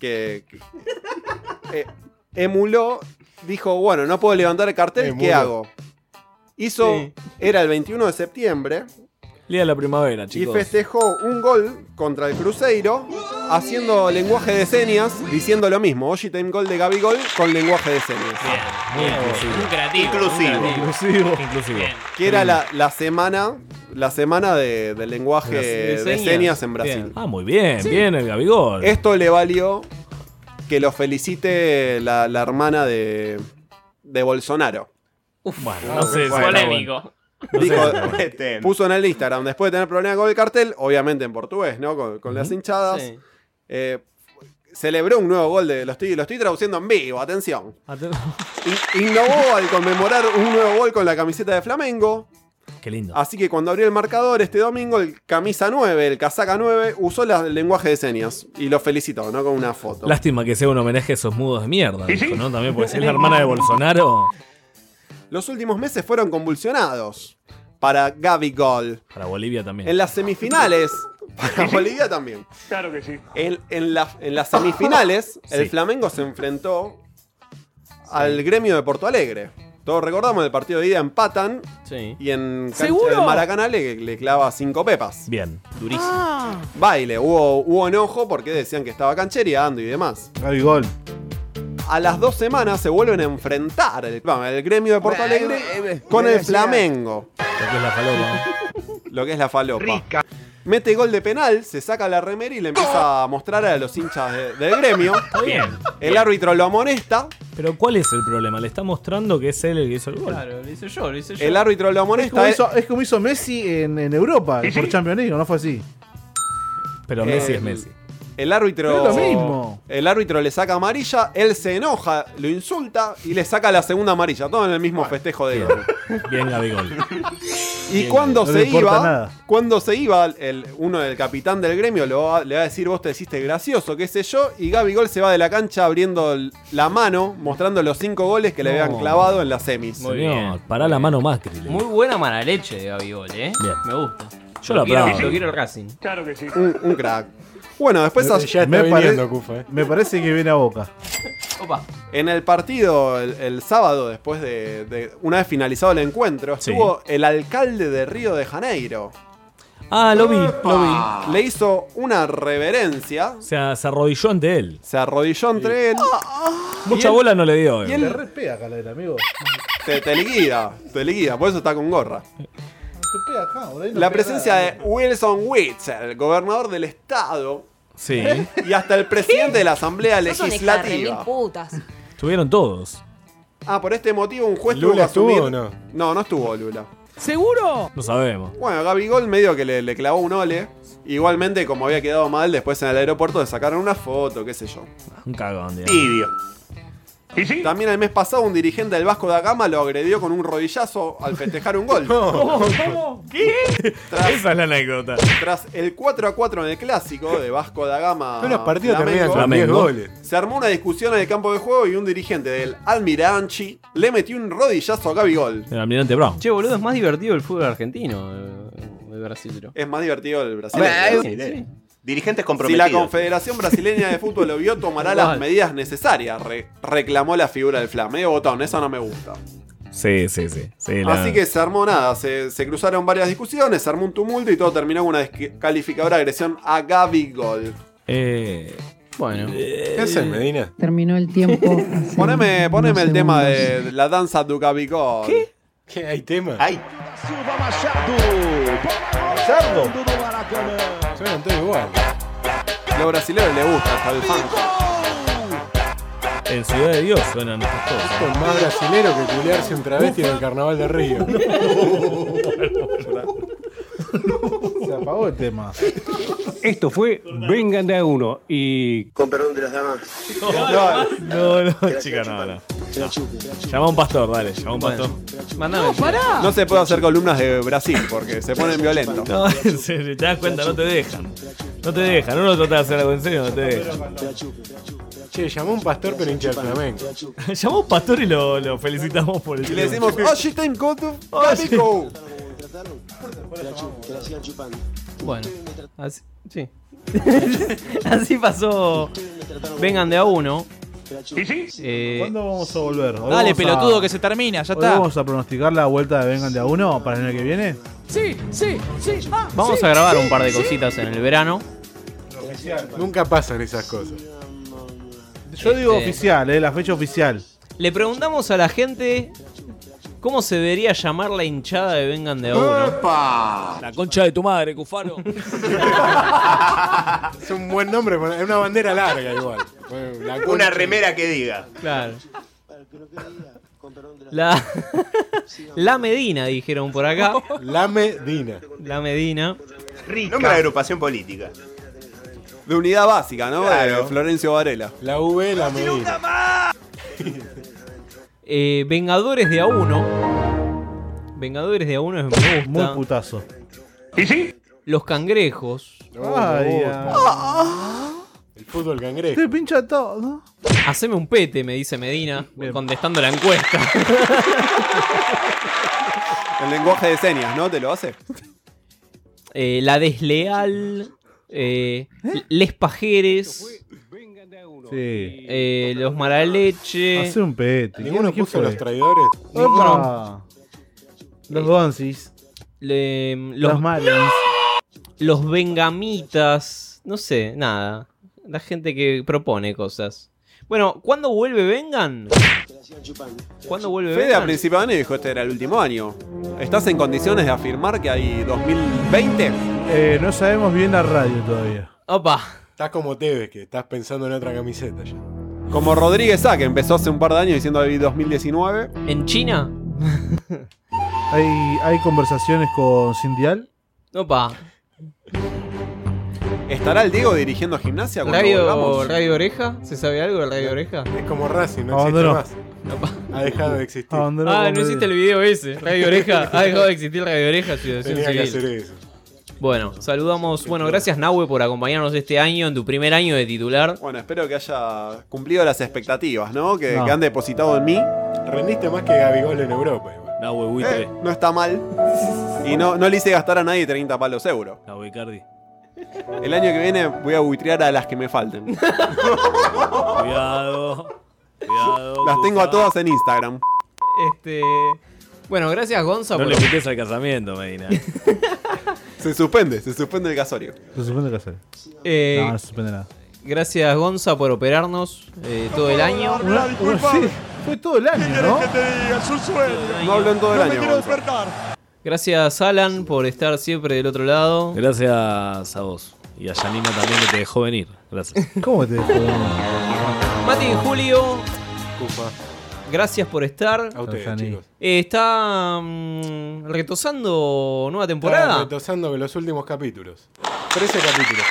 Speaker 8: que, que- eh, emuló, dijo, bueno, no puedo levantar el cartel, ¿qué
Speaker 3: Emuló.
Speaker 8: hago? Hizo, era el 21 de septiembre,
Speaker 11: Lía de la primavera,
Speaker 8: y
Speaker 11: chicos.
Speaker 8: festejó un gol contra el Cruzeiro, haciendo lenguaje de señas, diciendo lo mismo, Oji Time Gol de Gabigol con lenguaje de señas.
Speaker 11: Muy inclusivo.
Speaker 10: Un creativo.
Speaker 2: Inclusivo.
Speaker 10: un creativo.
Speaker 11: Inclusivo. Inclusivo.
Speaker 10: Bien.
Speaker 8: Que era la, la semana, la semana de- del lenguaje
Speaker 11: De
Speaker 8: de,
Speaker 11: señas.
Speaker 8: señas en Brasil.
Speaker 11: Ah, muy bien, bien el Gabigol.
Speaker 8: Esto le valió que lo felicite la, la hermana de, de Bolsonaro.
Speaker 10: Uf,
Speaker 11: Bueno, no sé si era
Speaker 10: polémico.
Speaker 11: bueno. No
Speaker 8: Dijo-
Speaker 11: sé si era bueno.
Speaker 2: Este,
Speaker 8: Puso en el Instagram, después de tener problemas con el cartel, obviamente en portugués, ¿no? Con, con las hinchadas.
Speaker 10: Sí.
Speaker 8: eh, celebró un nuevo gol de. Lo estoy, lo estoy traduciendo en vivo, atención. In- innovó al conmemorar un nuevo gol con la camiseta de Flamengo.
Speaker 11: Qué lindo.
Speaker 8: Así que cuando abrió el marcador este domingo, el camisa 9, el casaca 9, usó la- el lenguaje de señas. Y lo felicitó, ¿no? Con una foto.
Speaker 11: Lástima que sea un homenaje a esos mudos de mierda, dijo, ¿no? También porque si es la hermana de Bolsonaro.
Speaker 8: Los últimos meses fueron convulsionados para Gabigol.
Speaker 11: Para Bolivia también.
Speaker 8: En las semifinales, para Bolivia también.
Speaker 18: Claro que sí.
Speaker 8: En, en la- en las semifinales, el
Speaker 11: Sí.
Speaker 8: Flamengo se enfrentó al gremio de Porto Alegre. Todos recordamos el partido de ida empatan
Speaker 10: Sí.
Speaker 8: y en cancha
Speaker 10: ¿Seguro?
Speaker 8: del Maracaná le, le clava cinco pepas.
Speaker 11: Bien,
Speaker 10: durísimo.
Speaker 8: Ah. Baile, hubo, hubo enojo porque decían que estaba canchereando y demás.
Speaker 1: Gabigol.
Speaker 8: A las dos semanas se vuelven a enfrentar el, bueno, el gremio de Porto Alegre
Speaker 10: eh,
Speaker 8: con el Flamengo.
Speaker 11: Lo que es la falopa.
Speaker 8: Lo que es la falopa. Mete gol de penal, se saca la remera y le empieza a mostrar a los hinchas de- del gremio.
Speaker 11: bien.
Speaker 8: El árbitro lo amonesta.
Speaker 11: Pero ¿cuál es el problema? Le está mostrando que es él el que hizo el gol.
Speaker 10: Claro, lo hice yo, lo hice yo.
Speaker 8: El árbitro lo
Speaker 15: Es como
Speaker 8: amonesta.
Speaker 15: hizo, es como hizo Messi en, en Europa, por Champions League, no fue así.
Speaker 11: Pero Messi es Messi.
Speaker 8: Eh, El árbitro.
Speaker 15: Pero es lo mismo.
Speaker 8: El árbitro le saca amarilla, él se enoja, lo insulta y le saca la segunda amarilla. Todo en el mismo festejo de gol.
Speaker 11: Bien, Gabigol.
Speaker 8: Y
Speaker 11: Bien,
Speaker 8: cuando,
Speaker 11: no le
Speaker 8: se
Speaker 11: importa
Speaker 8: iba,
Speaker 11: nada.
Speaker 8: cuando se iba, el, uno del capitán del gremio lo va- le va a decir, vos te hiciste gracioso, qué sé yo, y Gabigol se va de la cancha abriendo el- la mano, mostrando los cinco goles que le
Speaker 10: No.
Speaker 8: habían clavado en las semis.
Speaker 11: Señor, pará la mano Macri. le digo.
Speaker 10: Muy buena mala leche de Gabigol, ¿eh?
Speaker 11: Bien.
Speaker 10: Me gusta.
Speaker 11: Yo
Speaker 10: lo
Speaker 11: lo
Speaker 10: quiero,
Speaker 11: aplaudo.
Speaker 10: lo quiero el Racing. Claro que sí.
Speaker 8: Un, un crack. Bueno, después...
Speaker 15: Me-
Speaker 8: a-
Speaker 15: ya está viniendo, Cufa, eh. Me parece que viene a Boca.
Speaker 8: En el partido el, el sábado, después de, de- Una vez finalizado el encuentro,
Speaker 11: Sí.
Speaker 8: estuvo el alcalde de Río de Janeiro.
Speaker 11: Ah, lo vi, lo vi.
Speaker 8: Le hizo una reverencia,
Speaker 11: O sea, se arrodilló ante él.
Speaker 8: se arrodilló entre él.
Speaker 11: Mucha
Speaker 8: Y él-
Speaker 11: bola no le dio.
Speaker 8: y
Speaker 11: eh.
Speaker 8: él-
Speaker 15: Te pega Calera, amigo.
Speaker 8: Te, te liquida, te liquida, por eso está con gorra.
Speaker 15: Te pega acá, boludo. ahí no
Speaker 8: La
Speaker 15: pega
Speaker 8: presencia
Speaker 15: nada.
Speaker 8: de Wilson Witz, el gobernador del estado,
Speaker 11: Sí,
Speaker 8: y hasta el presidente de la Asamblea
Speaker 7: Sos un exarremil
Speaker 8: Legislativa.
Speaker 7: putas.
Speaker 11: estuvieron todos.
Speaker 8: Ah, por este motivo un juez
Speaker 3: ¿Lula
Speaker 8: tuvo que
Speaker 3: estuvo
Speaker 8: asumir-
Speaker 3: o no?
Speaker 8: No, no estuvo Lula.
Speaker 30: ¿Seguro?
Speaker 11: No sabemos.
Speaker 8: Bueno, Gabigol medio que le, le clavó un ole. Igualmente, como había quedado mal, después en el aeropuerto le sacaron una foto, qué sé yo.
Speaker 11: Un cagón, digamos.
Speaker 8: Tibio. También el mes pasado un dirigente del Vasco da Gama lo agredió con un rodillazo al festejar un gol.
Speaker 11: Oh, ¿Cómo? ¿Qué? Esa es la anécdota.
Speaker 8: Tras el 4 a 4 en el clásico de Vasco da Gama.
Speaker 3: Pero los partidos
Speaker 8: Flamengo,
Speaker 3: terminan con 10 goles.
Speaker 8: Se armó una discusión en el campo de juego y un dirigente del Almiranchi le metió un rodillazo a Gabigol.
Speaker 11: El almirante Brown.
Speaker 10: Che, boludo, es más divertido el fútbol argentino, eh, el brasilero.
Speaker 8: Es más divertido el
Speaker 10: Bueno,
Speaker 8: brasileño.
Speaker 10: sí, sí.
Speaker 2: Dirigentes
Speaker 8: Si la
Speaker 2: comprometidos.
Speaker 8: Confederación Brasileña de Fútbol lo vio, tomará las
Speaker 10: Igual.
Speaker 8: medidas necesarias, re- reclamó la figura del Flam. Medio botón, eso no me gusta.
Speaker 11: Sí, sí, sí. sí la-
Speaker 8: Así que se armó nada, se, se cruzaron varias discusiones, se armó un tumulto y todo terminó con una descalificadora agresión a Gabigol.
Speaker 11: Eh,
Speaker 10: bueno.
Speaker 3: ¿Qué haces, Medina?
Speaker 13: Terminó el tiempo.
Speaker 8: Poneme, poneme el tema de de la danza do Gabigol. ¿Qué?
Speaker 3: ¿Qué? ¿Hay tema?
Speaker 8: Ay.
Speaker 6: Silva Machado.
Speaker 8: Cerdo.
Speaker 6: Do Maracanã.
Speaker 3: Suenan todos igual.
Speaker 8: Los brasileños les gusta hasta el fan.
Speaker 11: En Ciudad de Dios suenan estas
Speaker 3: Esto es
Speaker 11: cosas.
Speaker 3: más brasilero que culearse un travesti en el carnaval de Río.
Speaker 15: Se apagó el tema.
Speaker 25: Esto fue Vengan de a uno y. Con perdón de las damas.
Speaker 11: No, no, chica, no, no. Llama a un pastor, dale, llama a un pastor.
Speaker 10: No, pará.
Speaker 8: No se puede hacer columnas de Brasil porque se ponen violentos.
Speaker 11: No, en serio, te das cuenta, no te dejan. No te dejan, uno trata de hacer algo en serio, no te dejan.
Speaker 3: Che, llamó un pastor pero hincha de Flamengo.
Speaker 11: Llamó a un pastor y lo, lo felicitamos por el
Speaker 8: Y le decimos, ¡Oye, te encontro!
Speaker 11: Oh,
Speaker 8: ¡Gabigol!
Speaker 10: Bueno, así, sí. así pasó. Vengan de a uno. Eh,
Speaker 15: ¿Cuándo vamos a volver? ¿Hoy
Speaker 10: Dale,
Speaker 15: vamos
Speaker 10: pelotudo, que se termina, ya
Speaker 15: ¿Hoy
Speaker 10: está.
Speaker 15: ¿Vamos a pronosticar la vuelta de Vengan de a uno para el año que viene?
Speaker 13: Sí, sí, sí. ah,
Speaker 10: Vamos
Speaker 13: sí,
Speaker 10: a grabar
Speaker 13: sí,
Speaker 10: un par de
Speaker 13: sí.
Speaker 10: cositas en el verano.
Speaker 3: Nunca pasan esas cosas.
Speaker 15: Yo digo
Speaker 10: Este-
Speaker 15: oficial, eh, la fecha oficial.
Speaker 10: Le preguntamos a la gente cómo se debería llamar la hinchada de Vengan de a uno.
Speaker 11: La concha de tu madre, Cufaro.
Speaker 3: Es un buen nombre, es una bandera larga igual. Bueno, la concha.
Speaker 2: Una remera que diga.
Speaker 10: Claro. La, la Medina, dijeron por acá.
Speaker 3: La Medina.
Speaker 10: La Medina.
Speaker 2: Nombre de agrupación política.
Speaker 8: De unidad básica, ¿no?
Speaker 2: Claro.
Speaker 8: De Florencio Varela.
Speaker 3: La V, la Medina.
Speaker 10: Eh, Vengadores de A1. Vengadores de A1 es me gusta.
Speaker 15: Muy putazo.
Speaker 10: Los cangrejos.
Speaker 15: Ay,
Speaker 3: El fútbol cangrejo.
Speaker 15: Te Este pincha todo.
Speaker 10: Haceme un pete, me dice Medina, contestando la encuesta.
Speaker 8: El lenguaje de señas, ¿no? ¿Te lo hace? ¿Eh?
Speaker 10: Eh, la desleal. eh, Les pajeres. Sí. Eh, los Maraleche.
Speaker 1: Hace un pete.
Speaker 3: ¿Ninguno
Speaker 1: ¿Quién
Speaker 3: puso
Speaker 1: fue?
Speaker 3: los traidores?
Speaker 1: Opa. Los Gonzis.
Speaker 10: los-
Speaker 1: los Malins.
Speaker 10: Los Vengamitas. No sé, nada. La gente que propone cosas. Bueno, ¿cuándo vuelve Vengan? ¿Cuándo vuelve
Speaker 8: Fede a
Speaker 10: Vengan?
Speaker 8: principio de año dijo este era el último año. ¿Estás en condiciones de afirmar que hay 2020?
Speaker 1: Eh, no sabemos bien la radio todavía.
Speaker 10: Opa.
Speaker 3: Estás como Tevez, que estás pensando en otra camiseta ya.
Speaker 8: Como Rodríguez A, que empezó hace un par de años diciendo hay 2019.
Speaker 10: ¿En China?
Speaker 1: Hay, hay conversaciones con Sindial.
Speaker 10: Opa.
Speaker 8: ¿Estará el Diego dirigiendo gimnasia cuando
Speaker 10: ¿Radio,
Speaker 8: volvamos?
Speaker 10: ¿Radio Oreja? ¿Se sabe algo del Radio Oreja?
Speaker 3: Es como Racing,
Speaker 8: no existe
Speaker 1: Abandonó.
Speaker 8: más.
Speaker 3: Ha dejado de existir.
Speaker 10: Ah, no existe el video ese. Radio Oreja. Ha dejado de existir Radio Oreja. Asociación
Speaker 3: Tenía que
Speaker 10: Civil.
Speaker 3: hacer eso.
Speaker 10: Bueno, saludamos. Bueno, gracias Nahue por acompañarnos este año, en tu primer año de titular.
Speaker 8: Bueno, espero que haya cumplido las expectativas, ¿no? Que,
Speaker 10: No.
Speaker 8: que han depositado en mí.
Speaker 3: Rendiste más que Gabigol en Europa. igual.
Speaker 8: Eh, no está mal. Y no, no le hice gastar a nadie 30 palos euros.
Speaker 11: Cardi.
Speaker 8: El año que viene voy a buitrear a las que me falten.
Speaker 11: Cuidado. Cuidado.
Speaker 8: Las tengo a todas en Instagram.
Speaker 10: Este. Bueno, gracias Gonza
Speaker 11: No
Speaker 10: por.
Speaker 11: le invites al casamiento, Medina.
Speaker 8: Se suspende, se suspende el casorio.
Speaker 1: Se supone que hacer.
Speaker 10: Eh,
Speaker 1: No, no se suspende nada.
Speaker 10: Gracias Gonza por operarnos eh, todo el año.
Speaker 1: Una- una- sí, fue todo el año, ¿no?
Speaker 8: No hablo en todo el año. Gonza.
Speaker 10: Gracias Alan por estar siempre del otro lado.
Speaker 11: Gracias a vos. Y a Yanina también que te dejó venir. Gracias.
Speaker 1: ¿Cómo te dejó?
Speaker 10: Mati y Julio, gracias por estar.
Speaker 3: A ustedes, chicos.
Speaker 10: Eh, está mm, retosando nueva
Speaker 3: Estaba
Speaker 10: temporada.
Speaker 3: retosando los últimos capítulos. 13 capítulos.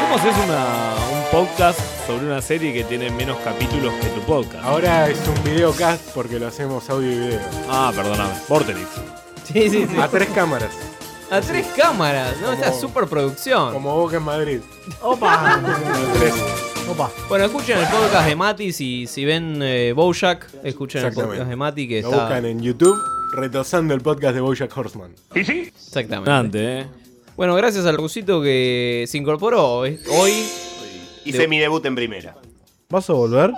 Speaker 11: ¿Cómo haces una- un podcast sobre una serie que tiene menos capítulos que tu podcast?
Speaker 3: Ahora es un videocast porque lo hacemos audio y video.
Speaker 11: Ah, perdóname. Vortelix.
Speaker 10: Sí, sí, sí.
Speaker 3: A tres cámaras.
Speaker 10: A tres cámaras, ¿no?
Speaker 3: Como-
Speaker 10: Está super producción.
Speaker 3: Como Ah, Boca en Madrid.
Speaker 1: Opa. Opa.
Speaker 10: Bueno, escuchen el podcast de Mati. Si, si ven eh, Bojack, escuchen el
Speaker 3: Exactamente.
Speaker 10: podcast de Mati que
Speaker 3: Lo
Speaker 10: está.
Speaker 3: buscan en YouTube retosando el podcast de Bojack Horseman.
Speaker 10: ¿Y sí? Exactamente.
Speaker 11: Antes,
Speaker 10: Bueno, gracias al rusito que se incorporó eh, hoy.
Speaker 2: Hice mi debut en primera.
Speaker 1: ¿Vas a volver?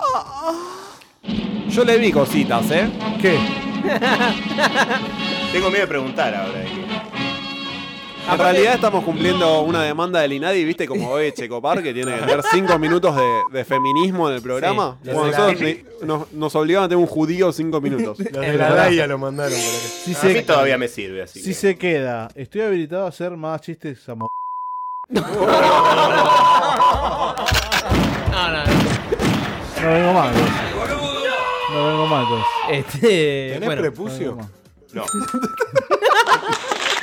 Speaker 8: Yo le vi cositas, ¿eh?
Speaker 1: ¿Qué?
Speaker 2: Tengo miedo de preguntar ahora. eh.
Speaker 8: En realidad estamos cumpliendo una demanda del INADI, viste, como hoy Checopar, que tiene que tener 5 minutos de, de feminismo en el programa.
Speaker 3: Sí, los
Speaker 8: Bueno,
Speaker 3: de la
Speaker 8: nosotros
Speaker 3: Biblia.
Speaker 8: ni- nos, nos obligaban a tener un judío 5 minutos.
Speaker 3: Los de la DAIA lo mandaron por acá.
Speaker 1: Si se-
Speaker 2: sirve, así
Speaker 1: Si se queda, estoy habilitado a hacer más chistes a mo-
Speaker 10: No, no,
Speaker 1: No vengo más, entonces. No vengo más, entonces.
Speaker 10: Este,
Speaker 3: ¿Tenés bueno, prepucio?
Speaker 2: No.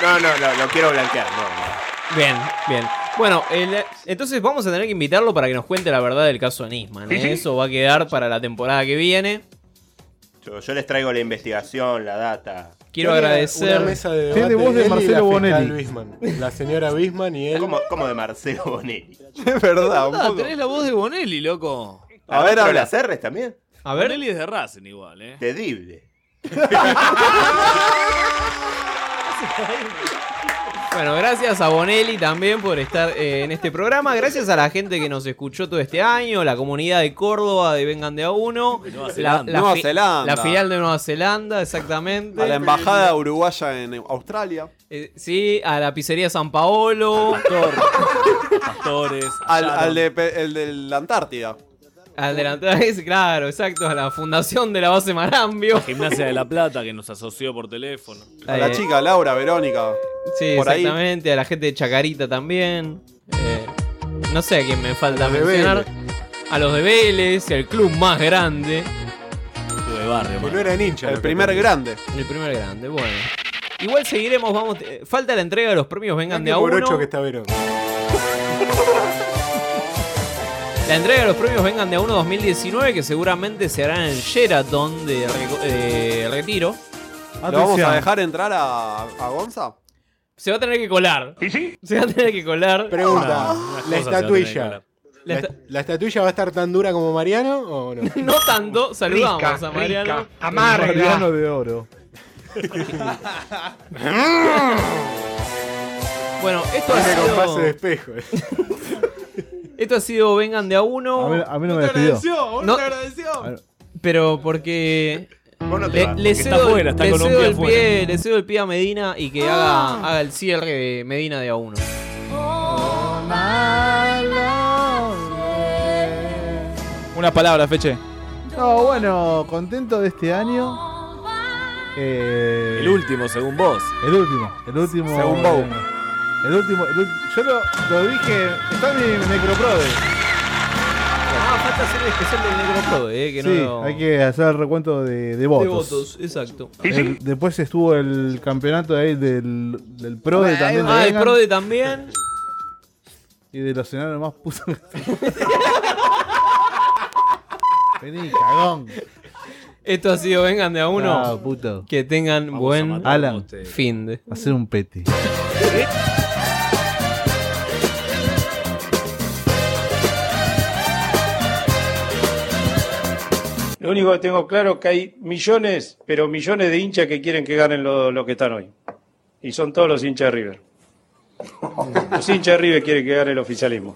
Speaker 2: No, no, no, lo quiero blanquear. No,
Speaker 10: Bien, bien. Bueno, el- entonces vamos a tener que invitarlo para que nos cuente la verdad del caso Nisman. ¿eh?
Speaker 2: Sí, sí.
Speaker 10: Eso va a quedar para la temporada que viene.
Speaker 2: no. Yo, yo les traigo la investigación, la data.
Speaker 10: Quiero agradecer.
Speaker 3: Una mesa de
Speaker 1: Tiene
Speaker 3: debate
Speaker 1: voz de
Speaker 3: él y la
Speaker 1: Marcelo
Speaker 3: fiscal
Speaker 1: Bonelli.
Speaker 3: Bisman. La señora Bisman y él.
Speaker 2: ¿Cómo, de Marcelo Bonelli?
Speaker 8: Es verdad,
Speaker 11: Ah, tenés la voz de Bonelli, loco.
Speaker 2: A ver, habla. ¿Las R's también?
Speaker 10: A ver.
Speaker 11: Bonelli es de Racing igual, eh.
Speaker 2: Terrible.
Speaker 10: Bueno, gracias a Bonelli también por estar eh, en este programa. Gracias a la gente que nos escuchó todo este año, la comunidad de Córdoba de Vengan de a uno,
Speaker 8: Nueva
Speaker 10: la,
Speaker 8: Zelanda.
Speaker 10: la
Speaker 8: Nueva
Speaker 10: fi-
Speaker 8: Zelanda.
Speaker 10: la filial de Nueva Zelanda, exactamente.
Speaker 8: A la embajada uruguaya en Australia.
Speaker 10: Eh, sí, a la pizzería San Paolo.
Speaker 11: Pastores.
Speaker 8: Al, al de, Pe- el de la Antártida.
Speaker 10: Al delantero, es- claro, exacto, a la fundación de la base Marambio.
Speaker 11: Gimnasia de la Plata que nos asoció por teléfono.
Speaker 8: A la
Speaker 10: Eh,
Speaker 8: chica, Laura, Verónica.
Speaker 10: Sí,
Speaker 8: por ahí.
Speaker 10: exactamente, a la gente de Chacarita también. Eh, no sé a quién me falta
Speaker 8: A los de
Speaker 10: mencionar. A los de Vélez, el club más grande.
Speaker 11: de barrio.
Speaker 3: Que Pues no eran hinchas.
Speaker 8: El primer grande.
Speaker 10: El primer grande, bueno. Igual seguiremos, vamos. eh, Falta la entrega de los premios Vengan de a
Speaker 3: Por
Speaker 10: uno.
Speaker 3: ocho que está Verón.
Speaker 10: La entrega de los premios Vengan de a uno 2019, que seguramente se hará en el Sheraton de, Reco- de Retiro.
Speaker 8: ¿Lo vamos a dejar entrar a, a Gonza?
Speaker 10: Se va a tener que colar. Se va a tener que colar.
Speaker 3: Pregunta, la estatuilla.
Speaker 10: La
Speaker 3: La, la estatuilla va a estar tan dura como Mariano o no?
Speaker 10: No tanto, saludamos
Speaker 3: Rica,
Speaker 10: a Mariano.
Speaker 3: rica, amarga. Mariano
Speaker 1: de oro.
Speaker 10: bueno, esto ha
Speaker 3: Viene
Speaker 10: sido...
Speaker 3: con pase de espejo.
Speaker 10: Esto ha sido Vengan de a uno.
Speaker 1: A mí- a mí no No me te despidió. agradeció,
Speaker 10: vos no te agradeció. Pero porque. le,
Speaker 1: vas,
Speaker 10: le
Speaker 1: porque está
Speaker 10: cedo,
Speaker 1: fuera, está
Speaker 10: le cedo
Speaker 1: Colombia Ah.
Speaker 10: el
Speaker 1: fuera.
Speaker 10: pie, le cedo el pie a Medina y que haga, haga el cierre de Medina de a uno.
Speaker 6: Una palabra, Feche.
Speaker 1: No, bueno, contento de este año. Eh,
Speaker 31: El último, según vos.
Speaker 1: El último, el último.
Speaker 31: Según vos.
Speaker 1: El último, el ulti- yo lo, lo dije, está en mi necroprode.
Speaker 10: Ah, falta hacer el especial del Necropro, eh, que no
Speaker 1: sí,
Speaker 10: lo-
Speaker 1: hay que hacer el recuento de, de votos.
Speaker 10: De votos, exacto.
Speaker 1: El- después estuvo el campeonato ahí del, del PRODE también. de
Speaker 10: Ah, el
Speaker 1: Vegan
Speaker 10: Prode también.
Speaker 1: Y de los escenarios más puso. Vení, cagón.
Speaker 10: Esto ha sido Vengan de a uno.
Speaker 1: Chao, puto.
Speaker 10: Que tengan buen
Speaker 1: Alan,
Speaker 10: fin de.
Speaker 1: hacer un pete.
Speaker 2: Lo único que tengo claro es que hay millones, pero millones de hinchas que quieren que ganen los que están hoy. Y son todos los hinchas de River. Los hinchas de River quieren que gane el oficialismo.